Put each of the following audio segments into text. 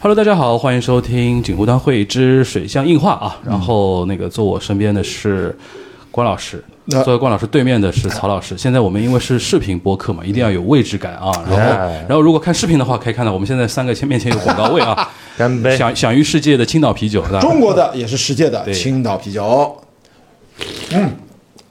Hello，大家好，欢迎收听《锦湖端会之水象硬化》啊。嗯然后那个坐我身边的是关老师，那坐在关老师对面的是曹老师。现在我们因为是视频播客嘛，一定要有位置感啊。然后，然后如果看视频的话，可以看到我们现在三个前面前有广告位啊。干杯！享享誉世界的青岛啤酒，是吧中国的也是世界的对青岛啤酒。然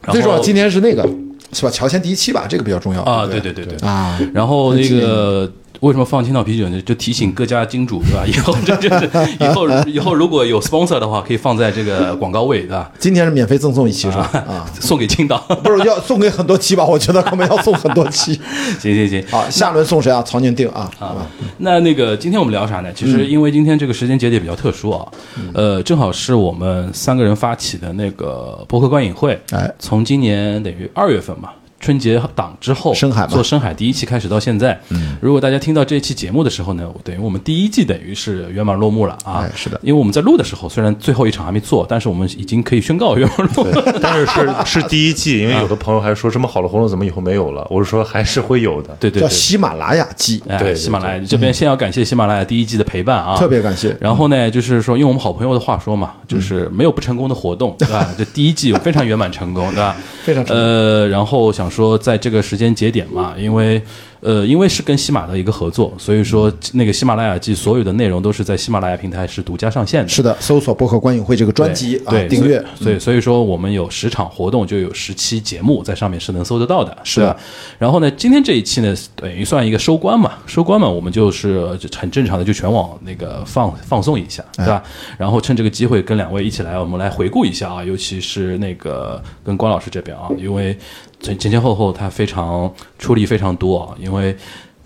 后最重要，今天是那个是吧？乔迁第一期吧，这个比较重要啊，对对对对对。啊，然后那个为什么放青岛啤酒呢？就提醒各家金主对 吧？以后 这这这以后以后如果有 sponsor 的话，可以放在这个广告位对吧？今天是免费赠送一期是吧？啊， 送给青岛。 不是要送给很多期吧？我觉得我们要送很多 期。行行行，好，下轮送谁啊？曹宁定啊，好吧啊，那那个今天我们聊啥呢？其嗯实因为今天这个时间节点比较特殊啊，呃，正好是我们三个人发起的那个博客观影会，哎，从今年等于二月份嘛。春节档之后，深海嘛做深海第一期开始到现在，嗯，如果大家听到这一期节目的时候呢，等于我们第一季等于是圆满落幕了啊哎，是的因为我们在录的时候，虽然最后一场还没做，但是我们已经可以宣告圆满落幕 了。但是是是第一季，因为有的朋友还说什么好的活动怎么以后没 有了，我是说还是会有的。对对叫对，喜马拉雅季，哎对对喜马拉雅这边先要感谢喜马拉雅第一季的陪伴啊，特别感谢。嗯然后呢，就是说用我们好朋友的话说嘛，就是没有不成功的活动，对吧？这第一季非常圆满成功，对吧？ 非常成功呃，然后想说在这个时间节点嘛，因为呃，因为是跟喜马的一个合作，所以说那个喜马拉雅季所有的内容都是在喜马拉雅平台是独家上线的。是的，搜索播客观影会这个专对辑啊对，，订阅。所以所以所以说我们有十场活动，就有十期节目在上面是能搜得到的，是吧？然后呢，今天这一期呢，等于算一个收官嘛， 收官嘛，我们就是呃就很正常的就全网那个放放松一下，哎对吧？然后趁这个机会跟两位一起来，我们来回顾一下啊，尤其是那个跟关老师这边啊，因为前前前后后他非常出力非常多啊，因为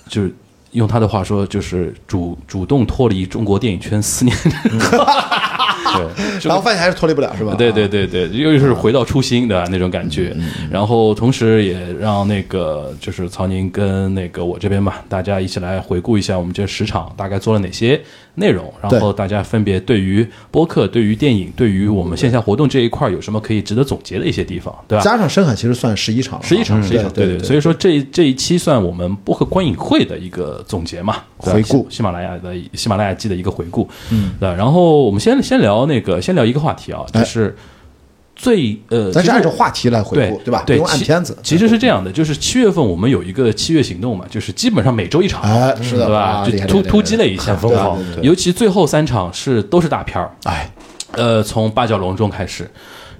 就是。用他的话说，就是主主动脱离中国电影圈四年，然后发现还是脱离不了是吧？对对对对，又是回到初心的那种感觉。然后同时也让那个就是曹宁跟那个我这边吧，大家一起来回顾一下我们这十场大概做了哪些内容，然后大家分别对于播客、对于电影、对于我们线下活动这一块有什么可以值得总结的一些地方，对吧？啊加上深海其实算十一场了啊，十一场，十一场，对对。所以以说这这一期算我们播客观影会的一个总结嘛，对吧回顾喜喜马拉雅的喜马拉雅季的一个回顾，嗯，对吧。然后我们先先聊那个，先聊一个话题啊，就是最呃，哎其咱是实按照话题来回对顾，对吧？不对，用按其片子。其实是这样的，就是七月份我们有一个七月行动嘛，就是基本上每周一场，哎是的对吧啊？就厉害突厉害啊突击了一下，很疯对吧狂对尤其最后三场是都是大片儿，哎，呃，从八角笼中开始，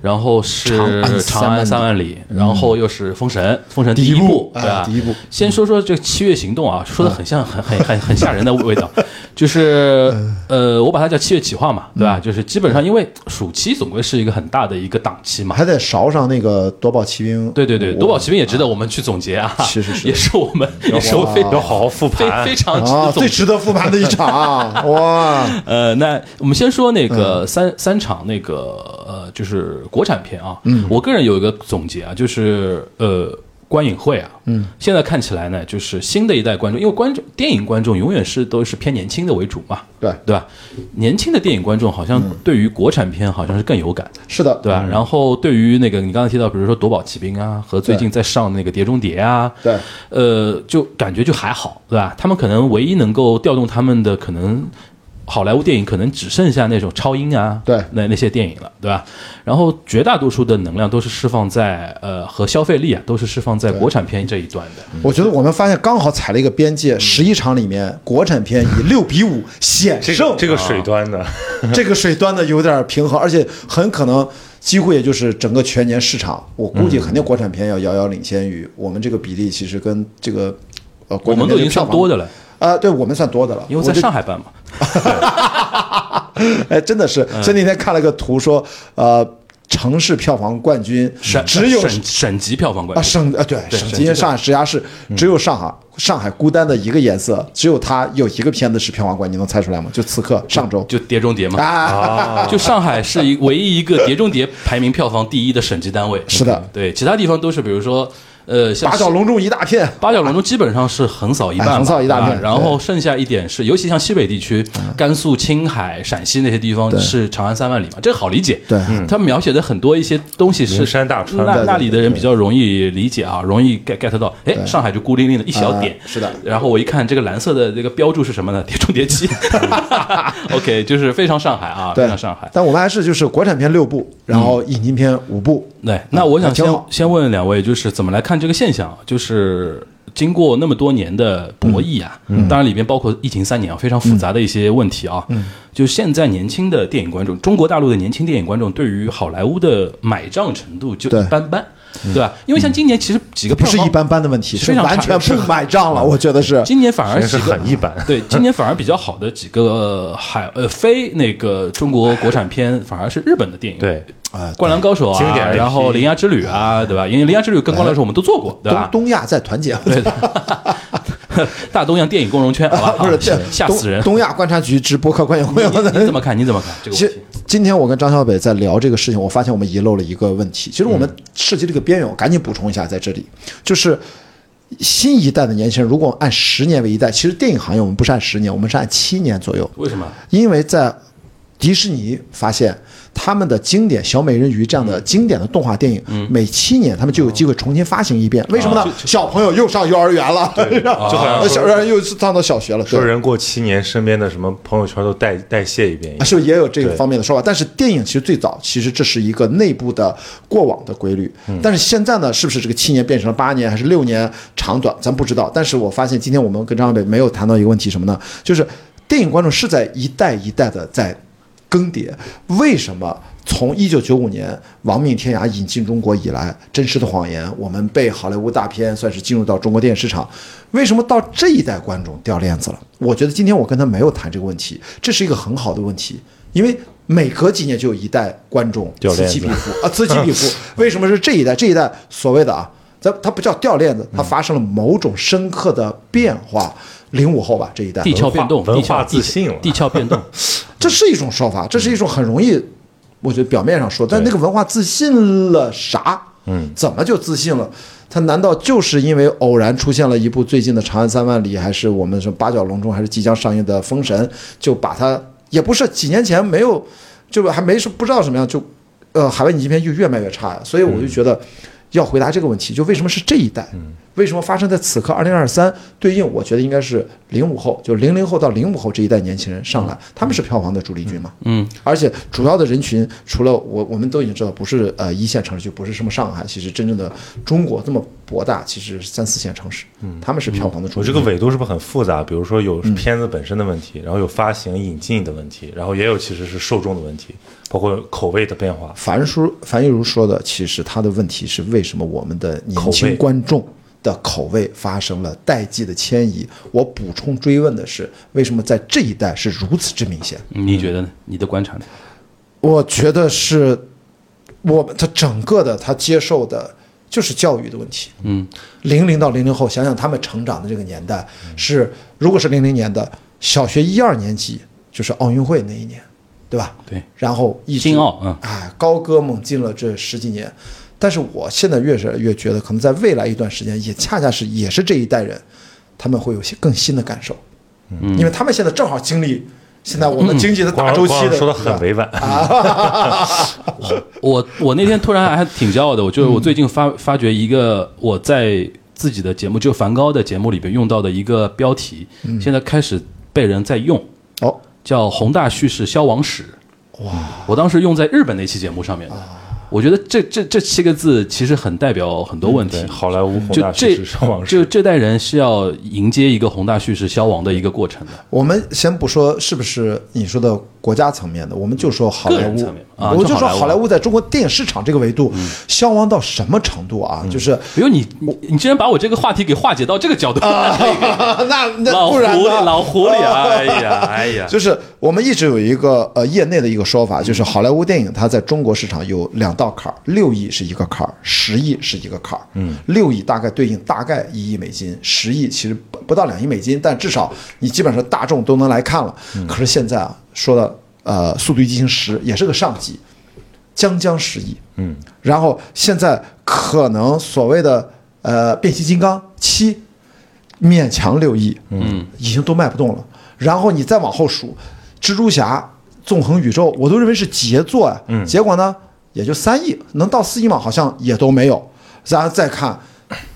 然后是长安长三万安里嗯三万里，然后又是封神，封神第一一部部，对吧哎？第一部先说说这个七月行动啊，说的很像很很很很吓人的味 道，就是嗯呃，我把它叫七月企划嘛，对吧？就是基本上因为暑期总归是一个很大的一个档期嘛，啊还得勺上那个夺宝奇兵。对对对，我夺宝奇兵也值得我们去总结啊，是是是也是我们也是我非要好好复非盘非。常值啊，得总最结。值得复盘的一 场啊哇！呃，那我们先说那个三三场那个呃，就是国产片啊，嗯，我个人有一个总结啊，就是呃。观影会啊，嗯，现在看起来呢，就是新的一代观众，因为观众电影观众永远是都是偏年轻的为主嘛，对对嗯吧？年轻的电影观众好像对于国产片好像是更有感，是的，对吧？然后对于那个你刚才提到，比如说《夺宝奇兵》啊，和最近在上那个《碟中谍》啊，对，呃，就感觉就还好，对吧？他们可能唯一能够调动他们的可能。好莱坞电影可能只剩下那种超英啊，对那那些电影了，对吧？然后绝大多数的能量都是释放在呃和消费力啊，都是释放在国产片这一端的。我觉得我们发现刚好踩了一个边界，十嗯一场里面国产片以六比五险这胜个，这啊个水端的，嗯这个水端的有点平衡，而且很可能几乎也就是整个全年市场，我估嗯计肯定国产片要遥遥领先于我们这个比例，其实跟这个呃我国产们片都已经算多的的了，票房啊，对我们算多的了，因为我在就嗯上海办嘛， 哎，真的是，所以那天看了个图说，呃，城市票房冠军省只有省省级票房冠啊军。省啊对省省嗯级上海直辖市只有上海上海孤单的一个颜色，只有它有一个片子是票房冠军，能猜出来吗？就此刻上周就《碟中谍》嘛，啊，就上海是一唯一一个《碟中谍》排名票房第一的省级单位。是的对，其他地方都是比如说。啊呃，像八角笼中一大片，八角笼中基本上是横扫一半吧，哎横扫一大片啊对嗯然后剩下一点是，尤其像西北地区，甘肃、青海、陕西那些地方是长安三万里嘛，这个好理解。对，嗯他描写的很多一些东西是名山大川那对那里的人对比较容易理解啊，容易 get get 到。哎，上海就孤零零的一小点啊，是的然后我一看这个蓝色的这个标注是什么呢？ 碟中谍 七。OK，就是非常上海啊，非对常上海。嗯但我们还是就是国产片六部，然后引进片五部，对，那我想啊那挺先好先问两位，就是怎么来看这个现象？啊就是经过那么多年的嗯博弈啊，当然里边包括疫情三年啊，非常复杂的一些问题啊。嗯就现在年轻的电影观众，中国大陆的年轻电影观众对于好莱坞的买账程度就对嗯一般般，对吧？因为像今年其实几个不票是房一般般的问题，是是非常完差全不买账了，我觉得是。今年反而实际几上是个很一般对，今年反而比较好的几个呃海呃非那个中国国产片，反而是日本的电影。对，啊《灌篮高手》经典啊， IP 然后《铃芽之旅》啊，对吧？因为《铃芽之旅》跟《灌篮高哎手》我们都做过，对吧东？东亚在团结，啊 ，对的， 大东洋电影共荣圈，好吧不是吓吓死人！东东亚观察局直播客观影会 你你怎么看？你怎么看这个其问实题？今天我跟张小北在聊这个事情，我发现我们遗漏了一个问题。其实我嗯们涉及这个边缘，我赶紧补充一下，在这里就是新一代的年轻人，如果按十年为一代，其实电影行业我们不是按十年，我们是按七年左右，为什么？因为在迪士尼发现他们的经典《小美人鱼》这样嗯的经典的动画电影，每七年他们就有机会重新发行一遍。为什哦么呢？小朋友又上幼儿园了， 就好像说小幼儿园又上到小学了，对说人过七年，身边的什么朋友圈都代代谢一遍啊，，是不是也有这个方面的说法？但是电影其实最早其实这是一个内部的过往的规律，但是现在呢，是不是这个七年变成了八年还是六年长短，咱不知道。但是我发现今天我们跟张北没有谈到一个问题什么呢？就是电影观众是在一代一代的在更迭，为什么？从一九九五年《亡命天涯》引进中国以来，《真实的谎言》我们被好莱坞大片算是进入到中国电影市场，为什么到这一代观众掉链子了？我觉得今天我跟他没有谈这个问题，这是一个很好的问题，因为每隔几年就有一代观众掉此链起子彼伏啊，此起彼伏。为什么是这一代？这一代所谓的啊，它它不叫掉链子，它发生了某种深刻的变化。零五后吧，这一代地壳变动，文化地壳自信了地壳变 动。这是一种说法，这是一种很容易，我觉得表面上说，但那个文化自信了啥？嗯，怎么就自信了？他难道就是因为偶然出现了一部最近的《长安三万里》，还是我们说八角笼中，还是即将上映的《封神》，就把它也不是几年前没有，就还没说不知道什么样，就呃海外引进片就越卖越差呀。所以我就觉得要回答这个问题，就为什么是这一代？为什么发生在此刻？二零二三对应，我觉得应该是零五后，就零零后到零五后这一代年轻人上来，他们是票房的主力军嘛。嗯，而且主要的人群，除了我，我们都已经知道，不是呃一线城市，就不是什么上海，其实真正的中国这么博大，其实是三四线城市，他们是票房的主我力这军。个纬度是不是很复杂？比如说嗯有片子本身的问题，然后有发行引进的问题，然后也有其实是受众的问题，包括口味的变化。啊樊叔樊玉茹说的，其实他的问题是为什么我们的年口轻味观众的口味发生了代际的迁移？我补充追问的是，为什么在这一代是如此之明显？嗯你觉得呢？你的观察呢？ 我觉得是，我们他整个的他接受的就是教育的问题。嗯，零零到零零后，想想他们成长的这个年代是，如果是零零年的小学一二年级，就是奥运会那一年，对吧？对，然后一直金奥嗯哎，高歌猛进了这十几年。但是我现在越是越觉得，可能在未来一段时间，也恰恰是也是这一代人，他们会有些更新的感受，嗯，因为他们现在正好经历现在我嗯们经济的大光周期光的，说的对吧啊很委婉，我我那天突然还挺骄傲的，我嗯就是我最近发发掘一个我在自己的节目，就梵高的节目里边用到的一个标题，嗯现在开始被人在用，哦，叫《宏大叙事消亡史》。哇！我当时用在日本那期节目上面的，啊我觉得这这这七个字其实很代表很多问题嗯对，。好莱坞宏就大叙这事上网就是这代人是要迎接一个宏大叙事消亡的一个过程的。我们先不说是不是你说的国家层面的，我们就说好个莱人坞层面，啊嗯我就就好说莱坞好莱坞在中国电影市场这个维度消亡到什么程度啊？嗯就是比如你，你你竟然把我这个话题给化解到这个角度，啊 那那啊老不狐然狸，呢？老狐狸， 哎呀，哎呀，就是我们一直有一个呃业内的一个说法，就是好莱坞电影它在中国市场有两道坎儿，六亿是一个坎儿，十亿是一个坎儿。嗯，六亿大概对应大概一亿美金，十亿其实不不到两亿美金，但至少你基本上大众都能来看了。可是现在啊，说到呃《速度与激情十》也是个上级，将将十亿，嗯，然后现在可能所谓的呃，变形金刚七勉强六亿，嗯，已经都卖不动了。然后你再往后数，蜘蛛侠、纵横宇宙，我都认为是杰作啊，嗯结果呢也就三亿，能到四亿吗？好像也都没有。然后再看，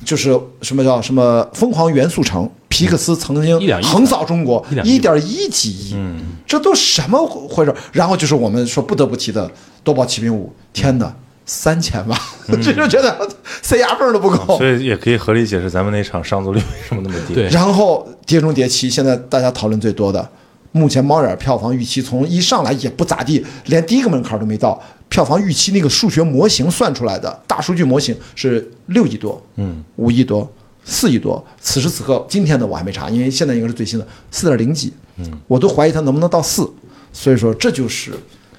就是什么叫什么疯狂元素城。皮克斯曾经一两亿横扫中国一，两亿一点一几亿，这都什么回事？然后就是我们说不得不提的《夺宝奇兵五》，天哪，三千万， 这就觉得塞牙缝儿都不够。所以也可以合理解释咱们那场上座率为什么那么低。对然后《碟中谍七》现在大家讨论最多的，目前猫眼票房预期从一上来也不咋地，连第一个门槛都没到，票房预期那个数学模型算出来的大数据模型是六亿多，嗯，五亿多。四亿多，此时此刻，今天的我还没查，因为现在应该是最新的四点零几，嗯，我都怀疑它能不能到四，所以说这就是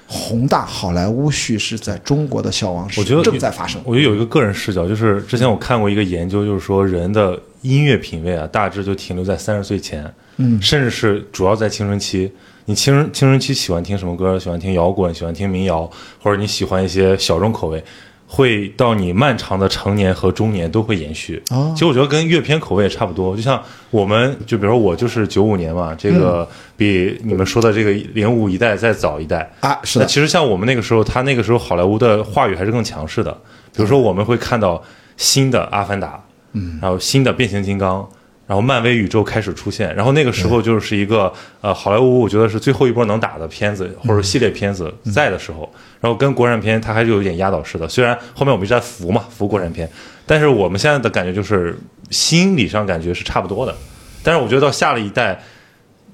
宏大好莱坞叙事在中国的消亡史我觉得正在发生。我觉得有一个个人视角，就是之前我看过一个研究，就是说人的音乐品味啊，大致就停留在三十岁前，嗯，甚至是主要在青春期。你青春青春期喜欢听什么歌？喜欢听摇滚，喜欢听民谣，或者你喜欢一些小众口味，会到你漫长的成年和中年都会延续。哦其实我觉得跟阅片口味也差不多，就像我们，就比如说我就是九五年嘛，这个嗯比你们说的这个零五一代再早一代啊是的那其实像我们那个时候，他那个时候好莱坞的话语还是更强势的。比如说，我们会看到新的《阿凡达》，嗯，然后新的《变形金刚》，然后漫威宇宙开始出现。然后那个时候就是一个、呃，好莱坞我觉得是最后一波能打的片子或者系列片子嗯在的时候。然后跟国产片它还是有一点压倒式的，虽然后面我们一直在扶嘛扶国产片，但是我们现在的感觉就是心理上感觉是差不多的。但是我觉得到下了一代，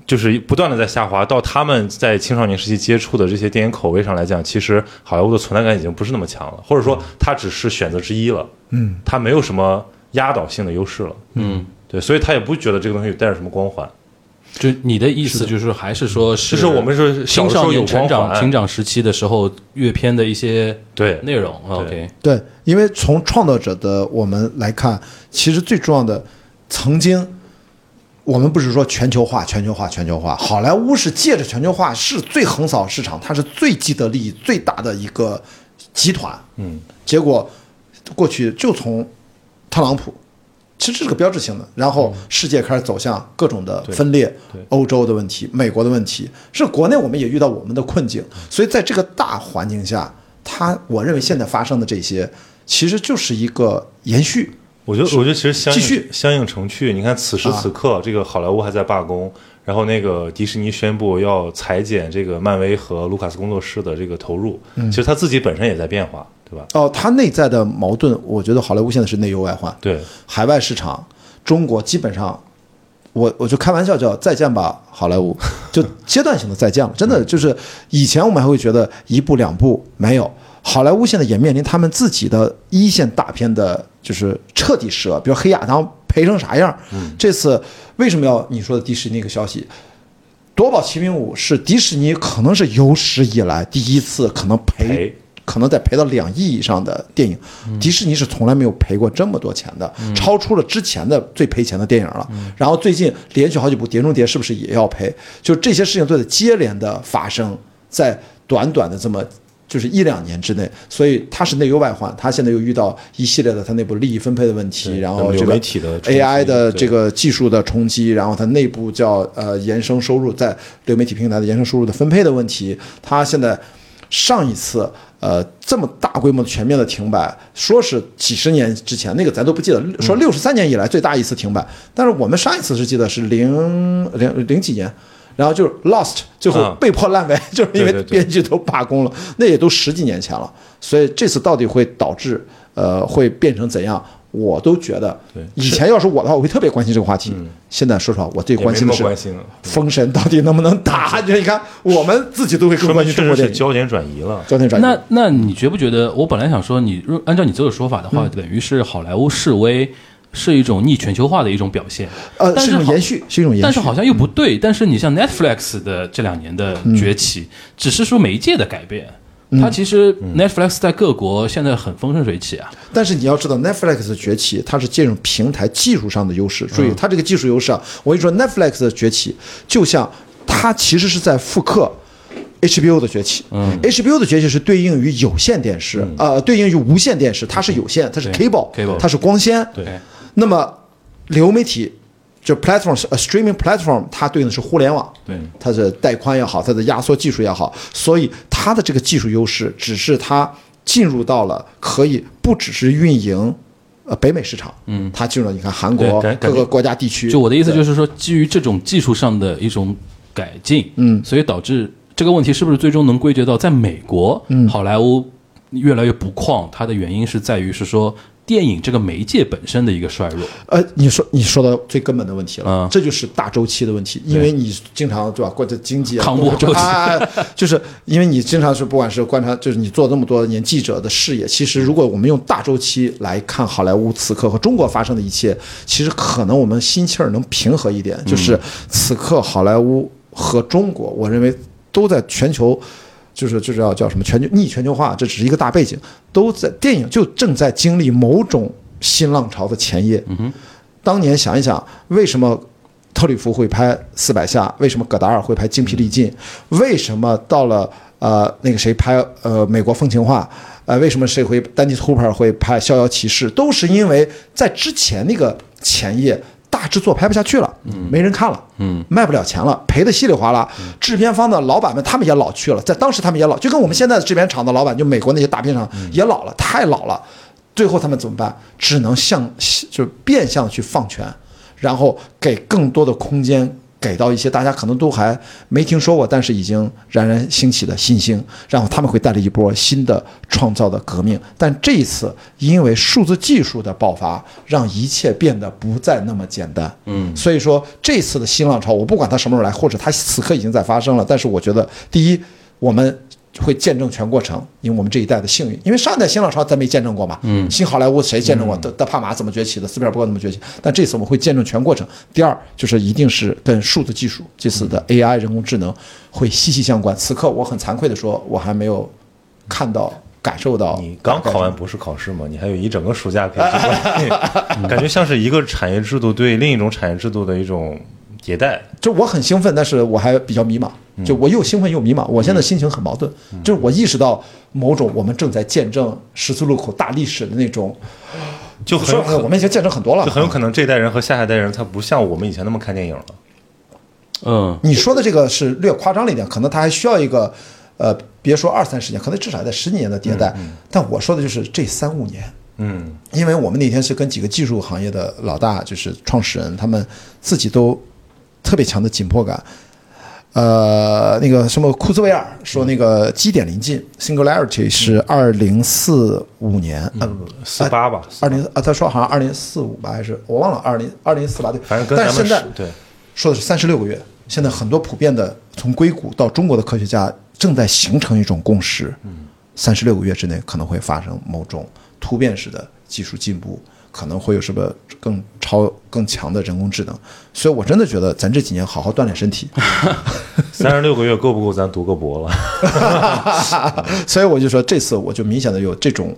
就是不断的在下滑，到他们在青少年时期接触的这些电影口味上来讲，其实好莱坞的存在感已经不是那么强了，或者说它只是选择之一了，嗯，它没有什么压倒性的优势了，嗯，对，所以他也不觉得这个东西带着什么光环，就你的意思就是还是说是，就是我们是小青时少候有年成光长成环，长时期的时候阅片的一些对，内容。OK，对，因为从创造者的我们来看，其实最重要的，曾经我们不是说全球化、全球化、全球化，好莱坞是借着全球化是最横扫市场，它是最既得利益最大的一个集团。嗯，结果过去就从特朗普，其实这是个标志性的，然后世界开始走向各种的分裂，欧洲的问题、美国的问题，是国内我们也遇到我们的困境，所以在这个大环境下，它我认为现在发生的这些，其实就是一个延续。我觉得，我觉得其实相应继续相应程序，你看此时此刻，这个好莱坞还在罢工，然后那个迪士尼宣布要裁减这个漫威和卢卡斯工作室的这个投入，其实他自己本身也在变化，对吧？哦，它内在的矛盾，我觉得好莱坞现在是内忧外患。对，海外市场，中国基本上，我我就开玩笑叫再见吧好莱坞，就阶段性的再见了。真的就是以前我们还会觉得一步两步没有，好莱坞现在也面临他们自己的一线大片的，就是彻底折，比如黑亚当赔成啥样？这次为什么要你说的迪士尼那个消息？《夺宝奇兵五》是迪士尼可能是有史以来第一次可能赔，赔嗯可能得赔到两亿以上的电影。迪士尼是从来没有赔过这么多钱的，超出了之前的最赔钱的电影了。嗯然后最近连续好几部《碟中谍》是不是也要赔？就这些事情都得接连的发生在短短的这么。就是一两年之内，所以它是内忧外患，它现在又遇到一系列的它内部利益分配的问题，对然后流这个媒体的冲击 AI 的对这个。这个技术的冲击，然后它内部叫呃延伸收入在流媒体平台的延伸收入的分配的问题，它现在上一次呃这么大规模的全面的停摆，说是几十年之前那个咱都不记嗯得，说六十三年以来最大一次停摆，但是我们上一次是记得是零零零几年。然后就是 Lost，最后啊被迫烂尾， 就是因为对对对编剧都罢工了，那也都十几年前了。所以这次到底会导致呃会变成怎样，我都觉得对嗯以前要是我的话，我会特别关心这个话题。现在说实话，我最也没关那心的么是关心了，嗯封神到底能不能打。就你看，我们自己都会更说关心明确中国实电是影。焦点转移了。焦点转移，那那你觉不觉得？我本来想说你，如按照你这个说法的话，等于是好莱坞示威是一种逆全球化的一种表现。呃，但是是一种好延续，是一种延续。但是好像又不对。但是你像 Netflix 的这两年的崛起，只是说媒介的改变。它其实 Netflix 在各国现在很风生水起啊，但是你要知道，Netflix 的崛起，它是借用平台技术上的优嗯势。注意，它这个技术优势啊，我跟你说，Netflix 的崛起就像它其实是在复刻 HBO 的崛起。嗯，HBO 的崛起是对应于有线电视，呃，对应于无线电视，它是有线，它是嗯对 cable， cable 它是光纤。对那么流媒体就 platform 呃 streaming platform，它对应的是互联网。对它的带宽也好，它的压缩技术也好，所以它的这个技术优势，只是它进入到了可以不只是运营。呃，北美市场，嗯，它进入了你看韩国对各感感个觉国家地区，就我的意思就是说，基于这种技术上的一种改进，嗯，所以导致这个问题是不是最终能归结到在美国，嗯，好莱坞越来越不况，它的原因是在于是说电影这个媒介本身的一个衰弱，呃，你说你说到最根本的问题了，嗯这就是大周期的问题，因为你经常对吧，或者经济啊康波周期啊， 就是因为你经常是不管是观察，就是你做这么多年记者的视野，其实如果我们用大周期来看好莱坞此刻和中国发生的一切，其实可能我们心气儿能平和一点，就是此刻好莱坞和中国，我认为都在全球。就是就是要叫什么全球逆全球化，这只是一个大背景，都在电影就正在经历某种新浪潮的前夜。当年想一想，为什么特里弗会拍《四百下》？为什么戈达尔会拍《精疲力尽》？为什么到了呃那个谁拍呃《美国风情画》？呃，为什么谁会丹尼斯·库珀会拍《逍遥骑士》？都是因为在之前那个前夜。大制作拍不下去了，没人看了，嗯，卖不了钱了，赔得稀里哗啦。制片方的老板们他们也老去了，在当时他们也老，就跟我们现在的制片厂的老板，就美国那些大片厂也老了，太老了。最后他们怎么办？只能向就是变相去放权，然后给更多的空间给到一些大家可能都还没听说过，但是已经冉冉兴起的新兴，然后他们会带来一波新的创造的革命。但这一次，因为数字技术的爆发，让一切变得不再那么简单。嗯，所以说这次的新浪潮，我不管它什么时候来，或者它此刻已经在发生了，但是我觉得，第一，我们会见证全过程，因为我们这一代的幸运，因为上一代新浪潮咱没见证过嘛，嗯，新好莱坞谁见证过？德德帕玛怎么崛起的？斯皮尔伯格怎么崛起？但这次我们会见证全过程。第二就是一定是跟数字技术这次的 AI 人工智能会息息相关。此刻我很惭愧的说，我还没有看到感受到。你刚考完博士考试嘛，你还有一整个暑假可以啊去 玩，感觉像是一个产业制度对另一种产业制度的一种迭代。就我很兴奋，但是我还比较迷茫，就我又兴奋又迷茫。我现在心情很矛盾，就是我意识到某种我们正在见证十字路口大历史的那种，就很说有实话我们已经见证很多了，就很有可能这一代人和下下一代人，他不像我们以前那么看电影了。嗯，你说的这个是略夸张了一点，可能它还需要一个，呃，别说二三十年，可能至少在十几年的迭代。但我说的就是这三五年，嗯，因为我们那天是跟几个技术行业的老大，就是创始人，他们自己都特别强的紧迫感。呃，那个什么库兹韦尔说，那个基点临近 （singularity） 嗯是二零四五年，呃，四八吧，二零啊，他说好像二零四五吧，还是我忘了，二零二零四八对，反正跟但咱是们现在是对说的是三十六个月。现在很多普遍的从硅谷到中国的科学家正在形成一种共识，嗯三十六个月之内可能会发生某种突变式的技术进步，可能会有什么更超更强的人工智能。所以我真的觉得咱这几年好好锻炼 身体。三十六个月够不够咱读个博了？ 所以我就说这次我就明显的有这种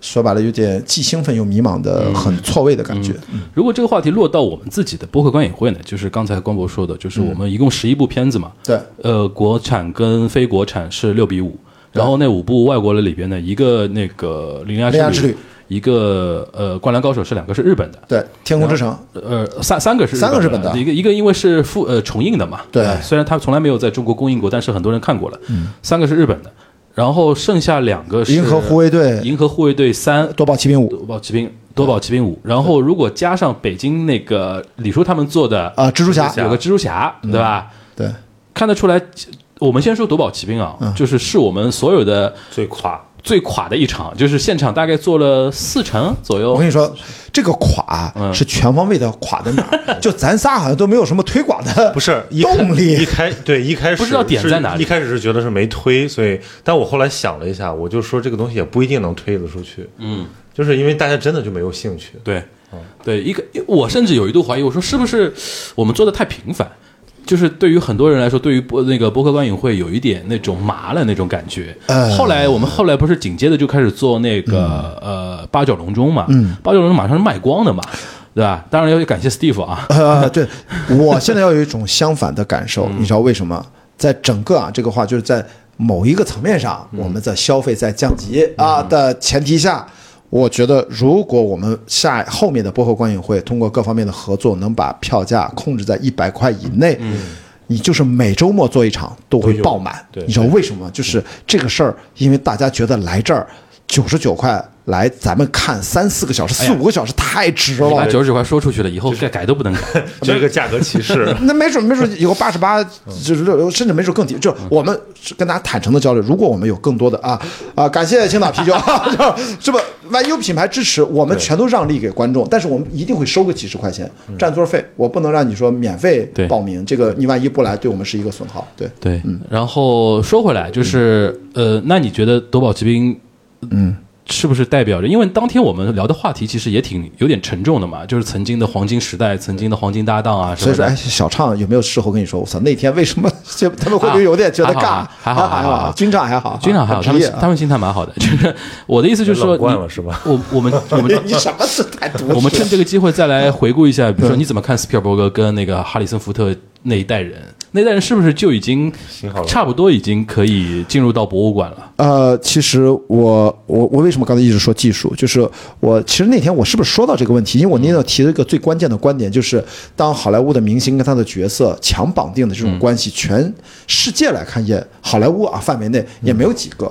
说白了有点既兴奋又迷茫嗯的很错位的感觉。如果这个话题落到我们自己的播客观影会呢，就是刚才光博说的，就是我们一共十一部片子嘛，嗯对，呃，国产跟非国产是六比五，然后那五部外国的里边呢，一个那个《铃芽铃芽之旅一个呃《灌篮高手》是两个是日本的，对，天空之城，呃，三三个是三个日日本本的一个一个因为是复呃重映的嘛，对嗯呃虽然它从来没有在中国公映过，但是很多人看过了。三个是日本的，然后剩下两个是银河护卫队银河护卫队三》、 《夺宝奇兵五》夺宝奇兵夺宝奇兵五，然后如果加上北京那个李叔他们做的啊，蜘蛛侠，嗯有个蜘蛛侠，对吧？对，看得出来，我们先说夺宝奇兵嗯啊，就是是我们所有的最垮，最垮的一场，就是现场大概做了四成左右。我跟你说，这个垮嗯是全方位的垮在哪 儿？就咱仨好像都没有什么推广的，不是一开动一力。开对一开始不知道点是在哪里一开始是觉得是没推，所以但我后来想了一下，我就说这个东西也不一定能推得出去。嗯，就是因为大家真的就没有兴趣。对，对，一个我甚至有一度怀疑，我说是不是我们做的太频繁，就是对于很多人来说，对于播那个播客观影会有一点那种麻了那种感觉。呃后来我们后来不是紧接着就开始做那个、呃八角笼中嘛，嗯，八角笼中马上是卖光的嘛，对吧？当然要感谢 Steve 啊，呃，对，嗯我现在要有一种相反的感受，你知道为什么？在整个啊这个话，就是在某一个层面上，我们的消费在降级啊的前提嗯下，我觉得如果我们下后面的播客观影会通过各方面的合作，能把票价控制在一百块以内，你就是每周末做一场都嗯会都有爆满。对你知道为什么吗？就是这个事儿，因为大家觉得来这儿九十九块来咱们看三四个小时、哎四五个小时太值你了把。九十九块说出去了，以后该改都不能改。这个价格歧 。视那没准没准以后八十八嗯就是六，甚至没准更低。就是我们是跟大家坦诚的交流，如果我们有更多的啊啊，感谢青岛啤酒， 是吧？万一有品牌支持，我们全都让利给观众，但是我们一定会收个几十块钱占座费，我不能让你说免费嗯对报名，这个你万一不来，对我们是一个损耗。对，对，然后说回来，就是呃，那你觉得夺宝奇兵，嗯，是不是代表着？因为当天我们聊的话题其实也挺有点沉重的嘛，就是曾经的黄金时代，曾经的黄金搭档啊什所么以说，的哎，。小畅有没有事后跟你说，我操，那天为什么这他们会不会有点觉得尬？啊还好还好还还好还好军长还好，军长还好，他很们职业啊他们心态蛮好的。就是我的意思就是说，冷惯你了是吧？我我们我们 你什么是太毒气了？我们趁这个机会再来回顾一下，比如说你怎么看斯皮尔伯格跟那个哈里森福特那一代人，那一代人是不是就已经幸好了差不多已经可以进入到博物馆了？呃，其实我我我为什么刚才一直说技术？就是我其实那天我是不是说到这个问题？因为我那天提了一个最关键的观点，就是当好莱坞的明星跟他的角色强绑定的这种关系，全世界来看也好莱坞啊范围内也没有几个，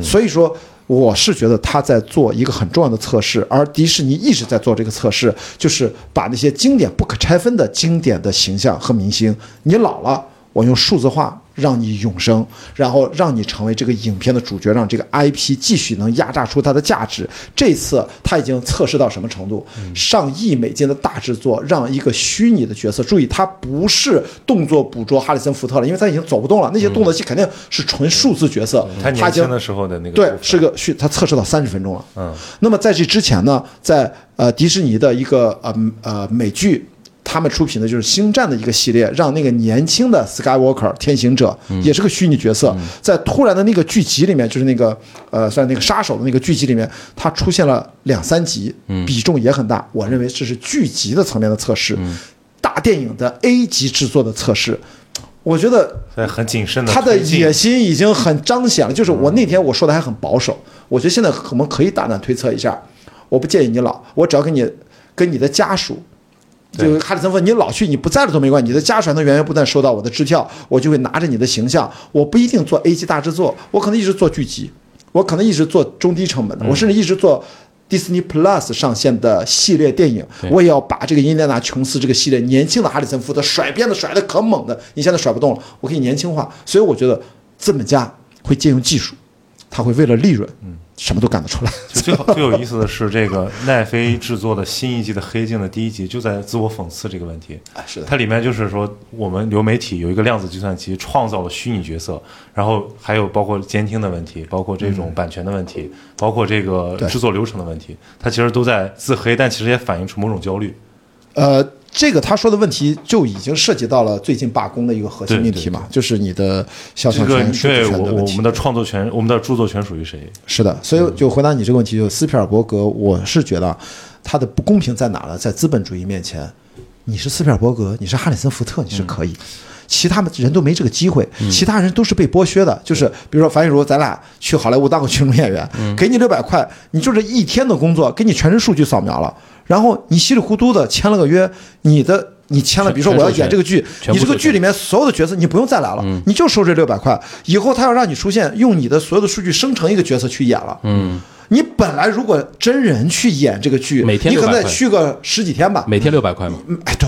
所以说。我是觉得他在做一个很重要的测试，而迪士尼一直在做这个测试，就是把那些经典不可拆分的经典的形象和明星，你老了，我用数字化让你永生，然后让你成为这个影片的主角，让这个 IP 继续能压榨出它的价值。这次他已经测试到什么程度？上亿美金的大制作，让一个虚拟的角色，注意，他不是动作捕捉哈里森福特了，因为他已经走不动了，那些动作戏肯定是纯数字角色，嗯他他年已经轻的时候的那个对部，分是个续，它测试到三十分钟了。嗯，那么在这之前呢，在呃迪士尼的一个呃嗯呃美剧。他们出品的就是《星战》的一个系列，让那个年轻的 Skywalker 天行者嗯也是个虚拟角色，在突然的那个剧集里面，就是那个呃，算那个杀手的那个剧集里面，他出现了两三集，嗯比重也很大。我认为这是剧集的层面的测试，嗯大电影的 A 级制作的测试。我觉得在很谨慎的他的推进，野心已经很彰显了。就是我那天我说的还很保守，我觉得现在我们可以大胆推测一下。我不建议你老，我只要跟你跟你的家属，对就是哈里森问你老去你不在了都没关系，你的家属还能源源不断收到我的支票，我就会拿着你的形象，我不一定做 A 级大制作，我可能一直做剧集，我可能一直做中低成本的，我甚至一直做。Disney Plus 上线的系列电影，我也要把这个印第安纳琼斯这个系列年轻的哈里森福特甩鞭子甩的可猛的，你现在甩不动了，我可以年轻化。所以我觉得资本家会借用技术，他会为了利润，什么都干得出来。就最好最有意思的是，这个奈飞制作的新一季的《黑镜》的第一集就在自我讽刺这个问题。是的，它里面就是说，我们流媒体有一个量子计算机创造了虚拟角色，然后还有包括监听的问题，包括这嗯种版权的问题，包括这个制作流程的问题，它其实都在自黑，但其实也反映出某种焦虑。呃，这个他说的问题就已经涉及到了最近罢工的一个核心对命题嘛，就是你的肖这像个权、著作对权我的问我题们。的创作权，我们的著作权属于谁？是的，所以就回答你这个问题，就斯皮尔伯格，我是觉得啊他的不公平在哪呢？在资本主义面前，你是斯皮尔伯格，你是哈里森福特，你是可以。其他人都没这个机会，其他人都是被剥削的。就是比如说樊雨茹，咱俩去好莱坞当个群众演员，给你六百块，你就这一天的工作，给你全是数据扫描了，然后你稀里糊涂的签了个约，你的你签了，比如说我要演这个剧，全你部嗯这授个剧权里面所有的角色你不用再来了，你就收这六百块，以后他要让你出现，用你的所有的数据生成一个角色去演了，嗯。你本来如果真人去演这个剧，每天你可能600得块续个十几天吧，每天六百块嘛，嗯，哎，对，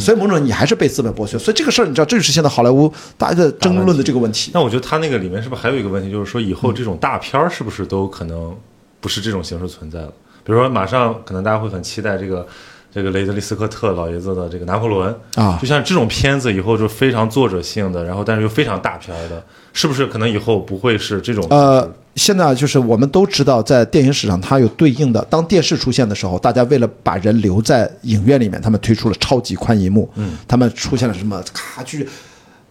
所以某种你还是被资本剥削，所以这个事儿你知道，这就是现在好莱坞大家在争论的这个问题。那我觉得他那个里面是不是还有一个问题，就是说以后嗯这种大片儿是不是都可能不是这种形式存在了？比如说，马上可能大家会很期待这个这个雷德利·斯科特老爷子的这个《拿破仑》啊就像这种片子以后就是非常作者性的，然后但是又非常大片儿的，是不是可能以后不会是这种？呃，现在就是我们都知道，在电影史上它有对应的，当电视出现的时候，大家为了把人留在影院里面，他们推出了超级宽银幕，嗯，他们出现了什么卡剧。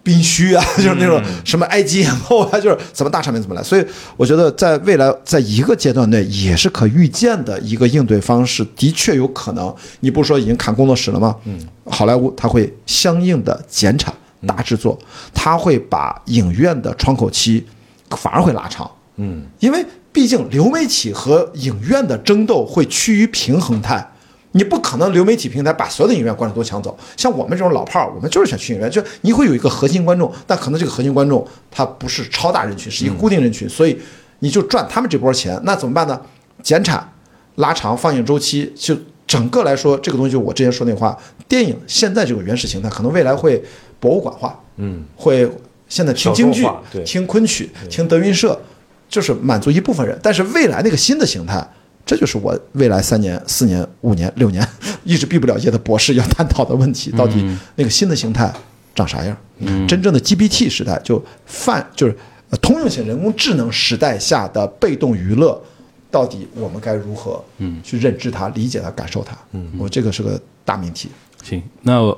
宾虚啊， 就是那种什么埃及艳后啊，就是怎么大场面怎么来。所以我觉得，在未来，在一个阶段内也是可预见的一个应对方式，的确有可能。你不是说已经砍工作室了吗？嗯，好莱坞它会相应的减产大制作，它会把影院的窗口期反而会拉长。嗯，因为毕竟流媒体和影院的争斗会趋于平衡态，你不可能流媒体平台把所有的影院观众都抢走。像我们这种老炮儿，我们就是想去影院，就你会有一个核心观众，但可能这个核心观众他不是超大人群，是一个固定人群，所以你就赚他们这波钱，那怎么办呢？减产、拉长放映周期，就整个来说，这个东西就我之前说那话，电影现在这个原始形态，可能未来会博物馆化，嗯，会现在听小京众剧化、对听昆曲、听德云社，就是满足一部分人。但是未来那个新的形态，这就是我未来三年、四年、五年、六年 一直毕不了业的博士要探讨的问题：到嗯底那个新的形态长啥样？真正的 GPT 时代，就泛就是呃通用性人工智能时代下的被动娱乐。到底我们该如何嗯去认知它、理解它、感受它？嗯，我这个是个大命题。行，那我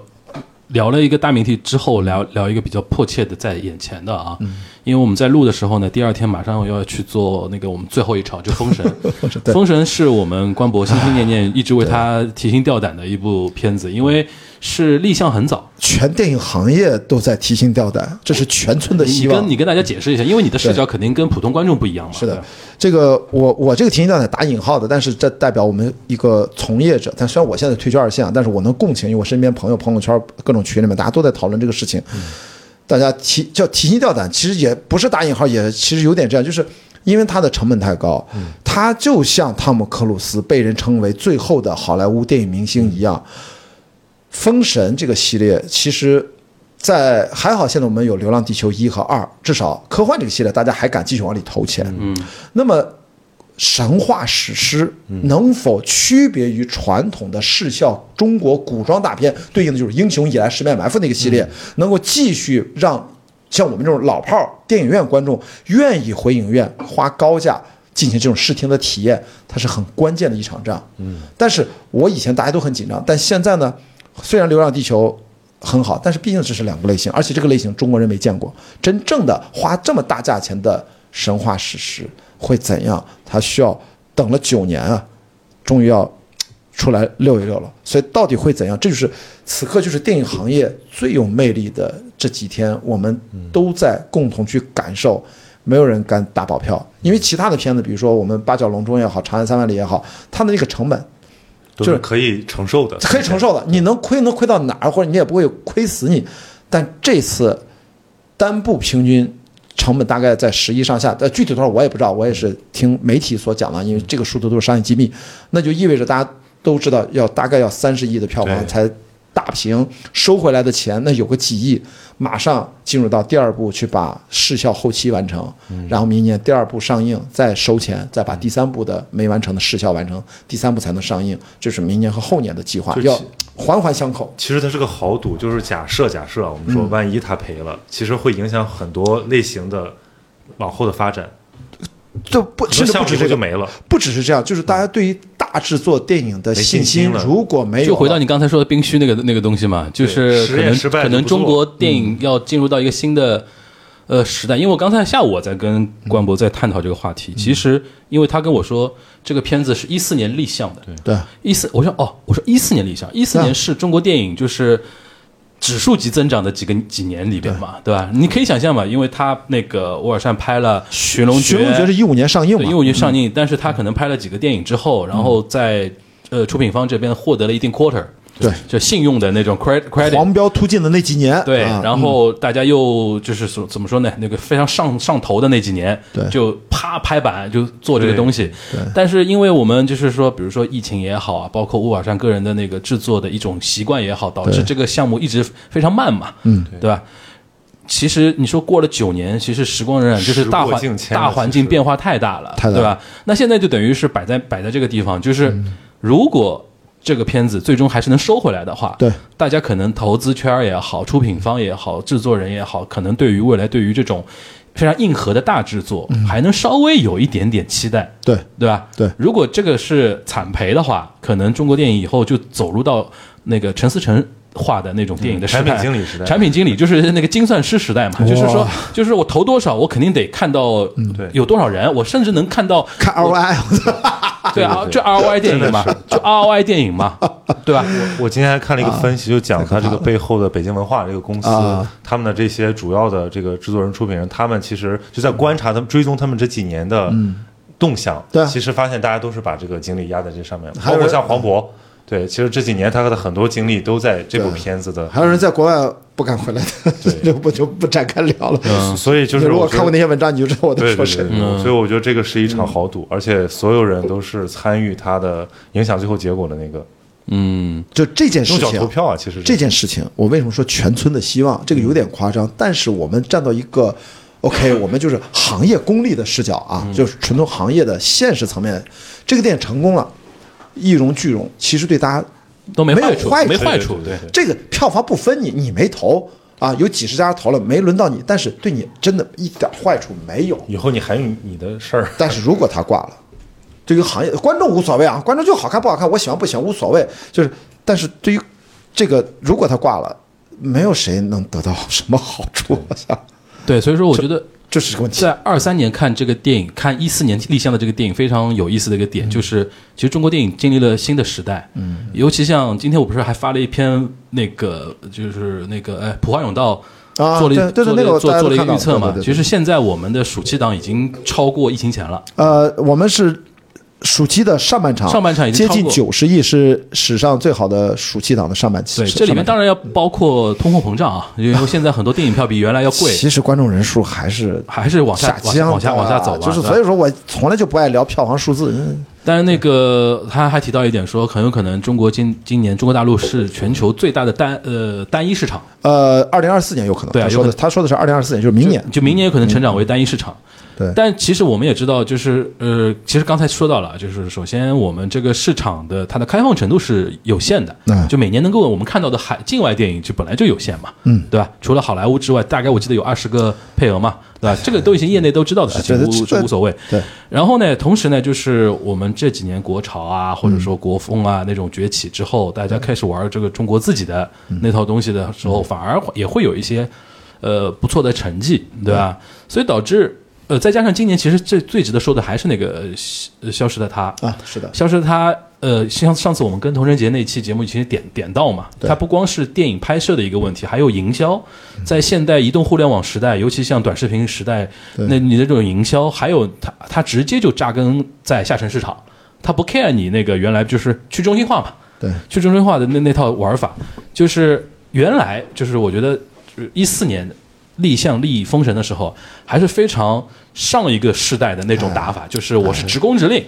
聊了一个大命题之后，聊聊一个比较迫切的在眼前的啊，嗯因为我们在录的时候呢，第二天马上我要去做那个我们最后一场，就《封神》。 《封神》是我们官博心心念念一直为他提心吊胆的一部片子，因为是立项很早。全电影行业都在提心吊胆，这是全村的你希望。跟你跟大家解释一下，因为你的视角肯定跟普通观众不一样嘛。是的，这个我我这个提心吊胆打引号的，但是这代表我们一个从业者。但虽然我现在退居二线啊，但是我能共情，因为我身边朋友朋友圈各种群里面大家都在讨论这个事情，大家提叫提心吊胆，其实也不是打引号，也其实有点这样，就是因为它的成本太高，它就像汤姆克鲁斯被人称为最后的好莱坞电影明星一样，《封神》这个系列，其实在还好，现在我们有《流浪地球》一和二，至少科幻这个系列大家还敢继续往里投钱。嗯，那么神话史诗能否区别于传统的视效中国古装大片，对应的就是《英雄》以来《十面埋伏》那个系列，能够继续让像我们这种老炮儿电影院观众愿意回影院花高价进行这种视听的体验，它是很关键的一场仗。嗯，但是我以前大家都很紧张，但现在呢，虽然《流浪地球》很好，但是毕竟这是两个类型，而且这个类型中国人没见过。真正的花这么大价钱的神话史诗会怎样？它需要等了九年啊，终于要出来溜一溜了。所以到底会怎样？这就是此刻就是电影行业最有魅力的这几天，我们都在共同去感受。没有人敢打保票，因为其他的片子，比如说我们《八角笼中》也好，《长安三万里》也好，它的那个成本都就是是可以承受的， 可以承受的。你能亏能亏到哪儿，或者你也不会亏死你。但这次单部平均成本大概在十亿上下，但具体多少我也不知道，我也是听媒体所讲的，因为这个数字都是商业机密。那就意味着大家都知道要大概要三十亿的票房对才打平，收回来的钱那有个几亿，马上进入到第二步去把视效后期完成，然后明年第二部上映再收钱，再把第三部的没完成的视效完成，第三部才能上映，这是明年和后年的计划，就要其环环相扣。其实它是个豪赌，就是假设假设啊，我们嗯说万一它赔了，其实会影响很多类型的往后的发展，这不可能甚至项不目止以这后就个，没了。不只是这样，就是大家对于大制作电影的没信信心心了如果没有了，啊就回到你刚才说的冰虚那个那个东西嘛，就是实可验能失败可能就中不做国电影要进入到一个新的呃时代，因为我刚才下午我在跟关博在探讨这个话题，其实因为他跟我说这个片子是一四年立项的，对一四我说哦，我说一四年立项，一四啊年是中国电影就是。指数级增长的几个几年里边嘛，对吧？你可以想象嘛，因为他那个沃尔善拍了《寻龙寻龙诀是一五年上映对，因嘛，为我就上嗯映，但是他可能拍了几个电影之后，然后在呃出品方这边获得了一定 quarter，对就信用的那种 credit credit。黄标突进的那几年，对，啊然后大家又就是说怎么说呢？那个非常上上头的那几年，对就啪拍板就做这个对东西。但是因为我们就是说，比如说疫情也好啊，包括乌尔善个人的那个制作的一种习惯也好，导致对这个项目一直非常慢嘛，嗯，对吧？其实你说过了九年，其实时光荏苒，就是时大过环境迁了大环其境实变化太大了，太大对吧？那现在就等于是摆在摆在这个地方，就是嗯如果这个片子最终还是能收回来的话，对，大家可能投资圈儿也好，出品方也好，制作人也好，可能对于未来对于这种非常硬核的大制作，嗯还能稍微有一点点期待。对对吧？对如果这个是惨赔的话，可能中国电影以后就走入到那个陈思诚画的那种电影的时代，嗯产品经理时代产品经理就是那个精算师时代嘛，就是说，就是我投多少，我肯定得看到对有多少人，我甚至能看到看 ROI，对啊，就 ROI 电影嘛，就 ROI 电影嘛，对吧？我今天还看了一个分析，就讲它这个背后的北京文化这个公司啊，他们的这些主要的这个制作人、出品人，他们其实就在观察他们、追踪他们这几年的动向。嗯对啊其实发现大家都是把这个精力压在这上面，还包有括人像黄渤，对，其实这几年他的很多精力都在这部对片子的。 还有人在国外不敢回来的， 就不就不展开聊了。嗯所以就是如果我觉看过得那些文嗯章，你就知道我在对说对谁对了。对，所以我觉得这个是一场豪赌，而且所有人都是参与它的影响最后结果的那个嗯，就这件事用脚情投，票啊，其实是这件事情，我为什么说全村的希望？这个有点夸张，但是我们站到一个 OK，我们就是行业功利的视角啊，就是纯从行业的现实层面，这个电影成功了，一荣俱荣，其实对大家都没没有坏处，坏处没坏对处，对对对这个票房不分你，你没投啊，有几十家投了，没轮到你，但是对你真的一点坏处没有。以后你还有你的事儿，但是如果他挂了，对于行业观众无所谓啊，观众就好看不好看，我喜欢不喜欢无所谓。就是，但是对于这个，如果他挂了，没有谁能得到什么好处，我想对，所以说我觉得。这是个问题在。二三年看这个电影，看一四年立项的这个电影非常有意思的一个嗯点，就是其实中国电影经历了新的时代，嗯，尤其像今天我不是还发了一篇那个就是那个哎普华永道。啊做了一对对对做那个了我做大家做了都一看个到预测嘛对对，对其实现在我们的暑期档已经超过疫情前了，呃，我们是暑期的上半场，上半场已经接超近过九十亿，是史上最好的暑期档的上半期。对，上这里面上半当然要包括通货膨胀啊，因为现在很多电影票比原来要贵，其实观众人数还是还是往下下往下往下降的啊往下走吧，就是对吧所以说我从来就不爱聊票房数字。嗯但是那个他还提到一点说，很有可能中国今今年中国大陆是全球最大的单呃单一市场，呃，二零二四年有可能，对啊他有说可的能他说的是二零二四年，就是明年。就明年有可能成长为单一市场。嗯对但其实我们也知道，就是呃，其实刚才说到了，就是首先我们这个市场的它的开放程度是有限的，嗯就每年能够我们看到的海境外电影就本来就有限嘛，嗯，对吧？除了好莱坞之外，大概我记得有二十个配额嘛，对吧？这个都已经业内都知道的事情，对对无这无所谓。对，然后呢，同时呢，就是我们这几年国潮啊，或者说国风啊那种崛起之后，大家开始玩这个中国自己的嗯那套东西的时候，反而也会有一些呃不错的成绩，对吧？嗯所以导致呃，再加上今年其实最最值得说的还是那个呃消呃消失的他啊，是的，消失的她，呃，像上次我们跟童晨杰那期节目其实点点到嘛，对嗯它不光是电影拍摄的一个问题，还有营销，在现代移动互联网时代，尤其像短视频时代，那你的这种营销，还有它它直接就扎根在下沉市场，它不 care 你那个原来就是去中心化嘛，对，去中心化的那那套玩法，就是原来就是我觉得一四年立项立封神的时候，还是非常上一个世代的那哎种打法，就是我是职工直令，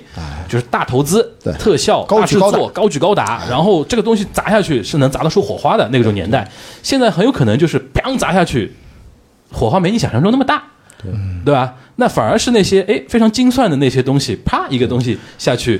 就是大投资对、特效、高大举制高打哎作、高举高打，然后这个东西砸下去是能砸得出火花的那种年代，现在很有可能就是砰砸下去，火花没你想象中那么大。对吧？那反而是那些哎非常精算的那些东西，啪一个东西下去，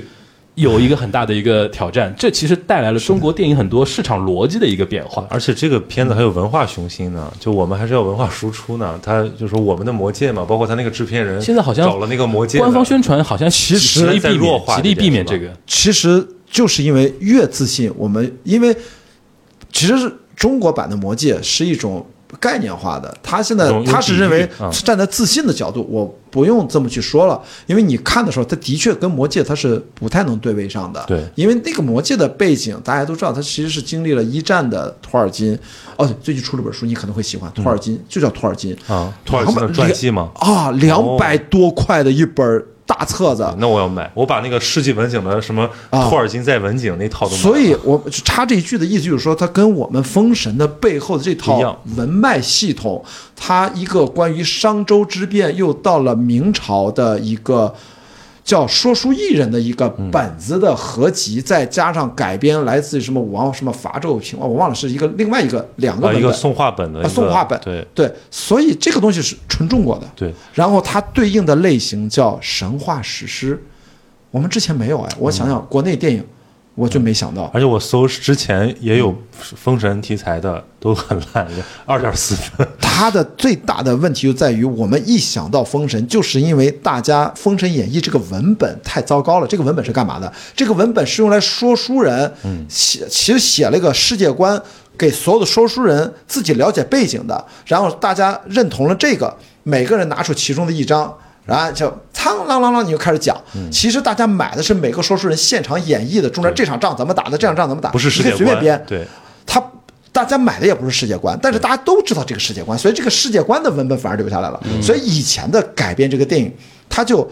有一个很大的一个挑战。这其实带来了中国电影很多市场逻辑的一个变化。而且这个片子还有文化雄心呢，就我们还是要文化输出呢。他就说我们的《魔戒》嘛，包括他那个制片人，现在好像找了那个《魔戒》的，官方宣传好像其实极力在避弱免，化极这力件避免事吧这个。其实就是因为越自信，我们因为其实是中国版的《魔戒》是一种概念化的，他现在有有他是认为比喻啊站在自信的角度，我不用这么去说了，因为你看的时候，它的确跟《魔戒》它是不太能对位上的，对因为那个《魔戒》的背景大家都知道，它其实是经历了一战的托尔金，哦，对最近出了本书，你可能会喜欢，托尔金、就叫托尔金啊嗯托尔金的两百传记吗啊，两百多块的一本大册子，啊那我要买，我把那个世纪文景的什么啊托尔金在文景那套都买了。所以，我插这一句的意思就是说，它跟我们封神的背后的这不一套样文脉系统，它一个关于商周之变，又到了明朝的一个叫说书艺人的一个嗯本子的合集，再加上改编来自于什么王什么伐纣平王，我忘了是一个另外一个两个啊，文一本个。宋画本的啊，一个宋画本，对对，所以这个东西是纯中国的，对。然后它对应的类型叫神话史诗，我们之前没有哎，我嗯想想国内电影，我就没想到，而且我搜之前也有封神题材的，都很烂，二点四分。它的最大的问题就在于，我们一想到封神，就是因为大家《封神演义》这个文本太糟糕了。这个文本是干嘛的？这个文本是用来说书人，嗯写其实写了一个世界观，给所有的说书人自己了解背景的，然后大家认同了这个，每个人拿出其中的一章。然后就苍啷啷啷你就开始讲。嗯其实大家买的是每个说书人现场演绎的，中间这场仗怎么打的，这场仗怎么打，不是你世可 界以随便观编，，对，他大家买的也不是世界观，但是大家都知道这个世界观，所以这个世界观的文本反而留下来了。嗯所以以前的改编这个电影，他就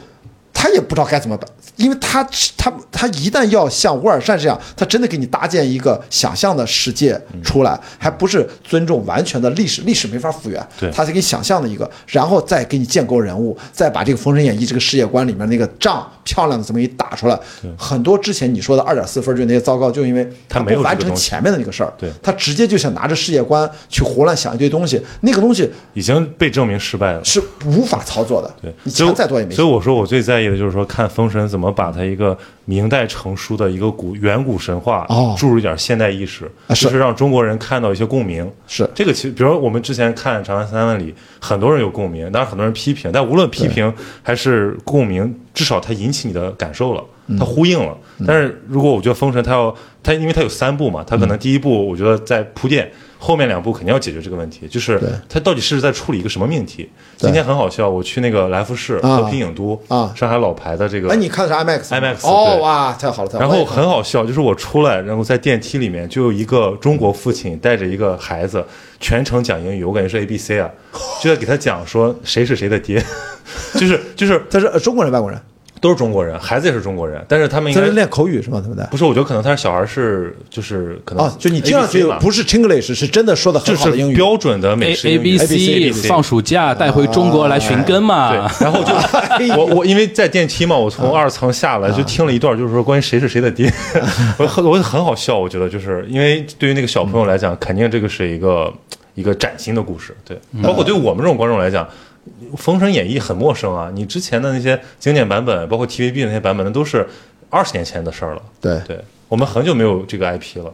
他也不知道该怎么办，因为他他他一旦要像乌尔善这样，他真的给你搭建一个想象的世界嗯出来，还不是尊重完全的历史，历史没法复原，对他才给你想象的一个，然后再给你建构人物，再把这个《封神演义》这个世界观里面那个仗漂亮的这么一打出来。很多之前你说的二点四分就那些糟糕，就因为他不没有这个完成东西前面的那个事儿，对他直接就想拿着世界观去胡乱想一堆东西，那个东西已经被证明失败了。是无法操作的。对，你所以强我再多也没所以用。我说我最在意的就是说，看《封神》怎么把它一个明代成书的一个古远古神话哦注入一点现代意识，啊是就是让中国人看到一些共鸣。是这个其实，比如说我们之前看《长安三万里》，很多人有共鸣，当然很多人批评，但无论批评还是共鸣，至少它引起你的感受了，嗯它呼应了。但是如果我觉得《封神》它要它，因为它有三部嘛，它可嗯能第一部我觉得在铺垫，后面两部肯定要解决这个问题，就是它到底是在处理一个什么命题。今天很好笑，我去那个来福士啊和平影都啊上海老牌的这个哎，你看的是 IMAX？IMAX IMAX 哦对哇，太好了，太好了。然后我也看很好笑，就是我出来，然后在电梯里面就有一个中国父亲带着一个孩子，全程讲英语，我感觉是 A B C 啊，就在给他讲说谁是谁的爹， 就是就是他是呃中国人外国人，都是中国人，孩子也是中国人，但是他们应他该是练口语是吗？他们在不是，我觉得可能他是小孩是就是可能哦，就你听上 ABC 去吧不是 Chinglish，是真的说的就很好是的英语。标准的 A 美式 A 英语 B ABC C 放暑假带回中国来寻根啊对嘛，，然 后就我我因为在电梯嘛，我啊从二层下来就听了一段，就是说关于谁是谁的爹， 我很我很好笑，我觉得就是因为对于那个小朋友来讲，肯定这个是一个一个崭新的故事，对，嗯包括对我们这种观众来讲。《封神演义》很陌生啊，你之前的那些经典版本，包括 TVB 的那些版本，那都是二十年前的事儿了。对对，我们很久没有这个 IP 了。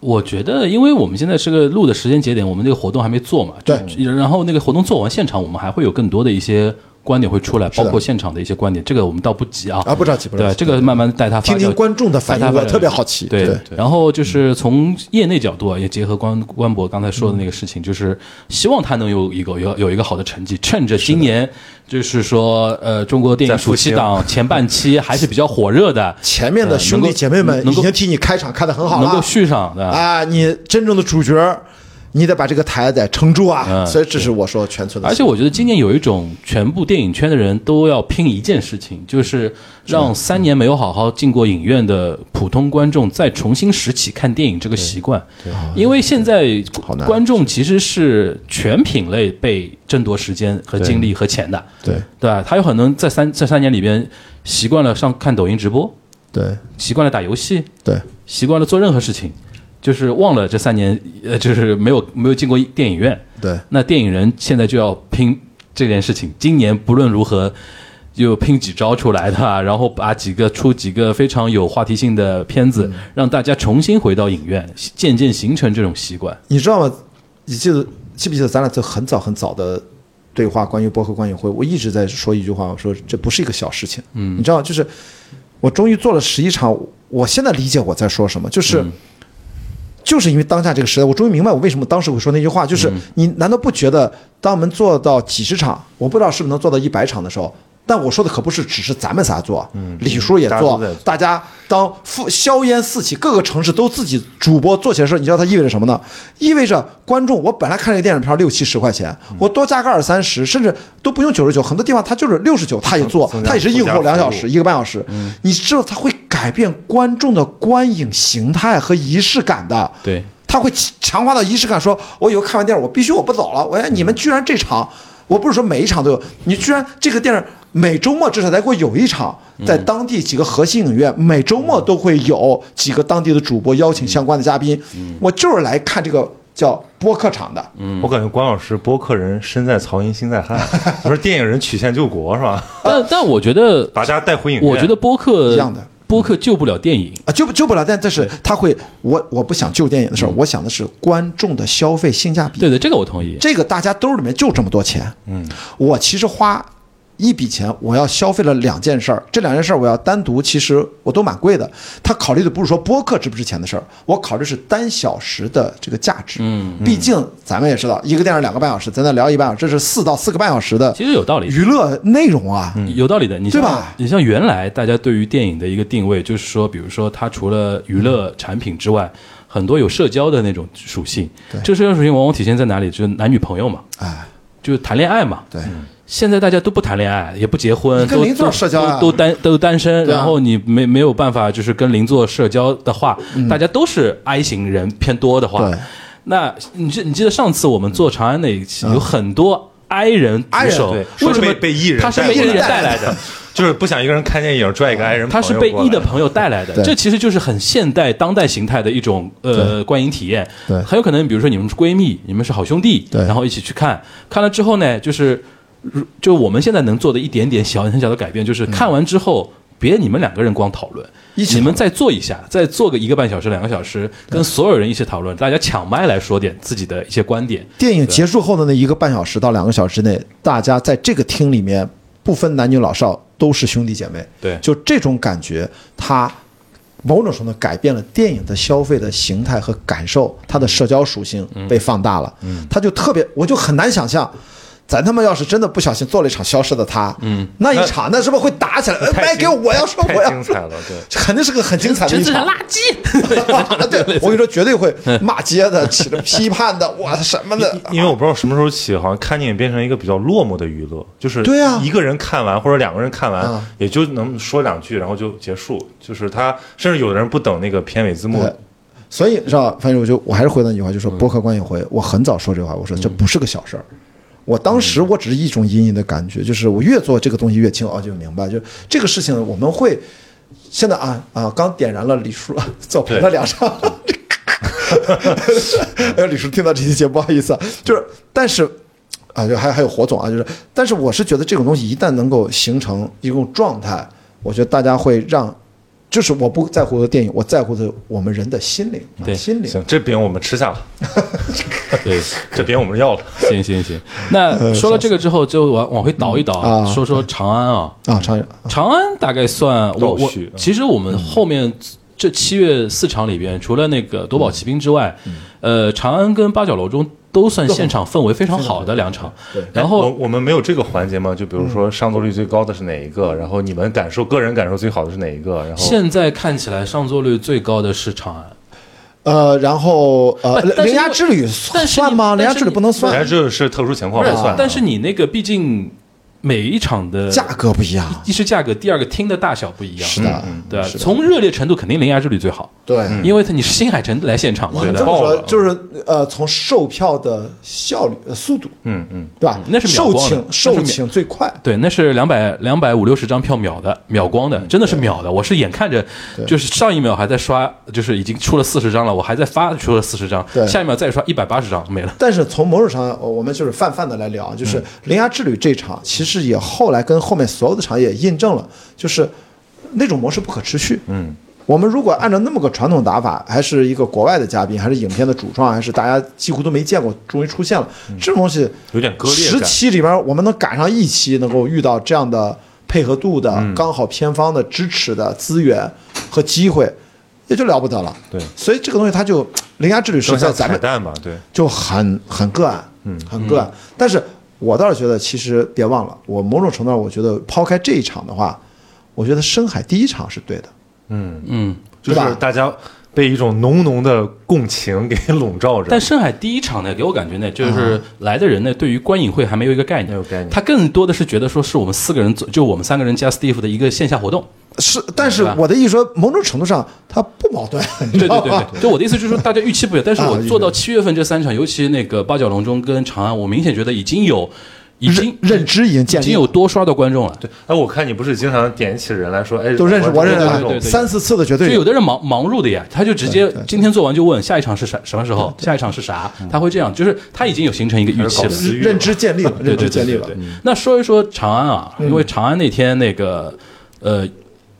我觉得，因为我们现在是个录的时间节点，我们这个活动还没做嘛，对就，然后那个活动做完，现场我们还会有更多的一些观点会出来，包括现场的一些观点，这个我们倒不急啊，啊不着急不着急对，这个慢慢带他发听听酵。观众的反带应，他发我酵特别好奇。对，对，然后就是从业内角度啊，也结合关关博刚才说的那个事情，就是希望他能有一个有有一个好的成绩，趁着今年就是说呃中国电影在复暑期兴档前半期还是比较火热的，前面的呃兄能弟够姐妹们能已够经替你开场开的很好了，能够续上的。啊，你真正的主角，你得把这个台得撑住啊！嗯所以这是我说全村的，而且我觉得今年有一种全部电影圈的人都要拼一件事情，就是让三年没有好好进过影院的普通观众再重新拾起看电影这个习惯，因为现在啊好难观众其实是全品类被争夺时间和精力和钱的，对对吧？他有可能在三这三年里边习惯了上看抖音直播，对习惯了打游戏，对，习惯了做任何事情，就是忘了这三年呃，就是没有没有进过电影院。对，那电影人现在就要拼这件事情，今年不论如何。就拼几招出来的啊， 然后把几个出几个非常有话题性的片子，让大家重新回到影院，渐渐形成这种习惯。你知道吗？你记得记不记得咱俩在很早很早的对话，关于播客观影会，我一直在说一句话，我说这不是一个小事情。嗯，你知道，就是我终于做了十一场，我现在理解我在说什么，就是。就是因为当下这个时代，我终于明白我为什么当时会说那句嗯话，就是你难道不觉得，当我们做到几十场，我不知道是不是能做到一百场的时候，但我说的可不是只是咱们仨做，李叔也嗯大家做都在做，大家当富硝烟四起，各个城市都自己主播做起来的时候，你知道它意味着什么呢？意味着观众，我本来看这个电影票六七十块钱，嗯我多加个二三十，甚至都不用九十九，很多地方它就是六十九，他也做 增，加他也是应附付加两小服务时。一个半小时，你知道它会改变观众的观影形态和仪式感的。对，它会强化到仪式感说，我以后看完电影，我必须我不走了。我哎，你们居然这场，我不是说每一场都有，你居然这个电影每周末至少得给我有一场，在当地几个核心影院，每周末都会有几个当地的主播邀请相关的嘉宾，我就是来看这个叫播客场的。嗯我感觉关老师播客人身在曹营心在汉， 我说电影人曲线救国是吧？但但我觉得，把大家带回影院。我觉得播客一样的播客救不了电影，啊，救不救不了，但但是他会，我我不想救电影的事儿，我想的是观众的消费性价比。对对，这个我同意。这个大家兜里面就这么多钱，嗯，我其实花一笔钱，我要消费了两件事儿，这两件事儿我要单独，其实我都蛮贵的。他考虑的不是说播客值不值钱的事儿，我考虑是单小时的这个价值。嗯，毕竟咱们也知道，一个电影两个半小时，咱再聊一半小时，这是四到四个半小时的其实有道理，娱乐内容啊。有道理的，你对像吧你像原来大家对于电影的一个定位，就是说，比如说它除了娱乐嗯产品之外，很多有社交的那种属性。这社交属性往往体现在哪里？就是男女朋友嘛，哎，就是谈恋爱嘛。对，现在大家都不谈恋爱，也不结婚，你跟都邻座都社交啊都都单都单身，对啊然后你没没有办法，就是跟邻座社交的话，大家都是 I 型人偏多的话嗯对，那你记你记得上次我们做长安那一期，有很多 I 人举嗯 I 人手，对，为什么被被艺人他是带被过艺人来带来的？的， 就是不想一个人看电影拽一个爱人朋他友过是来，被 E 的朋友带来的，对这其实就是很现代当代形态的一种呃观影体验。对很有可能比如说你们是闺蜜，你们是好兄弟，对然后一起去看，看了之后呢，就是如就我们现在能做的一点点小很小的改变，就是看完之后。别你们两个人光讨论，嗯一起你们再做一下，再做个一个半小时、两个小时，跟所有人一起讨论，大家抢麦来说点自己的一些观点。电影结束后的那一个半小时到两个小时内，大家在这个厅里面不分男女老少，都是兄弟姐妹。对就这种感觉，它某种程度改变了电影的消费的形态和感受，它的社交属性被放大了。嗯，它就特别，我就很难想象。咱他妈要是真的不小心做了一场消失的他，嗯，那一场那是不是会打起来？哎，太麦精给我，我要说太我要精说彩了，对。肯定是个很精彩的真一 是个场，垃。圾对，我跟你说，绝 对会骂街的、起了批判的，哇，什么的，因为我不知道什么时候起，好像看电影变成一个比较落寞的娱乐，就是对啊一个人看完或者两个人看完，啊也就能说两句，然后就结束。就是他甚至有的人不等那个片尾字幕嗯对，所以知道，反正我就我还是回到那句话，就说播客观影回，我很早说这话，我说这不是个小事儿。我当时我只是一种隐隐的感觉，就是我越做这个东西越清，哦，就明白，就这个事情我们会现在啊啊，刚点燃了李叔， 早陪了两场。哎，李叔听到这期节目不好意思啊，就是但是啊，就还还有火总啊，就是但是我是觉得这种东西一旦能够形成一种状态，我觉得大家会让。就是我不在乎的电影，我在乎的我们人的心灵，啊对心灵。行，这饼我们吃下了，对，这饼我们要了。行行行。呃那说了这个之后，就往往回倒一倒，啊说说长安啊。啊，长远长安大概算我倒我叙，嗯其实我们后面这七月四场里边，除了那个夺宝奇兵之外，嗯呃，长安跟八角楼中都算现场氛围非常好的两场。然我后我们没有这个环节吗？就比如说上座率最高的是哪一个？然后你们感受个人感受最好的是哪一个？然后现在看起来上座率最高的是长安，呃，然后呃，不但是铃芽因为之旅但是你算吗？铃但芽是之旅你不能本来算，这是特殊情况不是不算，，啊但是你那个毕竟每一场的价格不一样。一是价格，第二个厅的大小不一样。是的，对吧，从热烈程度肯定《铃芽之旅》最好，对。因为它你是新海诚来现场嘛，我对们吧这么嗯爆说了就是呃，从售票的效率、呃速度，嗯嗯，对吧？那是秒售光的罄，那是售秒罄最快。对，那是两百两百五六十张票秒的嗯秒光的，真的是秒的。我是眼看着，就是上一秒还在刷，就是已经出了四十张了，我还在发出了四十张对，下一秒再刷一百八十张没了。但是从某种上，我我们就是泛泛的来聊，就是嗯《铃芽之旅》这场，其实也后来跟后面所有的场也印证了，就是那种模式不可持续。嗯，我们如果按照那么个传统打法，还是一个国外的嘉宾，还是影片的主创，还是大家几乎都没见过，终于出现了这种东西，嗯有点割裂十感期里边，我们能赶上一期能够遇到这样的配合度的、嗯刚好片方的支持的资源和机会，也就了不得了。对所以这个东西它就《铃芽之旅》是剩在下咱彩们蛋嘛，对，就很很个案，嗯，很个案。但是我倒是觉得，其实别忘了，我某种程度上，我觉得抛开这一场的话，我觉得深海第一场是对的，嗯，就对吧是大家被一种浓浓的共情给笼罩着。 但深海第一场呢，给我感觉呢，嗯就是来的人呢，对于观影会还没有一个概念，没有概念他更多的是觉得说是我们四个人做，就我们三个人加 Steve 的一个线下活动。是。但是对吧我的意思说，某种程度上它不矛盾，你对知对道对吧？ 对，就我的意思就是说，大家预期不了，但是啊我预期做不到七月份这三场，尤其那个八角笼中跟长安，我明显觉得已经有已经认认知已经建已立经有了，多刷到观众了。对，哎，我看你不是经常点起人来说，哎，都认识，我认对对识对对三四次的绝就对有的人忙忙碌的呀，他就直接今天做完就问下一场是啥，什么时候，下一场是啥，他会这样，就是他已经有形成一个预期还了是搞。私域认知建立了，对认对知对建立对了对。那说一说长安啊，因为长安那天那个呃，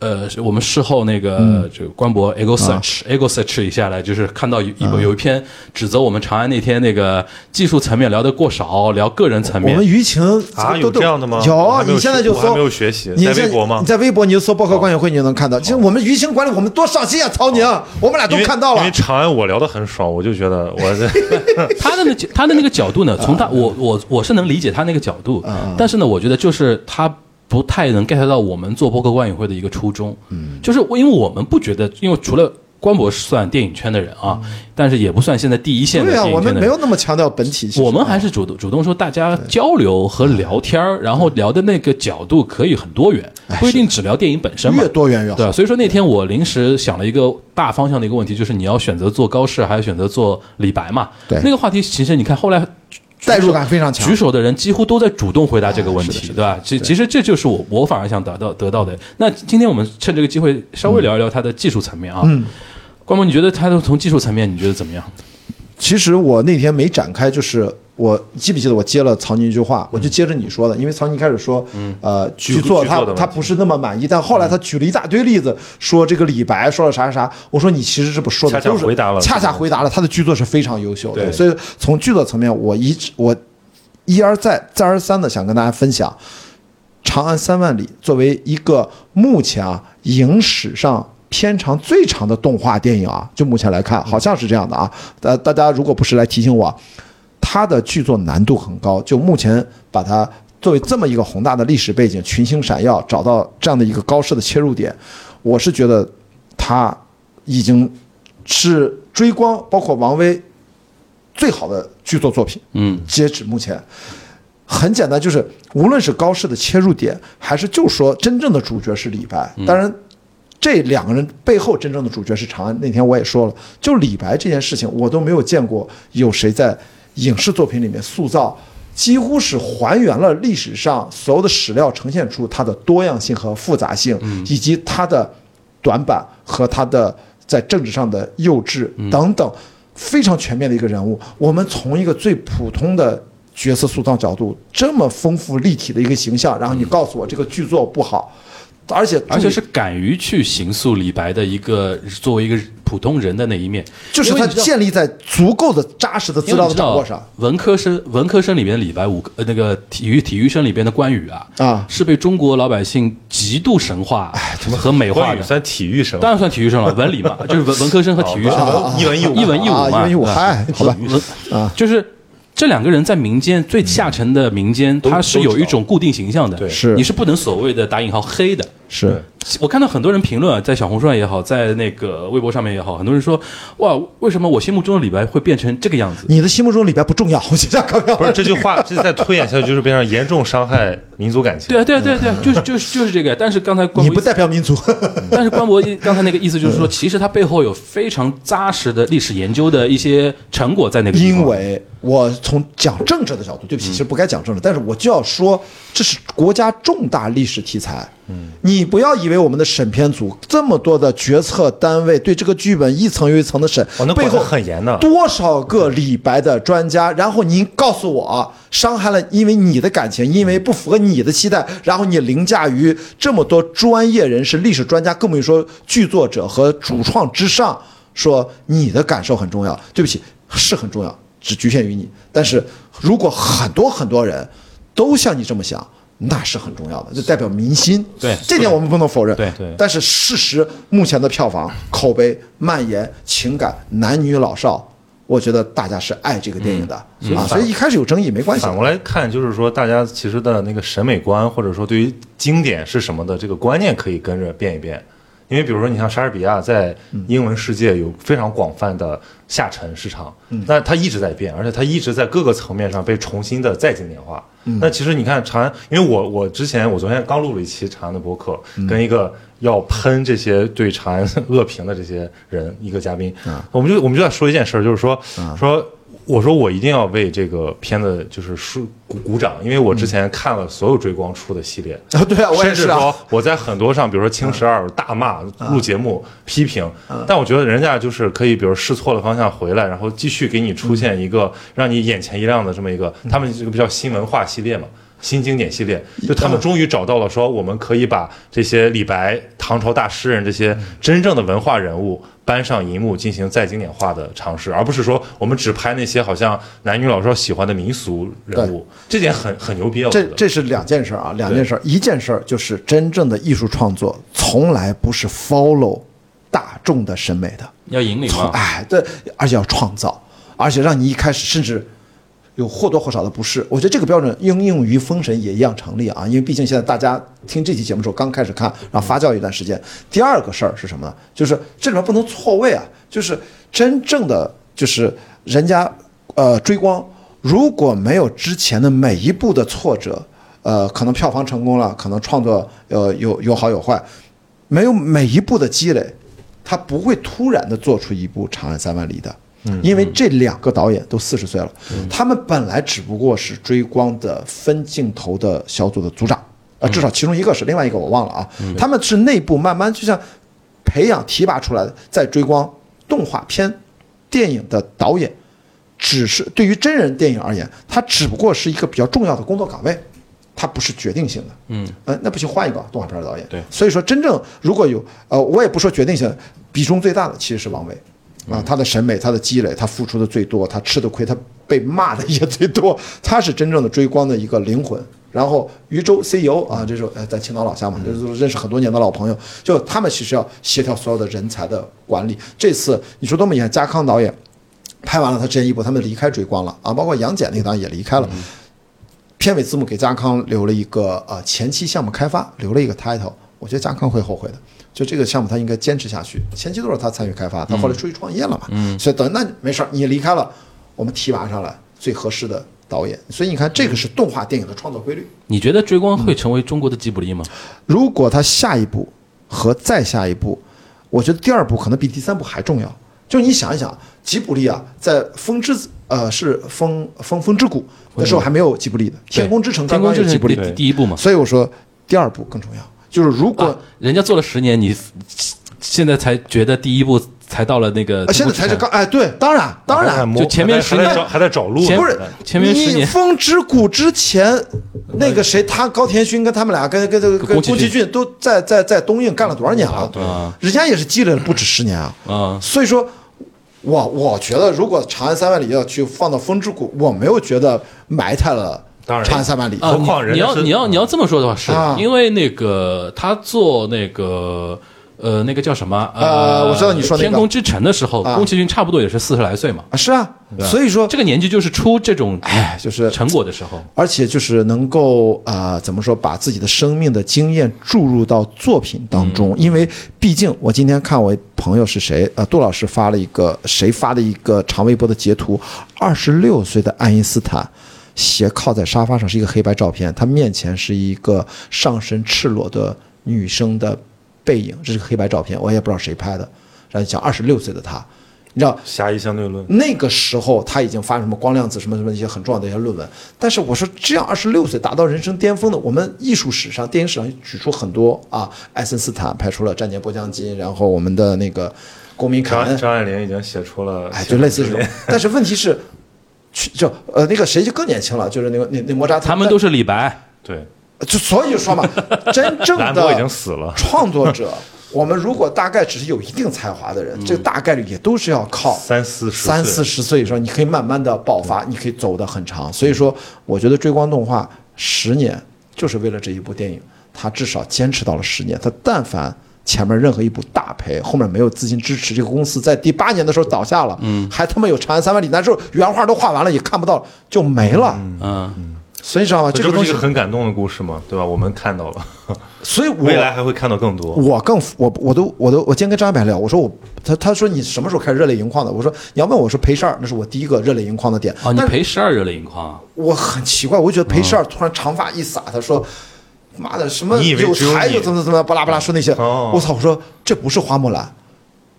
呃，我们事后那个就官博 ego search、ego search 一下来，就是看到有有有一篇指责我们长安那天那个技术层面聊得过少，聊个人层我面们。舆情啊都有都这样的吗我有还，没有你现在学就我还搜，没有学习你在现微博吗你在微博你就搜“包括观影会”，你就能看到。其实我们舆情管理，我们多上心啊，曹宁，我们俩都因为看到了因为。长安我聊得很爽，我就觉得我 在 他的那他的那个角度呢，从他啊我我我是能理解他那个角度，但是呢，我觉得就是他不太能 get 到我们做播客观影会的一个初衷，嗯，就是我因为我们不觉得，因为除了官博算电影圈的人啊，但是也不算现在第一线的嗯对啊，电我影圈们的没人。有那么强调本体性。我们还是主啊动主动说，大家交流和聊天儿，然后聊的那个角度可以很多元，不一定只聊电影本身嘛哎越。多元越好。对，所以说那天我临时想了一个大方向的一个问题，就是你要选择做高适，还是选择做李白嘛？对那个话题，其实你看后来代入感非常强哎举手的人几乎都在主动回答这个问题，对吧？其其实这就是我我反而想得到得到的。那今天我们趁这个机会稍嗯微聊一聊它的技术层面啊。嗯，关博，你觉得它从技术层面你觉得怎么样？其实我那天没展开，就是我记不记得我接了曹宁一句话，我就接着你说的，因为曹宁一开始说，呃，举去做举措他的问题他不是那么满意，但后来他举了一大堆例子，说这个李白说了啥啥啥，我说你其实这不说的恰恰都是回答了恰恰回答了他的剧作是非常优秀的，对所以从剧作层面，我一直我一而再再而三的想跟大家分享，《长安三万里》作为一个目前啊影史上片长最长的动画电影啊，就目前来看，好像是这样的啊。呃，大家如果不是来提醒我啊，它的剧作难度很高，就目前把它作为这么一个宏大的历史背景，群星闪耀，找到这样的一个高射的切入点，我是觉得它已经是追光，包括王威最好的剧作作品。嗯，截止目前，很简单，就是无论是高适的切入点，还是就说真正的主角是李白，当然。这两个人背后真正的主角是长安。那天我也说了，就李白这件事情，我都没有见过有谁在影视作品里面塑造，几乎是还原了历史上所有的史料，呈现出它的多样性和复杂性，以及它的短板和他的在政治上的幼稚嗯等等，非常全面的一个人物。我们从一个最普通的角色塑造角度，这么丰富立体的一个形象，然后你告诉我这个剧作不好，而且而且是敢于去形塑李白的一个作为一个普通人的那一面，就是因为它你知道建立在足够的扎实的资因为料你的知掌道握上。文科生文科生里面的李白，武科呃那个体育体育生里边的关羽啊，啊哎是被中国老百姓极度神化和美化关羽的。算体育生，当然算体育 生了，文理嘛，就是文文科生和体育生哦嘛，一文一武啊一文一武啊嘛，一文一武对吧嗨好吧文啊，就是这两个人在民间最下沉的民间，他是有一种固定形象的，对是你是不能所谓的打引号黑的，是我看到很多人评论，啊在小红书上也好，在那个微博上面也好，很多人说，哇，为什么我心目中的李白会变成这个样子？你的心目中李白不重要，我现在刚刚不是这句话，这再推演下去就是变成严重伤害民族感情。对啊，对啊，对啊，对 啊，就是就是就是这个。但是刚才关你博不嗯代表民族，但是关博 一刚才那个意思就是说，其实他背后有非常扎实的历史研究的一些成果在那个地方。因为我从讲政治的角度，嗯对不起，其实不该讲政治，但是我就要说，这是国家重大历史题材。嗯，你不要以为我们的审片组这么多的决策单位对这个剧本一层又一层的审哦那，背管后得很严嗯的多少个李白的专家，然后您告诉我，伤害了因为你的感情，因为不符合你的期待，然后你凌驾于这么多专业人士、历史专家，更不用说剧作者和主创之上，说你的感受很重要。对不起，是很重要，只局限于你。但是如果很多很多人都像你这么想。那是很重要的，就代表民心。对这点我们不能否认。对对但是事实，目前的票房、口碑、蔓延、情感、男女老少，我觉得大家是爱这个电影的、啊，所以一开始有争议没关系。嗯反过来看，就是说大家其实的那个审美观，或者说对于经典是什么的这个观念，可以跟着变一变。因为比如说，你像莎士比亚在英文世界有非常广泛的下沉市场，嗯那它一直在变，而且它一直在各个层面上被重新的再经典化。那其实你看长安，因为我我之前我昨天刚录了一期长安的播客，嗯跟一个要喷这些对长安恶评的这些人一个嘉宾，嗯我们就我们就在说一件事儿，就是说说我说我一定要为这个片子就是竖鼓鼓掌，因为我之前看了所有追光出的系列，啊， 对啊，我也甚至是啊嗯说。我在很多上，比如说青十二大骂录节目批评，但我觉得人家就是可以，比如试错了方向回来，嗯然后继续给你出现一个让你眼前一亮的这么一个，他们这个不叫新文化系列嘛。新经典系列，嗯就他们终于找到了说我们可以把这些李白、唐朝大诗人这些嗯真正的文化人物搬上银幕进行再经典化的尝试，而不是说我们只拍那些好像男女老少喜欢的民俗人物，这点很很牛逼啊！我觉这得这是两件事儿啊，两件事儿。一件事儿就是真正的艺术创作从来不是 follow 大众的审美的，要引领嘛，哎，这而且要创造，而且让你一开始甚至有或多或少的不适。我觉得这个标准应用于《封神》也一样成立啊，因为毕竟现在大家听这期节目的时候刚开始看，然后发酵一段时间。第二个事儿是什么呢？就是这里面不能错位啊，就是真正的就是人家呃追光，如果没有之前的每一步的挫折。呃，可能票房成功了，可能创作呃有有好有坏，没有每一步的积累，他不会突然的做出一部《长安三万里》的，因为这两个导演都四十岁了，他们本来只不过是追光的分镜头的小组的组长，呃，至少其中一个是，另外一个我忘了啊，他们是内部慢慢就像培养提拔出来的，在追光动画片、电影的导演，只是对于真人电影而言，它只不过是一个比较重要的工作岗位，它不是决定性的。嗯，呃，那不行，换一个动画片的导演。对所以说真正如果有呃，我也不说决定性的，比重最大的其实是王维。啊，他的审美，他的积累，他付出的最多，他吃的亏，他被骂的也最多， 他是真正的追光的一个灵魂。然后渝州 CEO 啊，这是呃在青岛老乡嘛，就是认识很多年的老朋友，就他们其实要协调所有的人才的管理。这次你说多么遗憾，家康导演拍完了他之前一部，他们离开追光了啊，包括杨戬那个导演也离开了。片尾字幕给家康留了一个呃前期项目开发留了一个 title，我觉得家康会后悔的。就这个项目他应该坚持下去，前期都是他参与开发，他后来出去创业了嘛，所以等那没事儿，你离开了，我们提拔上来最合适的导演。所以你看，这个是动画电影的创作规律。你觉得追光会成为中国的吉卜力吗？如果他下一步和再下一步，我觉得第二步可能比第三步还重要。就你想一想，吉卜力啊，在《风之子》呃是风风风之谷那时候还没有吉卜力的，《天空之城》天刚空刚之有城吉卜力第，第一部嘛，所以我说第二步更重要。就是如果、啊人家做了十年，你现在才觉得第一部才到了那个，啊现在才是刚哎，对，当然当还在然摸就前面还十在还在年找还在找路呢，前不是前面十年你风之谷之前那个谁，他高田勋跟他们俩跟跟跟宫跟崎宫崎骏都在在在东映干了多少年啊？对啊人家也是积累了不止十年啊。啊，所以说，我我觉得如果《长安三万里》要去放到《风之谷》，我没有觉得埋汰了当《然长安三万里》啊，何况人你你家要是你要你要这么说的话，是啊因为那个他做那个呃那个叫什么呃我知道你说那个天空之城的时候，宫崎骏差不多也是四十来岁嘛，啊，是啊，所以说这个年纪就是出这种哎就是成果的时候，而且就是能够啊、呃怎么说，把自己的生命的经验注入到作品当中，因为毕竟我今天看我朋友是谁，呃，杜老师发了一个谁发的一个长微博的截图，二十六岁的爱因斯坦。斜靠在沙发上是一个黑白照片，他面前是一个上身赤裸的女生的背影，这是个黑白照片，我也不知道谁拍的。然后讲二十六岁的他，你知道狭义相对论。那个时候他已经发什么光量子什么什么一些很重要的一些论文，但是我说这样二十六岁达到人生巅峰的，我们艺术史上、电影史上举出很多啊，爱森斯坦拍出了《战舰波将金》，然后我们的那个公民凯张恩，张爱玲已经写出了，哎，就类似这种。但是问题是，去就呃那个谁就更年轻了，就是那个那那莫扎特，他们都是李白，对，但就所以就 说嘛，真正兰的博已经死了创作者。我们如果大概只是有一定才华的人，这个大概率也都是要靠嗯三四十岁三四十岁以上，你可以慢慢的爆发，你可以走得很长。所以说，我觉得追光动画十年就是为了这一部电影，它至少坚持到了十年。它但凡前面任何一部大赔，后面没有资金支持，这个公司在第八年的时候倒下了，嗯，还他妈有《长安三万里》，那时候原画都画完了，也看不到了，就没了。嗯，所以知道吗？这这个不东是一西个，很感动的故事吗？对吧？我们看到了，所以我未来还会看到更多。我更我我都我都我今天跟张小白聊，我说我他他说你什么时候开始热泪盈眶的？我说你要问我说陪事儿，那是我第一个热泪盈眶的点。哦，你但是陪十二热泪盈眶啊，我很奇怪，我就觉得陪事儿突然长发一撒，他说。妈的，什么你以为有只有才你就怎么怎么样巴拉巴拉说那些，哦我操！我说这不是花木兰，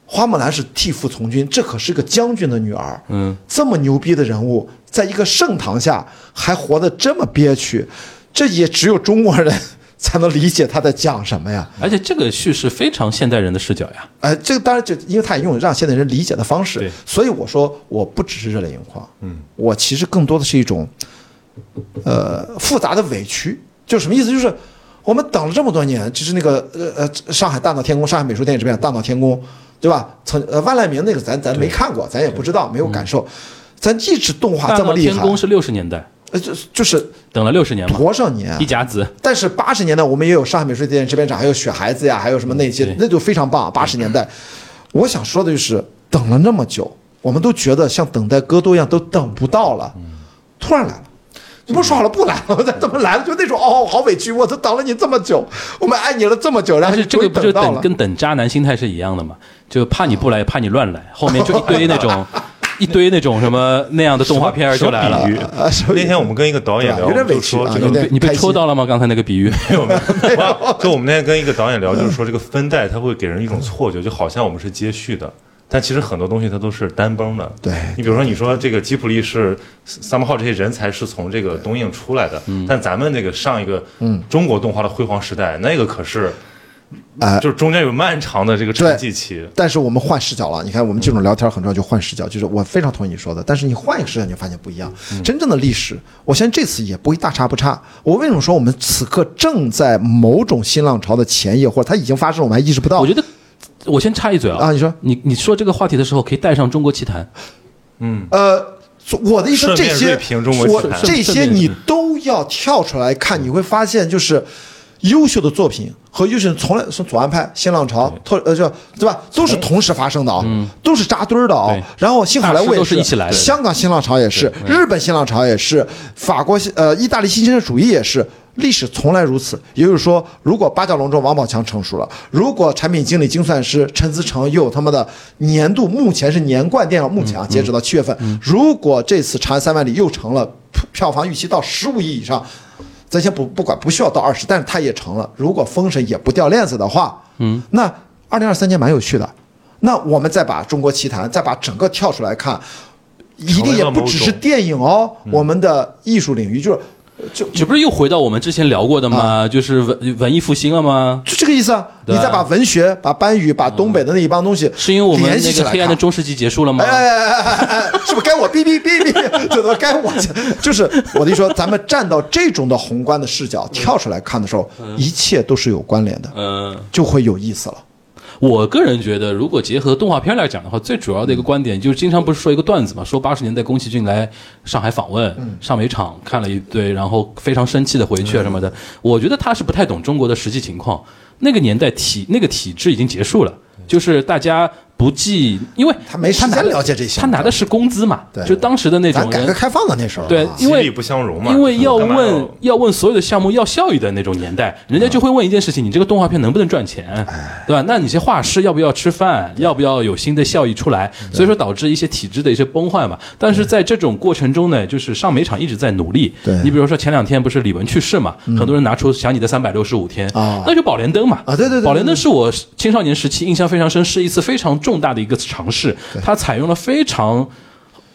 花木兰是替父从军，这可是个将军的女儿。嗯，这么牛逼的人物，在一个盛唐下还活得这么憋屈，这也只有中国人 才能理解他在讲什么呀。而且这个叙事非常现代人的视角呀，呃，这个当然就因为他也用让现代人理解的方式，所以我说我不只是热泪盈眶，嗯，我其实更多的是一种呃复杂的委屈，就是什么意思？就是我们等了这么多年，就是那个呃呃上海大闹天宫，上海美术电影制片大闹天宫，对吧？曾呃万籁鸣那个咱咱没看过，咱也不知道，没有感受。咱一直动嗯画大啊这么闹厉天害，宫是六十年代，呃就是就是等了六十年嘛，多少年啊一？甲子，但是八十年代我们也有上海美术电影制片厂，还有雪孩子呀，还有什么那嗯些对，那就非常棒。八十年代，我想说的就是等了那么久，我们都觉得像等待戈多一样，都等不到嗯了，突然来了。你不是说好了不来了吗？咱怎么来了？就那种哦，好委屈，我都等了你这么久，我们爱你了这么久，然但后是你这终个于不就等到了等。跟等渣男心态是一样的嘛？就怕你不来，怕你乱来，后面就一堆那 种一堆那种什么那样的动画片儿就来了嗯什。么比喻啊什么比喻那天我们跟一个导演对吧聊，有点我们委就屈说啊这有个点你你被开心抽到了吗？刚才那个比喻，就我们那天跟一个导演聊，就是说这个分代它会给人一种错觉，就好像我们是接续的，但其实很多东西它都是单崩的。对你比如说你说这个吉普力是萨姆号这些人才是从这个东映出来的，但咱们那个上一个中国动画的辉煌时代，那个可是。哎就是中间有漫长的这个沉寂期，但是我们换视角了，你看我们这种聊天很重要，就换视角，就是我非常同意你说的，但是你换一个视角，你就发现不一样。嗯真正的历史，我相信这次也不会大差不差。我为什么说我们此刻正在某种新浪潮的前夜，或者它已经发生，我们还意识不到？我觉得我先插一嘴啊，哦啊你说你你说这个话题的时候可以带上中国奇谭，呃。所我的意思，顺这便些锐评中国我体坛这顺些便你都要跳出来看，你会发现就是优秀的作品和优秀的从来从左岸派、新浪潮、拓呃就对吧，都是同时发生的啊，都是扎堆儿的啊嗯对。然后新好莱坞也大师都是一起来的香港新浪潮也是，日本新浪潮也是，法国新呃意大利新现实主义也是。历史从来如此，也就是说，如果八角笼中王宝强成熟了，如果产品经理精算师陈思诚又有他妈的年度，目前是年冠电影，目前啊，截止到七月份，如果这次《长安三万里》又成了票房预期到十五亿以上，咱先不不管，不需要到二十，但是它也成了。如果封神也不掉链子的话，嗯，那二零二三年蛮有趣的。那我们再把中国奇谭再把整个跳出来看，一定也不只是电影哦，嗯我们的艺术领域就是就这不是又回到我们之前聊过的啊吗？就是文文艺复兴了吗？就这个意思啊。你对啊嗯再把文学、把班语、把东北的那一帮东西，是因为我们联系那起个来黑暗的看。中世纪结束了吗哎？哎哎哎哎哎，是不是该我哔哔哔哔？这都该我，就是我的意思说，咱们站到这种的宏观的视角跳出来看的时候，一切都是有关联的，嗯，就会有意思了。我个人觉得，如果结合动画片来讲的话，最主要的一个观点就是，经常不是说一个段子嘛，说八十年代宫崎骏来上海访问，嗯上美场看了一堆，然后非常生气的回去啊什么的。我觉得他是不太懂中国的实际情况，那个年代体那个体制已经结束了，就是大家不计，因为嗯他没时间拿的了解这些他拿的是工资嘛，对就当时的那咱种改人革。开放的那时候啊，对，因激为励不相容嘛。因为要干嘛问要问所有的项目要效益的那种年代，人家就会问一件事情：你这个动画片能不能赚钱，对吧？那你这画师要不要吃饭？要不要有新的效益出来？所以说导致一些体制的一些崩坏嘛。但是在这种过程中呢，就是上美厂一直在努力。对你比如说前两天不是李玟去世嘛，很多人拿出想你的三百六十五天啊那就宝莲灯嘛啊对对对对宝莲灯是我青少年时期印象非常深，是一次非常重大的一个尝试，它采用了非常。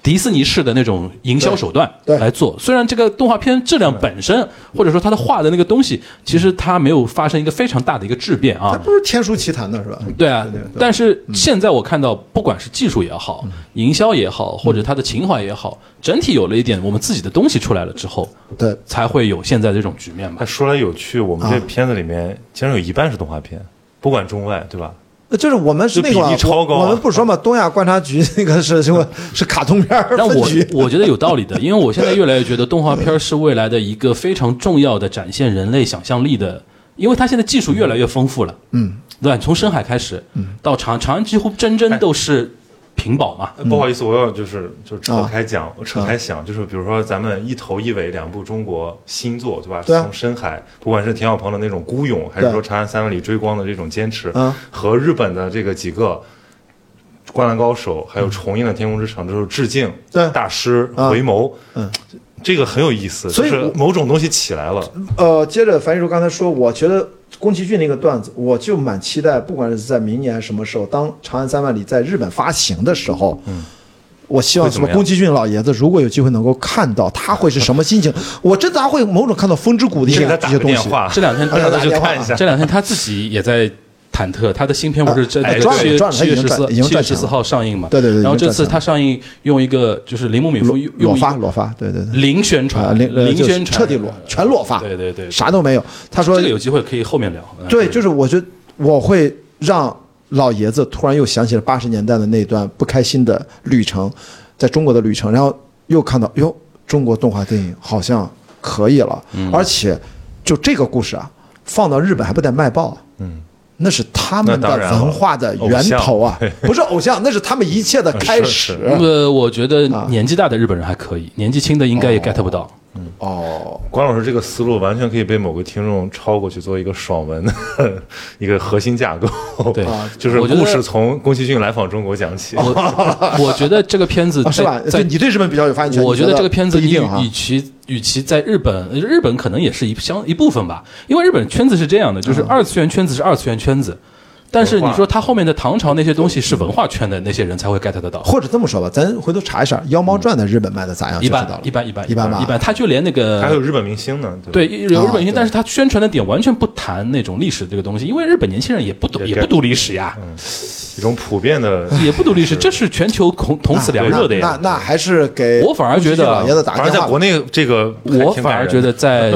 迪士尼式的那种营销手段对来做。虽然这个动画片质量本身，或者说它的画的那个东西，其实它没有发生一个非常大的一个质变还啊。不是天书奇谭呢，是吧？对啊，但是现在我看到，不管是技术也好，营销也好，或者它的情怀也好，整体有了一点我们自己的东西出来了之后，对，才会有现在这种局面吧那。说来有趣，我们这片子里面竟然有一半是动画片，不管中外，对吧？呃就是我们是那个这比例超高啊我，我们不说嘛，东亚观察局那个是什么？是卡通片儿但分我局。我觉得有道理的，因为我现在越来越觉得动画片是未来的一个非常重要的展现人类想象力的，因为它现在技术越来越丰富了，嗯，对吧？从深海开始，嗯到长长安几乎真真都是屏保嘛，呃不好意思，我要就是就扯开讲，扯嗯啊开想，就是比如说咱们一头一尾两部中国新作，对吧？对啊从深海，不管是田晓鹏的那种孤勇，还是对说长安三万里追光的这种坚持嗯，和日本的这个几个。灌篮高手，还有重映的《天空之城》，就是致敬嗯对大师啊回眸，嗯，这个很有意思，所以就是我某种东西起来了，呃，接着樊一茹刚才说，我觉得宫崎骏那个段子，我就蛮期待，不管是在明年还是什么时候，当《长安三万里》在日本发行的时候，嗯。我希望会什怎么么样宫崎骏老爷子，如果有机会能够看到，他会是什么 心情？我真的还会某种看到《风之谷》的一你些给他这打些个东 电西。话，这两天啊让他去打电话看一下这。两天他自己也在。坎特，他的新片不是真的哎七赚了月啊赚了七月他已经十四赚已经七月赚十钱四了号上映嘛？对对对然后这已经赚次钱了啊他上映用一个就是铃木敏夫用裸用一发个裸发，对对对，零宣啊传，零呃零就是宣传，彻底裸全裸发对对对，对啥都没有。他说这个有机会可以后面聊。嗯对，就是我觉得我会让老爷子突然又想起了八十年代的那段不开心的旅程，在中国的旅程，然后又看到哟，中国动画电影好像可以了，嗯而且就这个故事啊，放到日本还不得卖爆、嗯。那是他们的那当然了文化的源头啊， 不是偶像，那是他们一切的开始是。呃，我觉得啊年纪大的日本人还可以，年纪轻的应该也 get 不 到。哦，关老师这个思路完全可以被某个听众抄过去做一个爽文 的一个核心架构。对啊 就是我觉得故事从宫崎骏来访中国讲起。我我觉得这个片子啊是哎在吧？在对，你对日本比较有发言权。我你觉觉得这个片子不一你定啊与，其与其在日本，呃日本可能也是一相一部分吧，因为日本圈子是这样的，嗯就是二次元圈子是二次元圈子，但是你说它后面的唐朝那些东西是文化圈的那些人才会 get 得到。或者这么说吧，咱回头查一下《妖猫传》在日本卖的咋样，一就知般道了一般一般一般吧一般，他就连那个还有日本明星呢，对吧对，有日本明啊星，但是他宣传的点完全不谈那种历史这个东西，因为日本年轻人也不懂，也也不 get 读历史呀，一种普遍的，也不读历史，这是全球同同此两热的那那呀。那还是给我反而觉得老爷子打反个而电在话吧国。内这个还挺我反而感人觉得的 在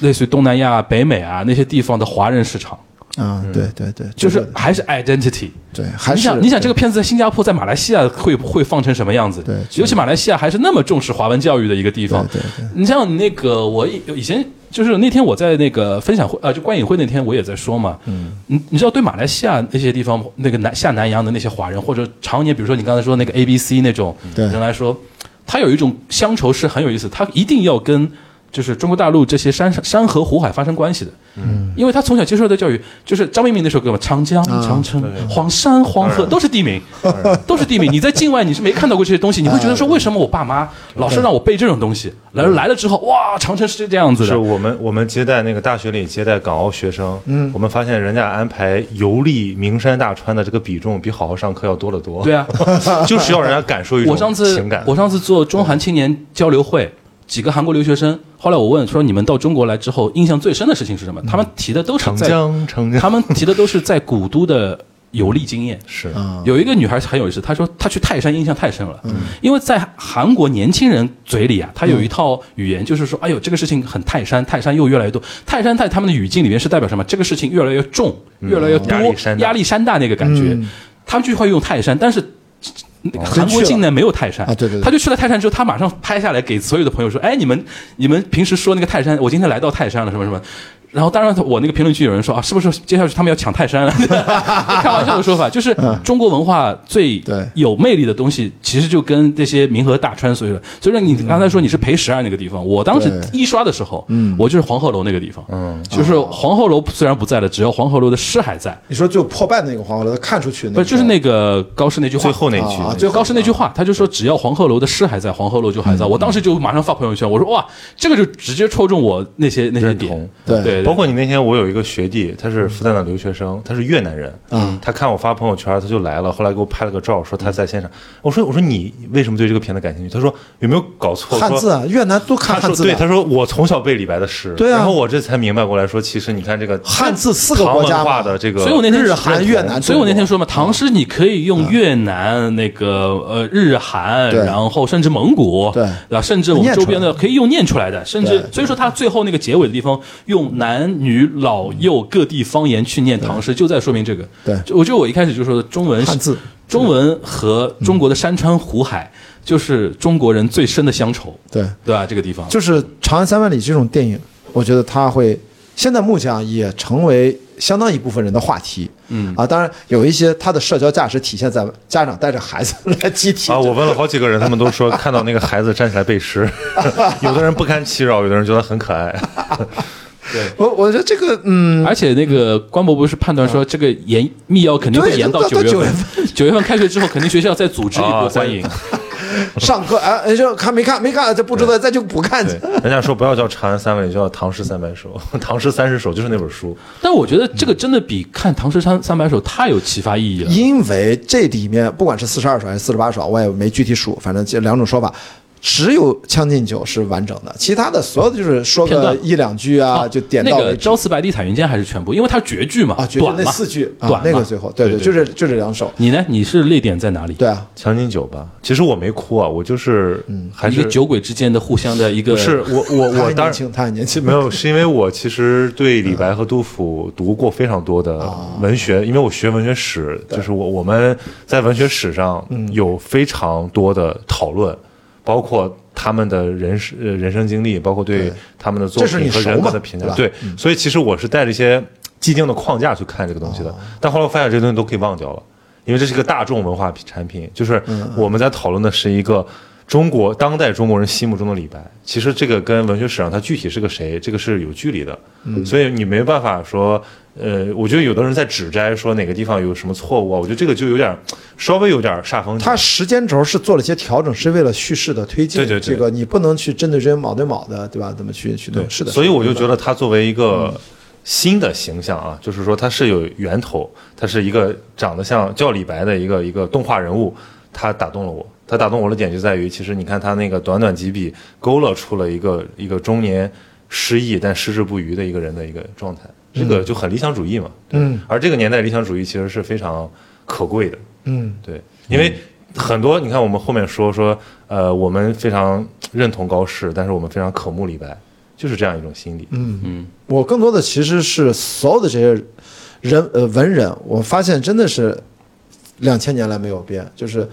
类似于东南亚、北美啊那些地方的华人市场，啊，对对对，嗯就是还是 identity。对，还你是想，你想这个片子在新加坡、在马来西亚会会放成什么样子？对尤其马来西亚还是那么重视华文教育的一个地方。对对你像那个我以以前就是那天我在那个分享会呃，就观影会那天我也在说嘛，嗯，你你知道对马来西亚那些地方那个南下南洋的那些华人，或者常年比如说你刚才说那个 A B C 那种对人来说，他有一种乡愁是很有意思，他一定要跟。就是中国大陆这些山山河湖海发生关系的，嗯，因为他从小接受的教育就是张明明那首歌嘛，长江、啊长城、黄山、黄河都是地名， 都是地名。你在境外你是没看到过这些东西，你会觉得说为什么我爸妈老是让我背这种东西？来来了之后，哇，长城是这样子是的，我们我们接待那个大学里接待港澳学生，嗯，我们发现人家安排游历名山大川的这个比重比好好上课要多得多。对，啊。 就是要让人家感受一种我上次情感。我上次做中韩青年交流会，几个韩国留学生，后来我问说你们到中国来之后印象最深的事情是什么？他们提的都是嗯长在江，长江他们提的都是在古都的游历经验。是有一个女孩很有意思，她说她去泰山印象太深了，因为在韩国年轻人嘴里啊，她有一套语言，就是说，哎呦，这个事情很泰山，泰山又越来越多，泰山在他们的语境里面是代表什么？这个事情越来越重，越来越多，压力山大压力山大那个感觉，他们就会用泰山，但是。韩国境内没有泰山啊对对对他就去了泰山之后，他马上拍下来给所有的朋友说：“哎，你们你们平时说那个泰山，我今天来到泰山了，什么什么。”然后当然我那个评论区有人说啊，是不是接下去他们要抢泰山了？ 开玩笑的说法，就是中国文化最嗯对有魅力的东西，其实就跟这些冥河大川所有的。所以说你刚才说你是陪十二那个地方，我当时嗯对嗯一刷的时候，我就是黄鹤楼那个地方，就是黄鹤楼虽然不在了，只要黄鹤楼的诗还在，你说就破败那个黄鹤楼，他看出去那不个，是就是那个高适那句话最后那一句啊，最高是那句话，他就说只要黄鹤楼的诗还在，黄鹤楼就嗯还在。我当时就马上发朋友圈，我说哇，这个就直接戳中我那些那些认同点。。对对，包括你那天，我有一个学弟，他是复旦的留学生，他是越南人。嗯，他看我发朋友圈，他就来了，后来给我拍了个照，说他在现场。我说我说你为什么对这个片子感兴趣？他说有没有搞错？汉说字啊，越南都他看汉说字对，他的，说我从小背李白的诗，对啊然后我这才明白过来说，其实你看这个汉字四个国家嘛唐文化的这个，所以我那天日韩越南，嗯所以我那天中说嘛，唐诗你可以用越南、那个呃日韩，对然后甚至蒙古，对吧？甚至我们念出周来边的可以用念出来的，甚至对所以说他最后那个结尾的地方用男女老幼各地方言去念唐诗，就在说明这个。对就我觉得我一开始就说的中文是汉字，中文和中国的山川湖海就是中国人最深的乡愁，国嗯对，对吧？这个地方就是《长安三万里》这种电影，我觉得它会现在目前啊也成为相当一部分人的话题。嗯啊，当然有一些它的社交价值体现在家长带着孩子来集体哦啊，我问了好几个人，他们都说看到那个孩子站起来 背诗，有的人不堪其扰，有的人觉得很可爱。我我觉得这个嗯，而且那个关伯伯是判断说，这个延密钥肯定会对延到到九月到份，九月份开学之后，肯定学校再组织一波哦啊观影。上课啊，哎就看没看没看，这不知道再就不看去对。，人家说不要叫《长安三万里》，就叫《唐诗三百首》， 《唐诗三十首》就是那本书。但我觉得这个真的比看《唐诗三三百首》太有启发意义了。因为这里面不管是四十二首还是四十八首，我也没具体数，反正这两种说法，只有《将进酒》是完整的，其他的所有的就是说片个段一两句啊，啊就点那到个为《止。朝辞白帝彩云间》还是全部，因为它是绝句嘛，啊，绝对短那嘛，四句啊短，嘛那个最后，对对对，就是就这两首，你呢？你是泪点在哪里？对啊，强进酒吧，其实我没哭啊，我就是，嗯还一是个酒鬼之间的互相的一个不是我我他 我很当年然轻，他很年轻，没有，是因为我其实对李白和杜甫读过非常多的啊文学，因为我学文学史，就是我我们在文学史上嗯有非常多的讨论，包括他们的人生呃人生经历，包括对对他们的作这是品你和熟人嘛格的评价对。吧对，所以其实我是带着一些既定的框架去看这个东西的，但后来我发现这些东西都可以忘掉了，因为这是一个大众文化品产品，就是我们在讨论的是一个。中国当代中国人心目中的李白，其实这个跟文学史上他具体是个谁，这个是有距离的，所以你没办法说，呃，我觉得有的人在指摘说哪个地方有什么错误啊，我觉得这个就有点稍微有点煞风景。他时间轴是做了一些调整，是为了叙事的推进。对对这对个你不能去针对针、卯对卯的，对吧？怎么去去弄？是的。嗯所以我就觉得，得他作为一个新的形象啊，就是说他是有源头，他是一个长得像叫李白的一个一个动画人物，他打动了我。他打动我的点就在于，其实你看他那个短短几笔勾勒出了一个一个中年失意但矢志不渝的一个人的一个状态，这个就很理想主义嘛。对嗯而这个年代理想主义其实是非常可贵的，嗯，对，因为很多你看我们后面说说，呃，我们非常认同高适，但是我们非常渴慕李白，就是这样一种心理。嗯，我更多的其实是所有的这些人呃文人，我发现真的是两千年来没有变，就是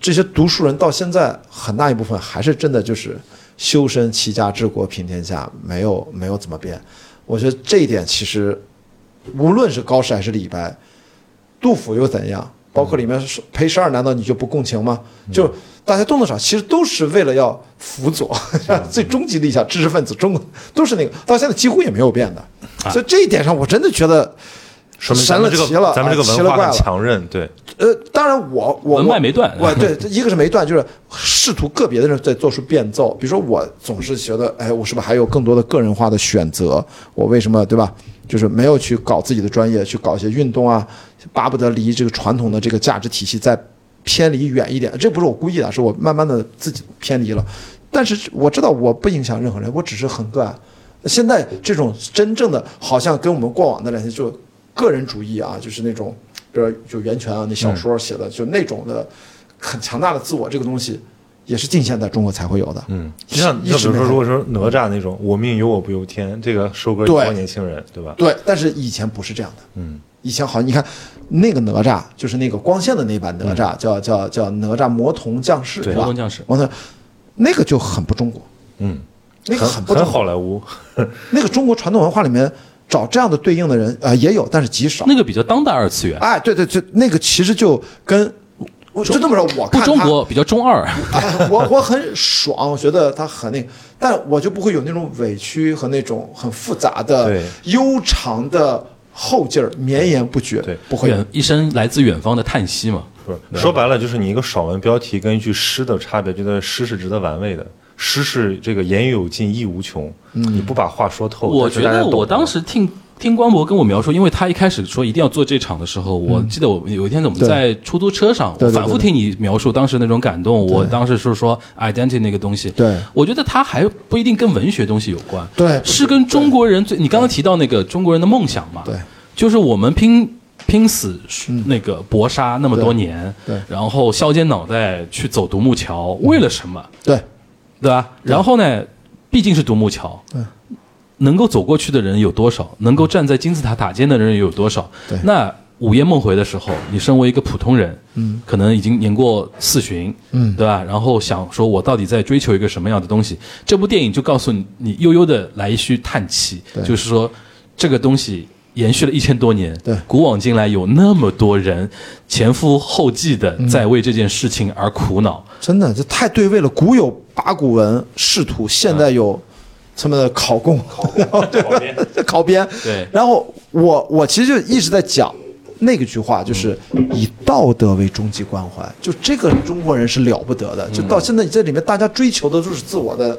这些读书人到现在很大一部分还是真的就是修身齐家治国平天下，没有没有怎么变。我觉得这一点其实，无论是高适还是李白，杜甫又怎样？包括里面说裴十二，难道你就不共情吗？嗯就大家动动手，其实都是为了要辅佐 最终极的一项知识分子，中国都是那个，到现在几乎也没有变的。所以这一点上，我真的觉得，啊说明咱们这神了奇了个咱们啊这个奇文了化怪很了强韧，对，呃，当然我我文脉我没断我对，这一个是没断，就是试图个别的人在做出变奏。比如说，我总是觉得，哎，我是不是还有更多的个人化的选择？我为什么对吧？就是没有去搞自己的专业，去搞一些运动啊，巴不得离这个传统的这个价值体系再偏离远一点。这不是我故意的，是我慢慢的自己偏离了。但是我知道我不影响任何人，我只是很个案。现在这种真正的，好像跟我们过往的那些就个人主义啊，就是那种，比如就袁泉啊，那小说写的，就那种的很强大的自我，这个东西也是近现代中国才会有的。嗯，就像一就比时如没说，法如果说哪吒那种“我命由我不由天”，这个收割对很多年轻人，对吧？对，但是以前不是这样的。嗯，以前好像你看那个哪吒，就是那个光线的那版哪吒，叫叫叫哪吒魔童降世，对是嗯吧魔童降世魔童那个就很不中国，嗯，那个很不中国，很好莱坞，那个中国传统文化里面找这样的对应的人啊、呃也有，但是极少。那个比较当代二次元，哎，对对，就那个其实就跟我就这么说，我不哦看中他国比较中二，哎 我我很爽，我觉得他很那个，但我就不会有那种委屈和那种很复杂的对悠长的后劲儿，绵延不绝，对不会有远一声来自远方的叹息嘛。不是说白了就是你一个爽文标题跟一句诗的差别，觉得诗是值得玩味的，诗是这个言有尽意无穷，嗯你不把话哦说透，我但是觉大家得懂我的当时听听光博跟我描述，因为他一开始说一定要做这场的时候，我记得我们有一天我们嗯对在出租车上，对我对对反复听你描述当时那种感动。我当时是说 identity 那个东西，对我觉得它还不一定跟文学东西有关，对是跟中国人最你刚刚提到那个中国人的梦想嘛，对，嗯就是我们拼。拼死那个搏杀那么多年，对对然后削尖脑袋去走独木桥，为了什么？对对吧？然后呢，毕竟是独木桥，对能够走过去的人有多少？能够站在金字塔塔尖的人有多少对？那午夜梦回的时候，你身为一个普通人，嗯，可能已经年过四旬，嗯，对吧？然后想说，我到底在追求一个什么样的东西？这部电影就告诉你，你悠悠的来一句叹气，就是说这个东西。延续了一千多年，对古往今来有那么多人前赴后继的嗯在为这件事情而苦恼，真的这太对位了。古有八股文仕嗯途，现代有他们的考公、考编 考编，对然后我我其实就一直在讲那个句话，就是嗯以道德为终极关怀，就这个中国人是了不得的。嗯就到现在这里面，大家追求的都是自我的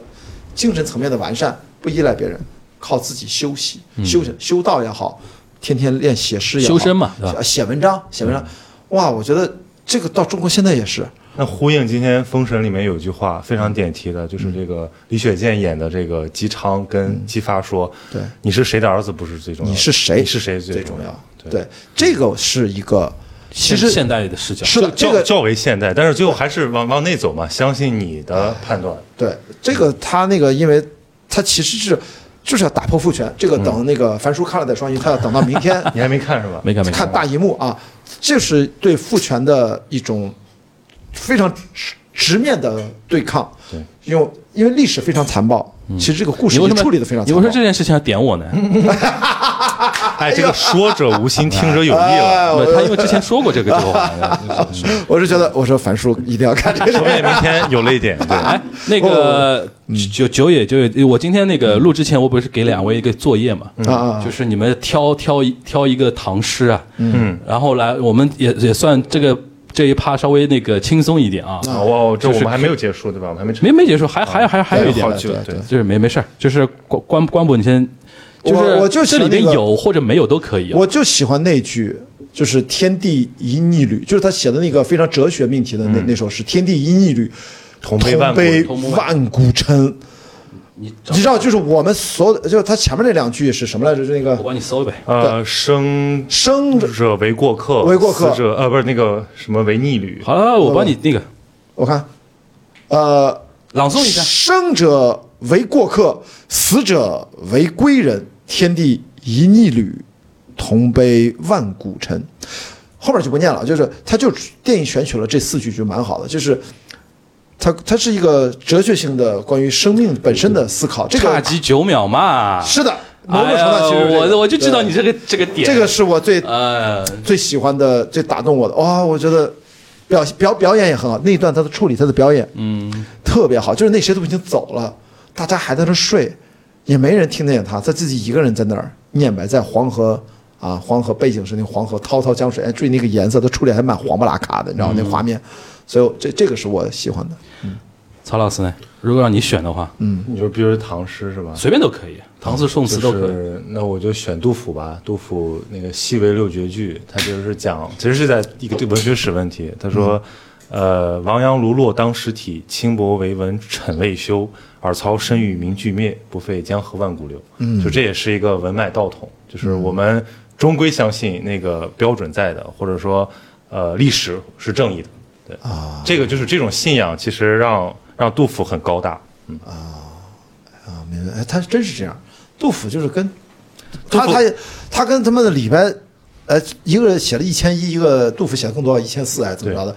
精神层面的完善，不依赖别人，靠自己修习、修行、修道也好，天天练写诗也好，嗯修身嘛对吧嗯写写文章、写文章。哇，我觉得这个到中国现在也是，那呼应今天《封神》里面有一句话非常点题嗯的，就是这个李雪健演的这个姬昌跟姬发说：“对你是谁的儿子不是最重要的，你是谁啊你是谁最重重要。对，对，这个是一个，其现实现代的视角是的，这较个较为现代，但是最后还是往往内走嘛，相信你的判断。对这个他那个，因为他其实是就是要打破父权，这个等那个樊叔看了再说，因为他要等到 明天你还没看是吧？嗯没看没看大荧幕啊，这是对父权的一种非常直直面的对抗。对，因为因为历史非常残暴，其实这个故嗯你事为也什么处理的非常嗯你为残暴。什么这件事情要点我呢？哎，这个说者无哎心，听者有意哎了。不是他因为之前说过这个嗯这个话，我是觉得，我说樊叔一定要看这个说。不定明天有泪点， 对，哦哎，那个嗯九九野九野，我今天那个录之前，我不是给两位一个作业嘛，嗯啊就是你们挑挑一挑一个唐诗啊，嗯，然后来我们也也算这个这一趴稍微那个轻松一点啊，啊哇，这我们还没有结束对吧？我们还没成没没结束，还还还 还有一点好对剧，对就是没没事儿，就是关关关博你先，就是我我就这喜里欢那个面有或者没有都可以啊，我就喜欢那句，就是“天地一逆旅”，就是他写的那个非常哲学命题的那、那首诗，“天地一逆旅，同同悲万古悲同悲万古嗔”。你你知道，就是我们所有的，就是他前面那两句是什么来着？就是那我个帮你搜呗，呃，生生者，者为过客，为过客死者呃不是那个什么为逆旅，好了，我帮你那个我看，呃，朗诵一下，生者为过客，死者为归人。天地一逆旅，同悲万古尘。后面就不念了，就是他就电影选取了这四句就蛮好的，就是它它是一个哲学性的关于生命本身的思考。这差个几九秒嘛，是的，某哎种程呀度上其实是这个我我就知道对你这个这个点，这个是我最呃，最喜欢的、最打动我的。哇、我觉得表表表演也很好，那一段他的处理，他的表演，嗯，特别好。就是那谁都已经走了，大家还在那睡，也没人听见他，他自己一个人在那儿念白，在黄河。啊，黄河背景是那个黄河滔滔江水，哎，注意那个颜色，它处理还蛮黄不拉咔的，你知道吗？那画面，所以我这这个是我喜欢的。曹老师呢？如果让你选的话，嗯你说比如唐诗是吧？随便都可以，唐诗宋词都可就以。是那我就选杜甫吧，杜甫那个《戏为六绝句》，他就是讲，其实是在一个对文学史问题。他嗯说，呃，王阳卢洛当实体，轻薄为文臣未休。尔曹身与名俱灭，不废江河万古流。嗯，就这也是一个文脉道统，就是嗯我们终归相信那个标准在的，或者说，呃，历史是正义的。对啊，这个就是这种信仰，其实让让杜甫很高大。啊，明白，哎，他真是这样。杜甫就是跟他杜甫他他跟他们的李白，呃，一个写了一千一，一个杜甫写的更多，一千四还是怎么着的？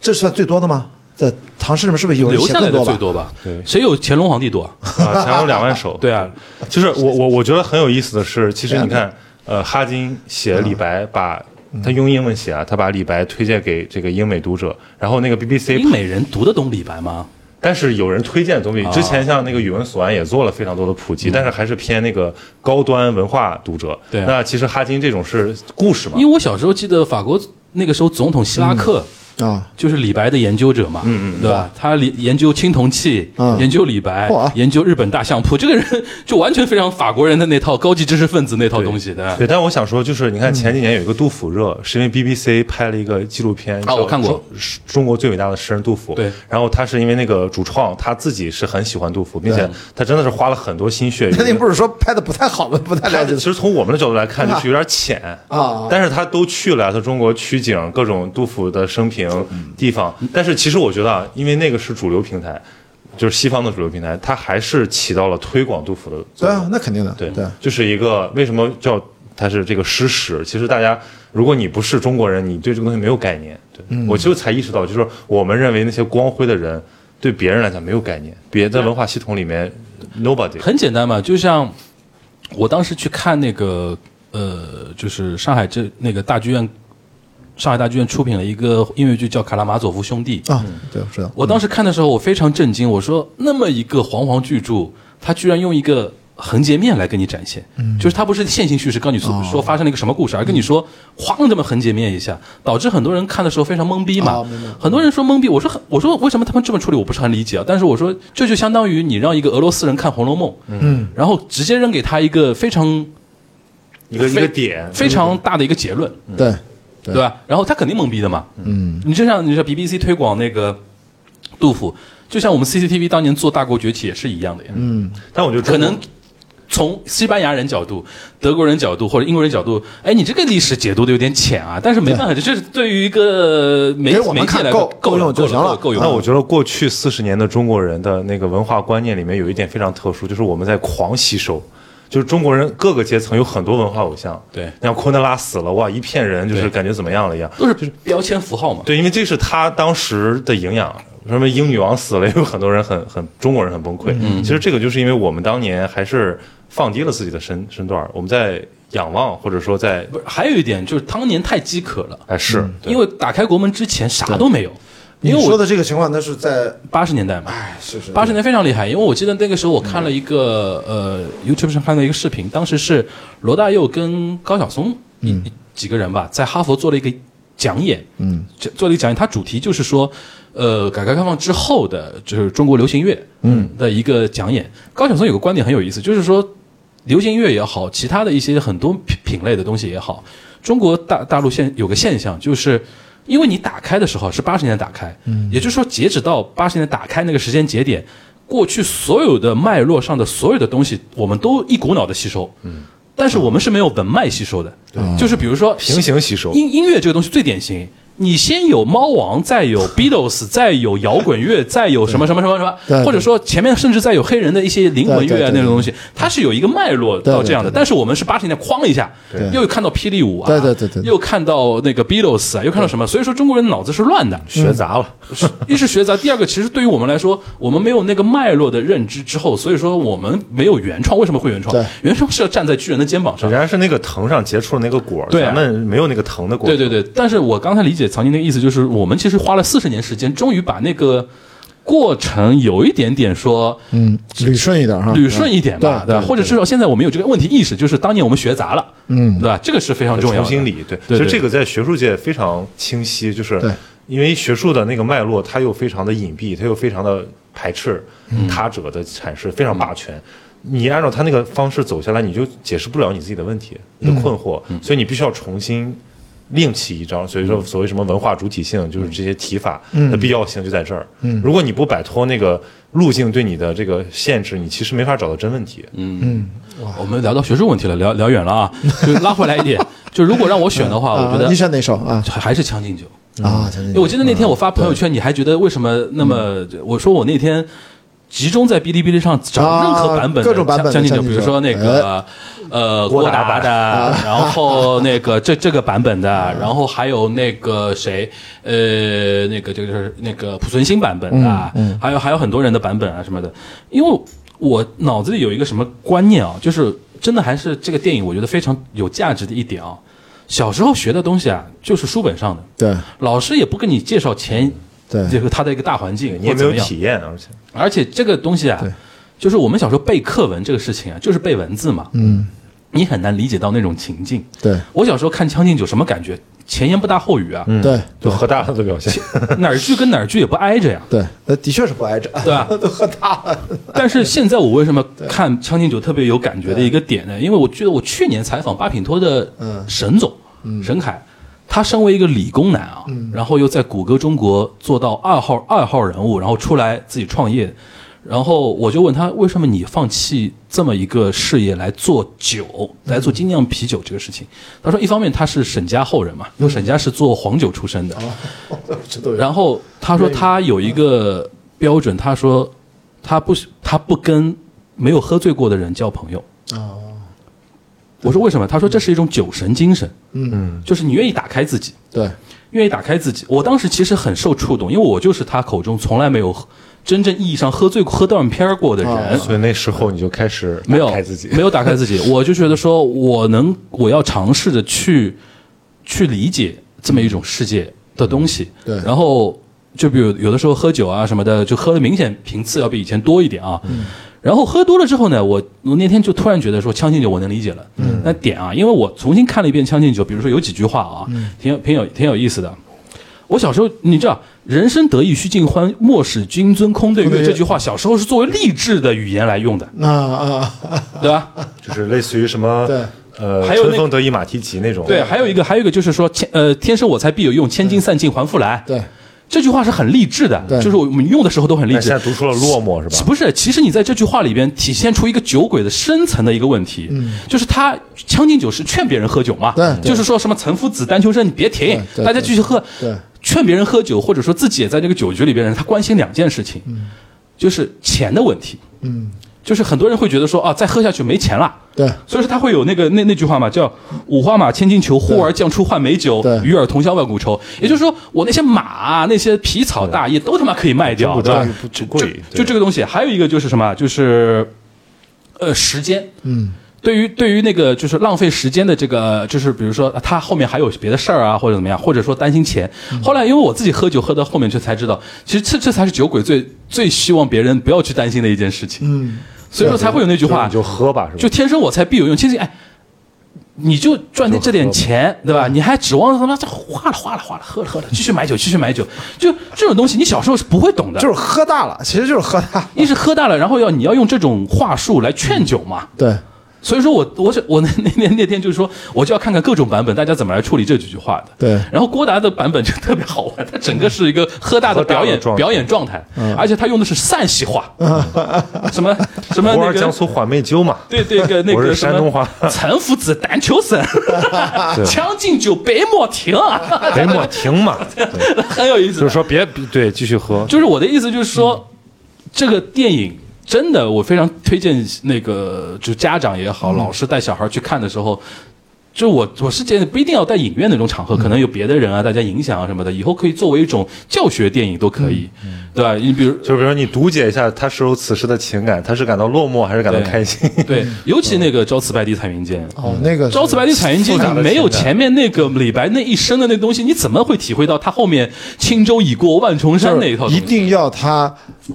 这算最多的吗？在唐诗里面是不是有人留写下来更的多吧？最多吧？对谁有乾隆皇帝多？ 啊，前有两万首。对啊，就是我我我觉得很有意思的是，其实你看，呃，哈金写李白嗯把。他用英文写啊，他把李白推荐给这个英美读者，然后那个 BBC，英美人读得懂李白吗？但是有人推荐总比之哦前像那个语文索岸也做了非常多的普及，但是还是偏那个高端文化读者。嗯对啊那其实哈金这种是故事嘛因，为我小时候记得法国那个时候总统希拉克。啊，就是李白的研究者嘛，嗯嗯，对吧？他研研究青铜器，嗯研究李白嚯，研究日本大相扑，这个人 就完全非常法国人的那套高级知识分子那套对东西的。对，但我想说，就是嗯你看前几年有一个杜甫热，是因为 BBC 拍了一个纪录片啊我看过，叫中中国最伟大的诗人杜甫。对然后他是因为那个主创他自己是很喜欢杜甫，并且对他真的是花了很多心血。那有你一个不是说拍的不太好吗？不太他了其 解。实从我们的角度来看，就是有点浅啊但是他都去了，他中国取景各种杜甫的生平嗯地方。但是其实我觉得啊，因为那个是主流平台，就是西方的主流平台，它还是起到了推广杜甫的作对用啊。，那肯定的。对对，就是一个为什么叫它是这个诗史？其实大家，如果你不是中国人，你对这个东西没有概念。对，嗯我就才意识到，就是说我们认为那些光辉的人，对别人来讲没有概念，别在文化系统里面 nobody。很简单嘛，就像我当时去看那个呃，就是上海这那个大剧院，上海大剧院出品了一个音乐剧叫《卡拉马佐夫兄弟》。啊，对，我知道。我当时看的时候，我非常震惊，我说那么一个煌煌巨著，它居然用一个横截面来跟你展现，嗯就是它不是线性叙事，告诉你哦说说发生了一个什么故事，而跟你说哐这么横截面一下，导致很多人看的时候非常懵逼嘛哦明白。很多人说懵逼，我说很我说为什么他们这么处理，我不是很理解啊。但是我说这就相当于你让一个俄罗斯人看《红楼梦》，嗯，然后直接扔给他一个非常一个一个点，非常大的一个结论，对，对吧？然后他肯定懵逼的嘛。嗯，你就像你说 BBC 推广那个杜甫，就像我们 CCTV 当年做《大国崛起》也是一样的呀。嗯，但我觉得中可国能从西班牙人角度、德国人角度或者英国人角度，哎，你这个历史解读的有点浅啊。但是没办法，这是对于一个媒给我们媒介看来够说够够用了，就够了，行够了够用那了。我觉得过去四十年的中国人的那个文化观念里面有一点非常特殊，就是我们在狂吸收，就是中国人各个阶层有很多文化偶像。对像昆德拉死了，哇，一片人就是对感觉怎么样了一样。都是标签符号嘛。对，因为这是他当时的营养。什么英女王死了，有很多人很很中国人很崩溃。嗯其实这个就是因为我们当年还是放低了自己的身身段儿，我们在仰望或者说在不是，还有一点就是当年太饥渴了，哎是，对因为打开国门之前啥都没有。你因为说我的这个情况，那是在八十年代嘛，哎是是八十年代非常厉害，因为我记得那个时候我看了一个、呃 YouTube 上看到一个视频，当时是罗大佑跟高晓松一、嗯一几个人吧，在哈佛做了一个讲演，嗯，做了一个讲演，它主题就是说，呃，改革开放之后的就是中国流行乐，嗯，的一个讲演。高晓松有个观点很有意思，就是说流行乐也好，其他的一些很多品品类的东西也好，中国大大陆现有个现象，就是因为你打开的时候是八十年代打开，嗯，也就是说截止到八十年代打开那个时间节点，过去所有的脉络上的所有的东西，我们都一股脑的吸收，嗯，哦但是我们是没有文脉吸收的，对，就是比如说平行吸收。音音乐这个东西最典型，你先有猫王，再有 Beatles，再有摇滚乐，再有什么什么什么什对么，对或者说前面甚至再有黑人的一些灵魂对乐啊对对那种东西，它是有一个脉络到这样的。对对对对但是我们是八十年代哐一下，又看到霹雳舞啊，对对对对对又看到那个 Beatles 啊，又看到什么，所以说中国人脑子是乱的。学杂了， 一是学杂，第二个其实对于我们来说，我们没有那个脉络的认知之后，所以说我们没有原创。为什么会原创对？原创是要站在巨人的肩膀上人。家是那个藤上结出了那个果儿，对啊咱们没有那个藤的果。对对，对，但是我刚才理解曹宁那个意思，就是我们其实花了四十年时间，终于把那个过程有一点点说嗯捋顺一点哈，捋顺一点吧，对吧？或者至少现在我们有这个问题意识，就是当年我们学杂了，嗯，对吧？这个是非常重要的。啊重新理对。对其实对这个在学术界非常清晰，就是对因为学术的那个脉络，它又非常的隐蔽，它又非常的排斥嗯他者的阐释，非常霸权。你按照他那个方式走下来，你就解释不了你自己的问题、你的困嗯惑，所以你必须要重新另起一章。所以嗯说，所谓什么文化主体性，就是这些提法的必要性就在这儿。嗯如果你不摆脱那个路径对你的这个限制，你其实没法找到真问题。嗯我们聊到学术问题了，聊聊远了啊，就拉回来一 点。就如果让我选的话，我觉啊你得选哪首啊？还是《将进酒》。啊，哎我记得那天我发朋友圈，你还觉得为什么那么？嗯我说我那天集中在哔哩哔哩上找任何版本的啊各种版本的将进酒，将比进酒如说那哎个呃郭郭达达的，啊然 后那个这这个版本的，嗯然后还有那个谁呃那个这个是那个濮存昕版嗯本的，啊还有还有很多人的版本啊什么的，因为我脑子里有一个什么观念啊，就是真的还是这个电影我觉得非常有价值的一点啊。小时候学的东西啊，就是书本上的，对老师也不跟你介绍前对这个他的一个大环境，你也没有或者怎么样体验，而且而且这个东西啊，就是我们小时候背课文这个事情啊，就是背文字嘛，嗯，你很难理解到那种情境。对我小时候看《将进酒》什么感觉？前言不搭后语啊，对就喝大了的表现。哪儿句跟哪儿句也不挨着呀，对，那的确是不挨着， 对吧？都喝大了。但是现在我为什么看《将进酒》特别有感觉的一个点呢？因为我觉得我去年采访巴品托的沈总、沈凯，他身为一个理工男啊，然后又在谷歌中国做到二号二号人物，然后出来自己创业，然后我就问他为什么你放弃这么一个事业来做酒，来做精酿啤酒这个事情？他说，一方面他是沈家后人嘛，因为沈家是做黄酒出身的，这都有然后他说他有一个标准，他说他不他不跟没有喝醉过的人交朋友。我说为什么？他说这是一种酒神精神，嗯，就是你愿意打开自己，对愿意打开自己。我当时其实很受触动，因为我就是他口中从来没有喝真正意义上喝醉过、喝断片儿过的人。所以那时候你就开始嗯没有打开自己，没有打开自 己，我就觉得说，我能，我要尝试着去去理解这么一种世界的东西。嗯对然后就比如有的时候喝酒啊什么的，就喝的明显频次要比以前多一点啊。嗯然后喝多了之后呢，我我那天就突然觉得说《将进酒》我能理解了，嗯那点啊，因为我重新看了一遍《将进酒》，比如说有几句话啊，嗯挺有挺有挺有意思的。我小时候，你知道“人生得意须尽欢，莫使君尊空对空对月”月这句话，小时候是作为励志的语言来用的，那啊，对吧？就是类似于什么对呃，还有那春风得意马蹄疾那哦种，对，啊还有一个，还有一个就是说，千呃，天生我材必有用，千金散尽还复来。对，这句话是很励志的，对就是我们用的时候都很励哎但现志在。读出了落寞是吧？不是，其实你在这句话里边体现出一个酒鬼的深层的一个问题，就是他将进酒是劝别人喝酒嘛，嗯对对就是说什么岑夫子丹丘生，你别停，对对大家继续喝，对劝别人喝酒，或者说自己也在这个酒局里边人，他关心两件事情，就是钱的问题，嗯，就是很多人会觉得说啊，再喝下去没钱了。对，所以说他会有那个那那句话嘛，叫“五花马，千金裘，呼儿将出换美酒对，与尔同销万古愁”。也就是说，我那些马啊、那些皮草大叶都他妈可以卖掉，不对吧赚？不不贵，就这个个东西，还有一个就是什么，就是呃时间。嗯，对于对于那个就是浪费时间的这个，就是比如说啊他后面还有别的事儿啊，或者怎么样，或者说担心钱。嗯后来因为我自己喝酒喝到后面，就才知道，其实这这才是酒鬼最最希望别人不要去担心的一件事情。嗯，所以说才会有那句就是话你，就喝吧是就吧？天生我材必有用。其实，哎，你就赚这这点钱，对嗯吧？你还指望他妈这花了花了花了，喝了喝了，继续买酒，继续买酒，就这种东西，你小时候是不会懂的。就是喝大了，其实就是喝大了。一是喝大了，然后要你要用这种话术来劝酒嘛。对，所以说我我我那那那那天就是说，我就要看看各种版本，大家怎么来处理这几句话的。对然后郭达的版本就特别好玩，他整个是一个喝大的喝大表的演状态嗯表演状态，而且他用的是陕西 话，什么什么呼那儿个江苏缓媚灸 嘛，对对个那我个是什么山 东话岑夫子丹丘 生，将进酒，杯莫停啊，北哎莫停嘛， 很有意思就的。是说别对继续喝，就是我的意思就是说，这个电影真的我非常推荐那个，就家长也嗯好，老师带小孩去看的时候。就我我是建议不一定要在影院那种场合，可嗯能有别的人啊，大家影响啊什么的，以后可以作为一种教学电影都可以，嗯对吧？你比如就比如说你读解一下他时候此时的情感，他是感到落寞还是感到对开心？嗯对，尤其那个《朝辞白帝彩云间》，哦，那个《朝辞白帝彩云间复》，杂你的没有情感前面那个李白那一生的那东西，你怎么会体会到他后面“轻舟已过万重山”那一套东西？一定要他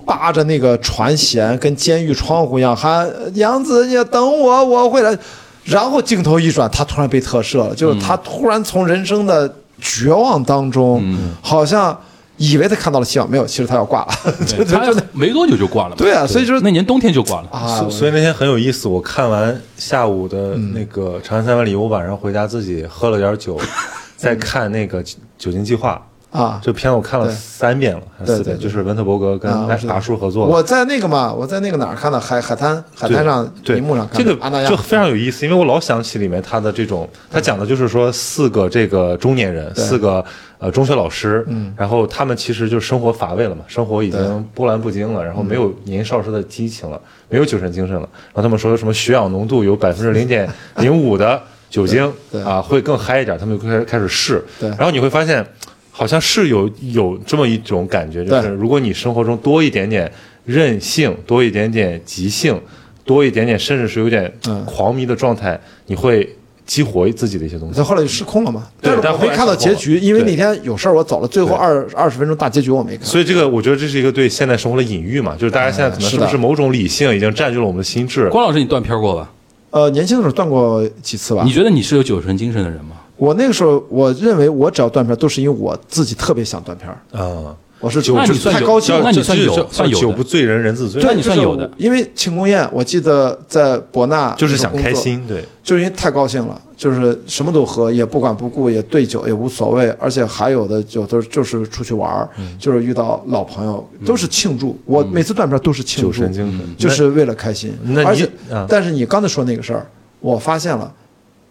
扒着那个船舷，跟监狱窗户一样喊：“杨子，你等我，我会来。”然后镜头一转，他突然被特赦了，就嗯是他突然从人生的绝望当中，嗯好像以为他看到了希望，没有，其实他要挂了。 对他没多久就挂了嘛。对啊，所以就是那年冬天就挂了。啊嗯所，所以那天很有意思，我看完下午的那个《长安三万里》，我晚上回家自己喝了点酒， 再看那个《酒精计划》啊，这片，我看了对三遍了，还是对四对遍，对嗯就是文特伯格跟啊我达知道达叔合作的。我在那个嘛，我在那个哪儿看的海海滩海对滩上对屏幕上看这的个阿那亚就非常有意思，因为我老想起里面他的这种，他讲的就是说四个这个中年人，四个呃中学老师，嗯然后他们其实就生活乏味了嘛，生活已经波澜不惊了，然嗯后没有年少时的激情了，没有酒神精神了，然后他们说什么血氧浓度有百分之 零点零五的酒精对对啊会更嗨一点，他们就开始开始试，对然后你会发现。好像是有有这么一种感觉，就是对如果你生活中多一点点任性，多一点点急性，多一点点甚至是有点嗯狂迷的状态，你会激活自己的一些东西嗯所以。后来就失控了嘛。对但但是我后没来看到失控结了局，因为对那天有事儿我走了，最后对二二十分钟大结局我没看。所以这个，我觉得这是一个对现代生活的隐喻嘛，就是嗯大家现在可能是是的不是某种理性已经占据了我们的心智？关老师，你断片过吧？呃，年轻的时候断过几次吧你。觉得你是有酒神精神的人吗？我那个时候，我认为我只要断片儿，都是因为我自己特别想断片儿。嗯，我是酒我那是你算太有高兴那了。你这算这有这算有的酒不醉人人自醉，那你算就是有的我因为庆功宴，我记得在博纳就是那个想工开作，心，对，就是因为太高兴了，就是什么都喝，也不管不顾，也对酒也无所谓，而且还有的有的就是出去玩儿，嗯就是遇到老朋友，都是庆祝。我每次断片儿都是庆酒祝，神精神就是为了开心。那而你且，啊但是你刚才说那个事儿，我发现了，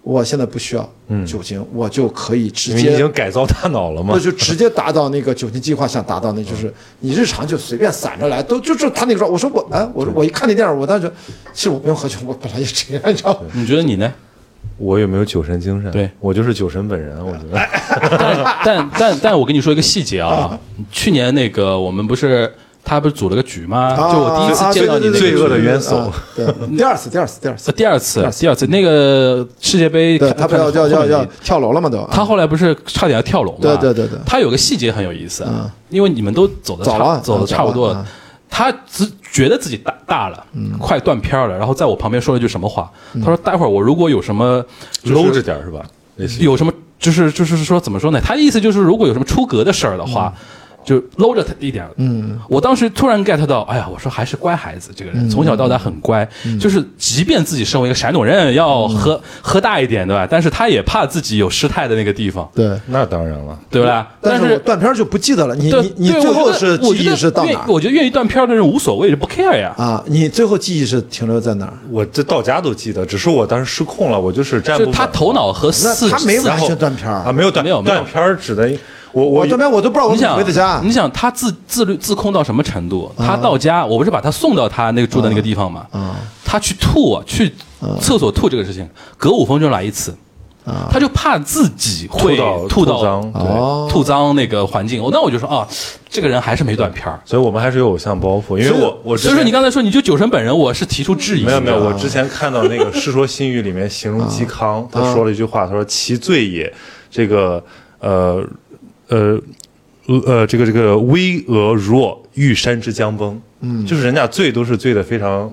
我现在不需要酒精，我就可以直嗯因为你已接经，改造大脑了嘛我。就直接达到那个酒精计划想达到的，就是你日常就随便散着来，都就就他那个状态。我说我哎，我说我一看那电影，我当时觉得其实我不用喝酒，我本来也这样，你知道吗？你觉得你 呢？我有没有酒神精神？对哎我就是酒神本人，我觉得。哎但但但但我跟你说一个细节啊，去年那个我们不是他不是组了个局吗？就我第一次见到你那个对对对局罪恶的冤手啊对，第二次，第二次，第二次 呃，第二次第二次那个世界杯对看，他不要看到后要要面要跳楼了嘛都啊，他后来不是差点要跳楼吗？对对对对他有个细节很有意思，啊嗯因为你们都走的早了走的嗯差不多早了嗯嗯他只觉得自己大大了，快断片儿了，然后在我旁边说了一句什么话？他说：“待会儿我如果有什么就是搂着点儿是吧？类似于嗯有什么就是就是说怎么说呢？他的意思就是如果有什么出格的事儿的话。就搂着他一点。嗯，我当时突然 get 到，哎呀，我说还是乖孩子，这个人、嗯从小到大很乖，就是即便自己身为一个山东人，要嗯喝、喝大一点，对吧？但是他也怕自己有失态的那个地方，对，那当然了，对吧？但是我断片儿就不记得了。你对你你对最后我觉是得记我觉忆得是到愿哪儿我觉得愿意断片儿的人无所谓，不 care 呀。啊？你最后记忆是停留在哪儿？我这到家都记得，只是我当时失控了，我就是站不就稳他头脑和那四他没然完后全断片啊，儿，哦没有断没有没有断片儿，指的我我我断片儿我都不知道我你怎么想回的家啊你。想他自自律自控到什么程度？他到家，我不是把他送到他那个住的那个地方嘛？他去吐啊，去厕所吐这个事情，隔五分钟来一次。他就怕自己会吐到吐到脏，对啊哦吐脏那个环境。那我就说啊，这个人还是没断片儿。所以我们还是有偶像包袱，因为所以我我之所以说前你刚才说你就酒神本人，我是提出质疑没的。有没有，我之前看到那个《世说新语》里面形容嵇康，他说了一句话，他说其罪也，这个呃呃呃这个这个巍峨若玉山之将崩，嗯，就是人家醉都是醉的非常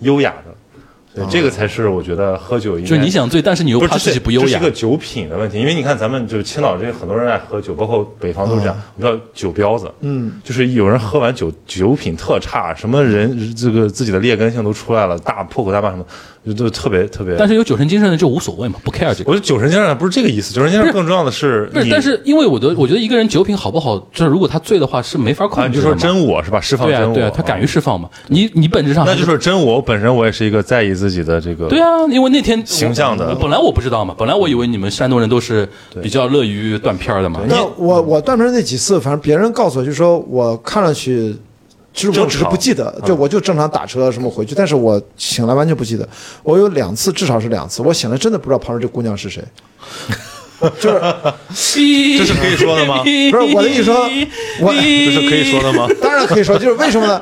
优雅的，所以这个哦才是我觉得喝酒应该就是你想醉，但是你又不是怕这自是己不优这是雅一个。酒品的问题，因为你看咱们就是青岛这很多人爱喝酒，包括北方都是这样，嗯我们叫酒标子，嗯，就是有人喝完酒酒品特差，什么人这个自己的劣根性都出来了，大破口大骂什么，就就特别特别。但是有酒神精神的就无所谓嘛，不 care 这个。我觉得酒神精神不是这个意思，酒神精神更重要的是不是，你但是因为我的，我觉得一个人酒品好不好，就是如果他醉的话是没法控啊，制你的。就说真我是吧，释放对真啊我，对啊，他敢于释放嘛？你你本质上那还就说真我，我本身我也是一个在意自己的这个对啊，因为那天形象的我本来我不知道嘛，本来我以为你们山东人都是比较乐于断片儿的嘛。那我我断片儿那几次，反正别人告诉我，就说我看上去，其实我只是不记得，嗯对，我就正常打车什么回去，但是我醒来完全不记得。我有两次，至少是两次，我醒来真的不知道旁边这姑娘是谁。就是这是可以说 的吗不不是我的意思说我这是可以说的吗？当然可以说，就是为什么呢？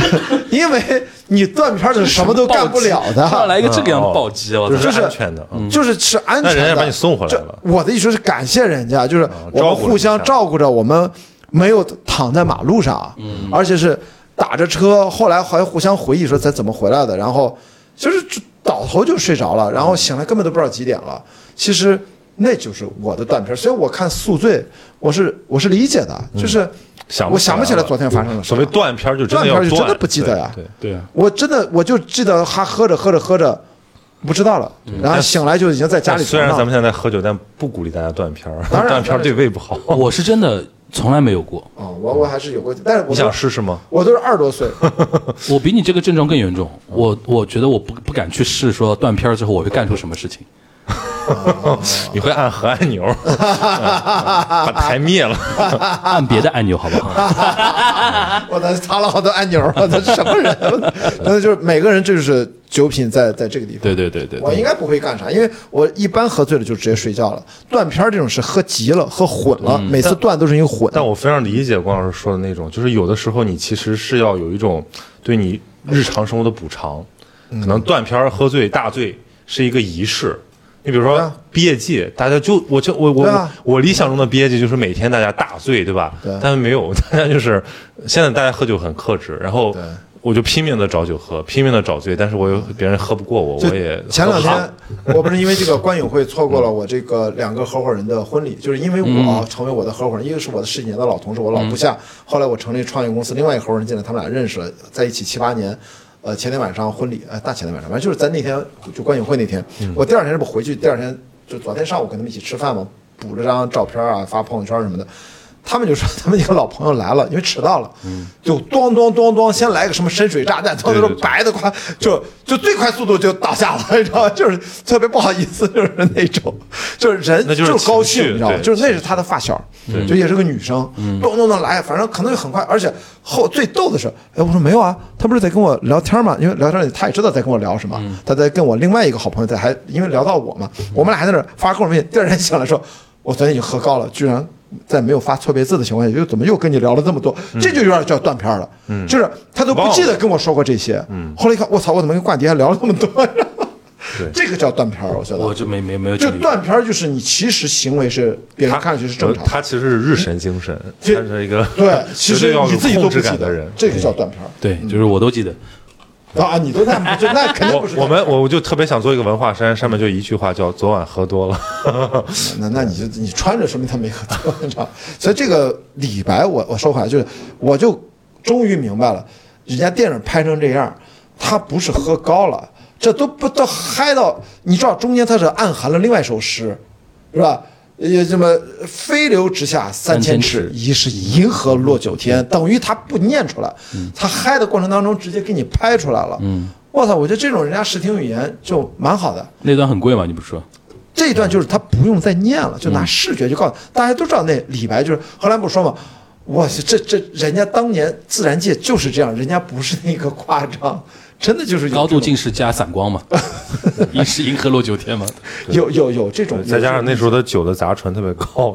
因为你断片儿是什么都干不了上的，来一个这个样的暴击，啊我嗯哦操！就是是安全的，嗯就是是安全那的。人家把你送回来这了。嗯我的意思是感谢人家，就是我照们顾人家互相照顾着，我们没有躺在马路上，嗯而且是打着车，后来还互相回忆说咱怎么回来的，然后就是倒头就睡着了，嗯然后醒来根本都不知道几点了。其实那就是我的断片儿，所以我看《宿醉》，我是我是理解的，就是嗯想不我起来想不起来了昨天发生了什所么谓。断片儿就真断的片要儿就真的断不记得呀对，对对啊，我真的我就记得还喝着喝着喝着，不知道了，然后醒来就已经在家里但虽床然上咱了。们现在喝酒，但不鼓励大家断片儿，当然断片儿对胃不好。我是真的从来没有过，啊，我我还是有过，但是我你想试试吗？我都是二十多 岁，我比你这个症状更严重。我我觉得我不不敢去试说断片儿之后我会干出什么事情。你会按核按 钮，嗯把台灭了。按别的按钮好不 好？我操，藏了好多按钮，我操，什么人？ 那就是每个人，这就是酒品在在这个地方。对对对对我应对，该不会干啥，因为我一般喝醉了就直接睡觉了。断片儿这种是喝急了，喝混了，每次断都是因为混。嗯但我非常理解关老师说的那种，就是有的时候你其实是要有一种对你日常生活的补偿，嗯可能断片儿、喝醉、大醉是一个仪式。你比如对说啊毕业季，大家就我就我我、对啊我理想中的毕业季就是每天大家大醉，对吧？对但是没有， 大家就是现在大家喝酒很克制，然后我就拼命的找酒喝，拼命的找醉，但是我又别人喝不过我，就我也前两喝不上天，我不是因为这个观影会错过了我这个两个合伙人的婚礼，就是因为嗯我成为我的合伙人，一个是我的十几年的老同事，我老部下，后来我成立创业公司，另外一个合伙人进来，他们俩认识了，在一起七八年。呃，前天晚上婚礼，呃，大前天晚上，反正就是在那天就观影会那天，嗯我第二天这不回去，第二天就昨天上午跟他们一起吃饭嘛，补了张照片啊，发朋友圈什么的。他们就说他们一个老朋友来了，因为迟到了，嗯就咚咚咚咚，先来个什么深水炸弹，咚咚咚，白的快，就就最快速度就倒下了， 你知道吗？就是特别不好意思，就是那种，就是人那就是是高兴，情绪你知道吗？对嗯就是那是他的发小，就也是个女生，咚咚咚来，反正可能就很快，而且后最逗的是，哎，我说没有啊，他不是在跟我聊天吗？因为聊天他也知道在跟我聊什么，嗯他在跟我另外一个好朋友在还因为聊到我嘛，我们俩还在那儿发各种微信，第二天醒来说，我昨天已经喝高了，居然。在没有发错别字的情况下，又怎么又跟你聊了这么多？嗯这就有点叫断片儿了。嗯，就是他都不记得跟我说过这些。嗯，后来一看，我操，我怎么跟挂迪还聊了这么多？ 这个叫断片儿，我觉得。我就没没没有就经历过。断片儿，就是你其实行为是别人看上去是正常的，他其实是日神精神，他这是一个对，其 绝实要你有自己都控不制记感的得人，这个叫断片儿。对，就是我都记得。啊，你都那不是那肯定不是我我们我我就特别想做一个文化衫，上面就一句话叫“昨晚喝多了 那那你就你穿着说明他没喝多，你知道吗？所以这个李白我，我说回来就是，我就终于明白了，人家电影拍成这样，他不是喝高了，这都不都嗨到，你知道中间他是暗含了另外一首诗，是吧？也这么飞流直下三千尺，嗯疑是银河落九天，等于他不念出来，他嗨的过程当中直接给你拍出来了。嗯，我操，我觉得这种人家视听语言就蛮好的。那段很贵嘛，你不是说？这一段就是他不用再念了，就嗯拿视觉就告诉大家都知道那李白就是荷兰不说嘛，哇，这这人家当年自然界就是这样，人家不是那个夸张，真的就是有高度这种近视加散光嘛，一是银河落九天嘛。有有有这种”，，再加上那时候的酒的杂醇特别 高，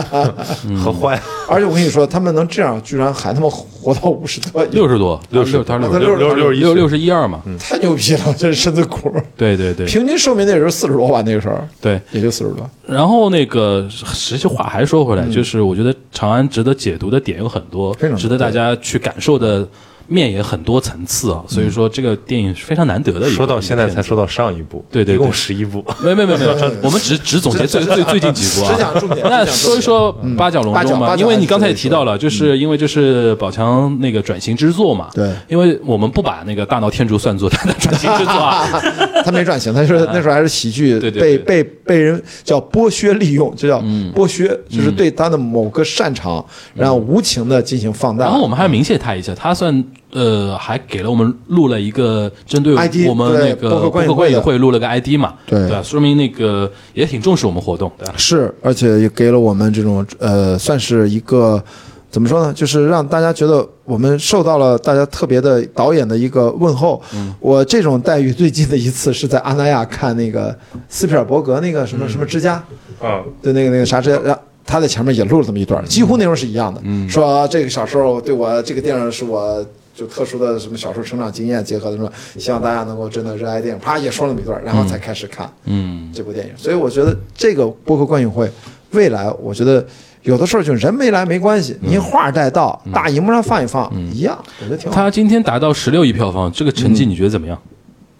喝坏了。嗯而且我跟你说，他们能这样，居然还他妈活到五十多，六十多，六十，他他六六六十嗯六六六十一二嘛，太牛逼了，这是身子骨。对对对平均寿命那时候四十多吧，那个时候对。也就四十多。然后那个，实际话还说回来，就是我觉得长安值得解读的点有很多非常，多值得大家去感受的面也很多层次啊。所以说这个电影是非常难得的一个。说到现在才一个片子，说到上一部，对对对一共十一部。没没没没，我们只只总结最最最近几部啊。只讲重点 那只讲重点说一说八角笼嗯八角中嘛，八角因为你刚才也还是提到了，就是因为这是宝强那个转型之作嘛。嗯对因为我们不把那个大闹天竺算作他的转型之作啊。 他没转型，他说那时候还是喜剧，对对对被嗯被被人叫剥削利用，就叫剥削，就是对他的某个擅长，然后无情的进行放大然。后我们还鸣谢他一下，他算呃还给了我们录了一个针对 ID 我们对那个播客观影播会也的会录了个 ID 嘛，对吧说明那个也挺重视我们活动，对吧？是，而且也给了我们这种呃，算是一个怎么说呢？就是让大家觉得我们受到了大家特别的导演的一个问候。嗯我这种待遇最近的一次是在阿那亚看那个斯皮尔伯格那个什么什么之家，嗯，对那个那个啥之家，然后他在前面也录了这么一段，几乎内容是一样的，说、啊这个小时候对我这个电影是我。就特殊的什么小时候成长经验结合的什么，希望大家能够真的热爱电影，啪也说了那么一段，然后才开始看。嗯，这部电影。所以我觉得这个播客观影会，未来我觉得有的时候就人没来没关系，您话带到，大荧幕上放一放、一样，我觉得挺好。他今天达到十六亿票房，这个成嗯绩你觉得怎么样？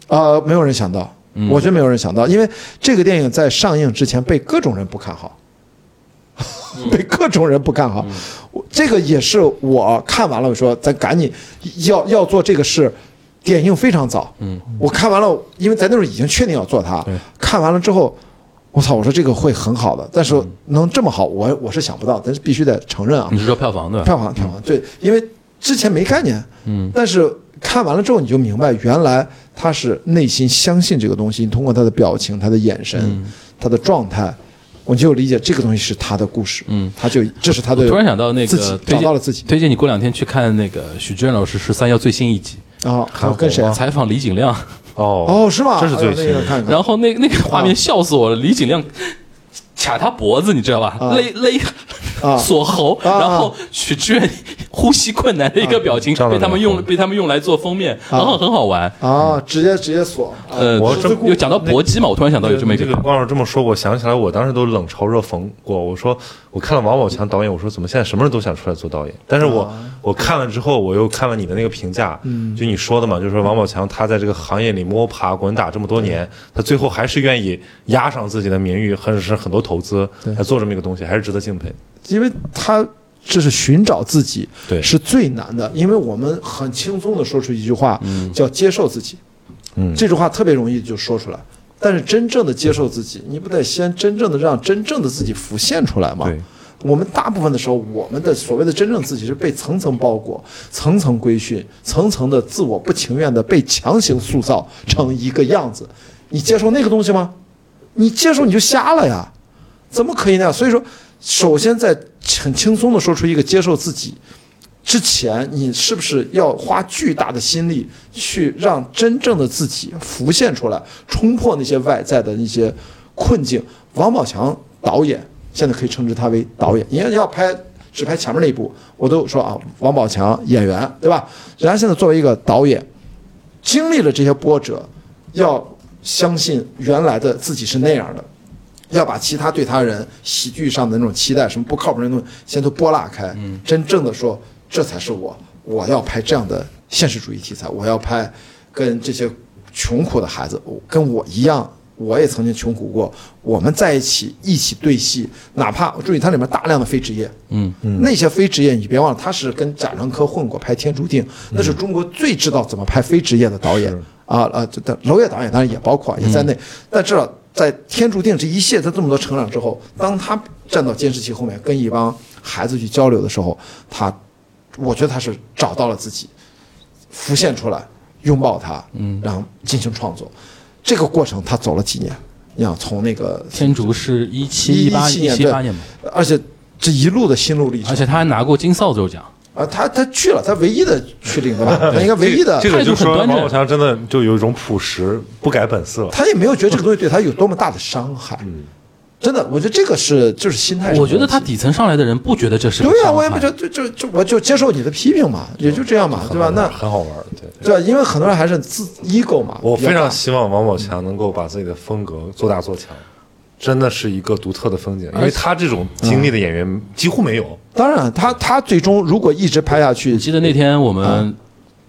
呃，没有人想到，我觉得没有人想到，因为这个电影在上映之前被各种人不看好。 被各种人不看好，我这个也是我看完了，我说咱赶紧要要做这个事，点映非常早。嗯，我看完了，因为咱那时候已经确定要做它，看完了之后，我操，我说这个会很好的，但是能这么好，我我是想不到，咱必须得承认啊。你是说票房对吧？票房票房对，因为之前没概念，嗯，但是看完了之后你就明白，原来他是内心相信这个东西，你通过他的表情、他的眼神、嗯他的状态，我就理解这个东西是他的故事，嗯，他就这是他我的，突然想到那自己个推找荐到了自己推荐你过两天去看那个许志远老师十三幺最新一集，啊，还有跟谁啊？采访李景亮，哦哦，是吗？这是哎呦最那新个看一看然后那那个画啊面笑死我了，李景亮。卡他脖子，你知道吧？啊勒勒啊 锁喉，啊啊啊然后许志远呼吸困难的一个表情张被大他们脸用红被他们用来做封面，很好很好玩。啊，直接直接锁，啊呃，我这真有讲到搏击嘛，我突然想到有这么一这个个光老师这么说，我想起来，我当时都冷嘲热讽过。我说，我看了王宝强导演，我说怎么现在什么人都想出来做导演？但是啊我、我看了之后，我又看了你的那个评价，嗯就你说的嘛，就是说王宝强他在这个行业里摸爬滚打这么多年，他最后还是愿意压上自己的名誉，很是很多投资来做这么一个东西，还是值得敬佩。因为他这是寻找自己，对是最难的，因为我们很轻松的说出一句话，嗯叫接受自己，嗯这句话特别容易就说出来。但是真正的接受自嗯己，你不得先真正的让真正的自己浮现出来吗？对我们大部分的时候，我们的所谓的真正自己是被层层包裹、层层规训、层层的自我不情愿的被强行塑造成一个样子。你接受那个东西吗？你接受你就瞎了呀，怎么可以那样？所以说，首先在很轻松的说出一个接受自己之前，你是不是要花巨大的心力去让真正的自己浮现出来，冲破那些外在的一些困境？王宝强导演现在可以称之他为导演，你要要拍。只拍前面那一部，我都说啊，王宝强演员对吧？人家现在作为一个导演，经历了这些波折，要相信原来的自己是那样的，要把其他对他人喜剧上的那种期待，什么不靠谱那种东西，先都拨拉开。真正的说，这才是我，我要拍这样的现实主义题材，我要拍跟这些穷苦的孩子，我跟我一样，我也曾经穷苦过。我们在一起一起对戏，哪怕我注意它里面大量的非职业，嗯嗯，那些非职业你别忘了，他是跟贾樟柯混过拍《天注定》，嗯那是中国最知道怎么拍非职业的导演啊啊！这但娄烨导演当然也包括也嗯在内，但至少在《天注定》这一系列他这么多成长之后，当他站到监视器后面跟一帮孩子去交流的时候，他，我觉得他是找到了自己。浮现出来，拥抱它，嗯，然后进行创作。这个过程他走了几年，你想从那个，天竺是一七八17一年七八对年嘛，而且这一路的心路历程而且他还拿过金扫帚奖，啊，他他去了，他唯一的去领 的吧，他应该唯一的，这个就态度很说端正王宝强真的就有一种朴实不改本色。他也没有觉得这个东西对他有多么大的伤害。嗯真的，我觉得这个是就是心态上的我问题。觉得他底层上来的人不觉得这是个对呀、啊伤我也不害觉得，就就就我就接受你的批评嘛，也就这样嘛，对吧？那很好玩儿，对。对吧？因为很多人还是自 ego 嘛，我比较非常大希望王宝强能够把自己的风格做大做强，真的是一个独特的风景，因为他这种经历的演员嗯几乎没有。当然，他他最终如果一直拍下去嗯你，记得那天我们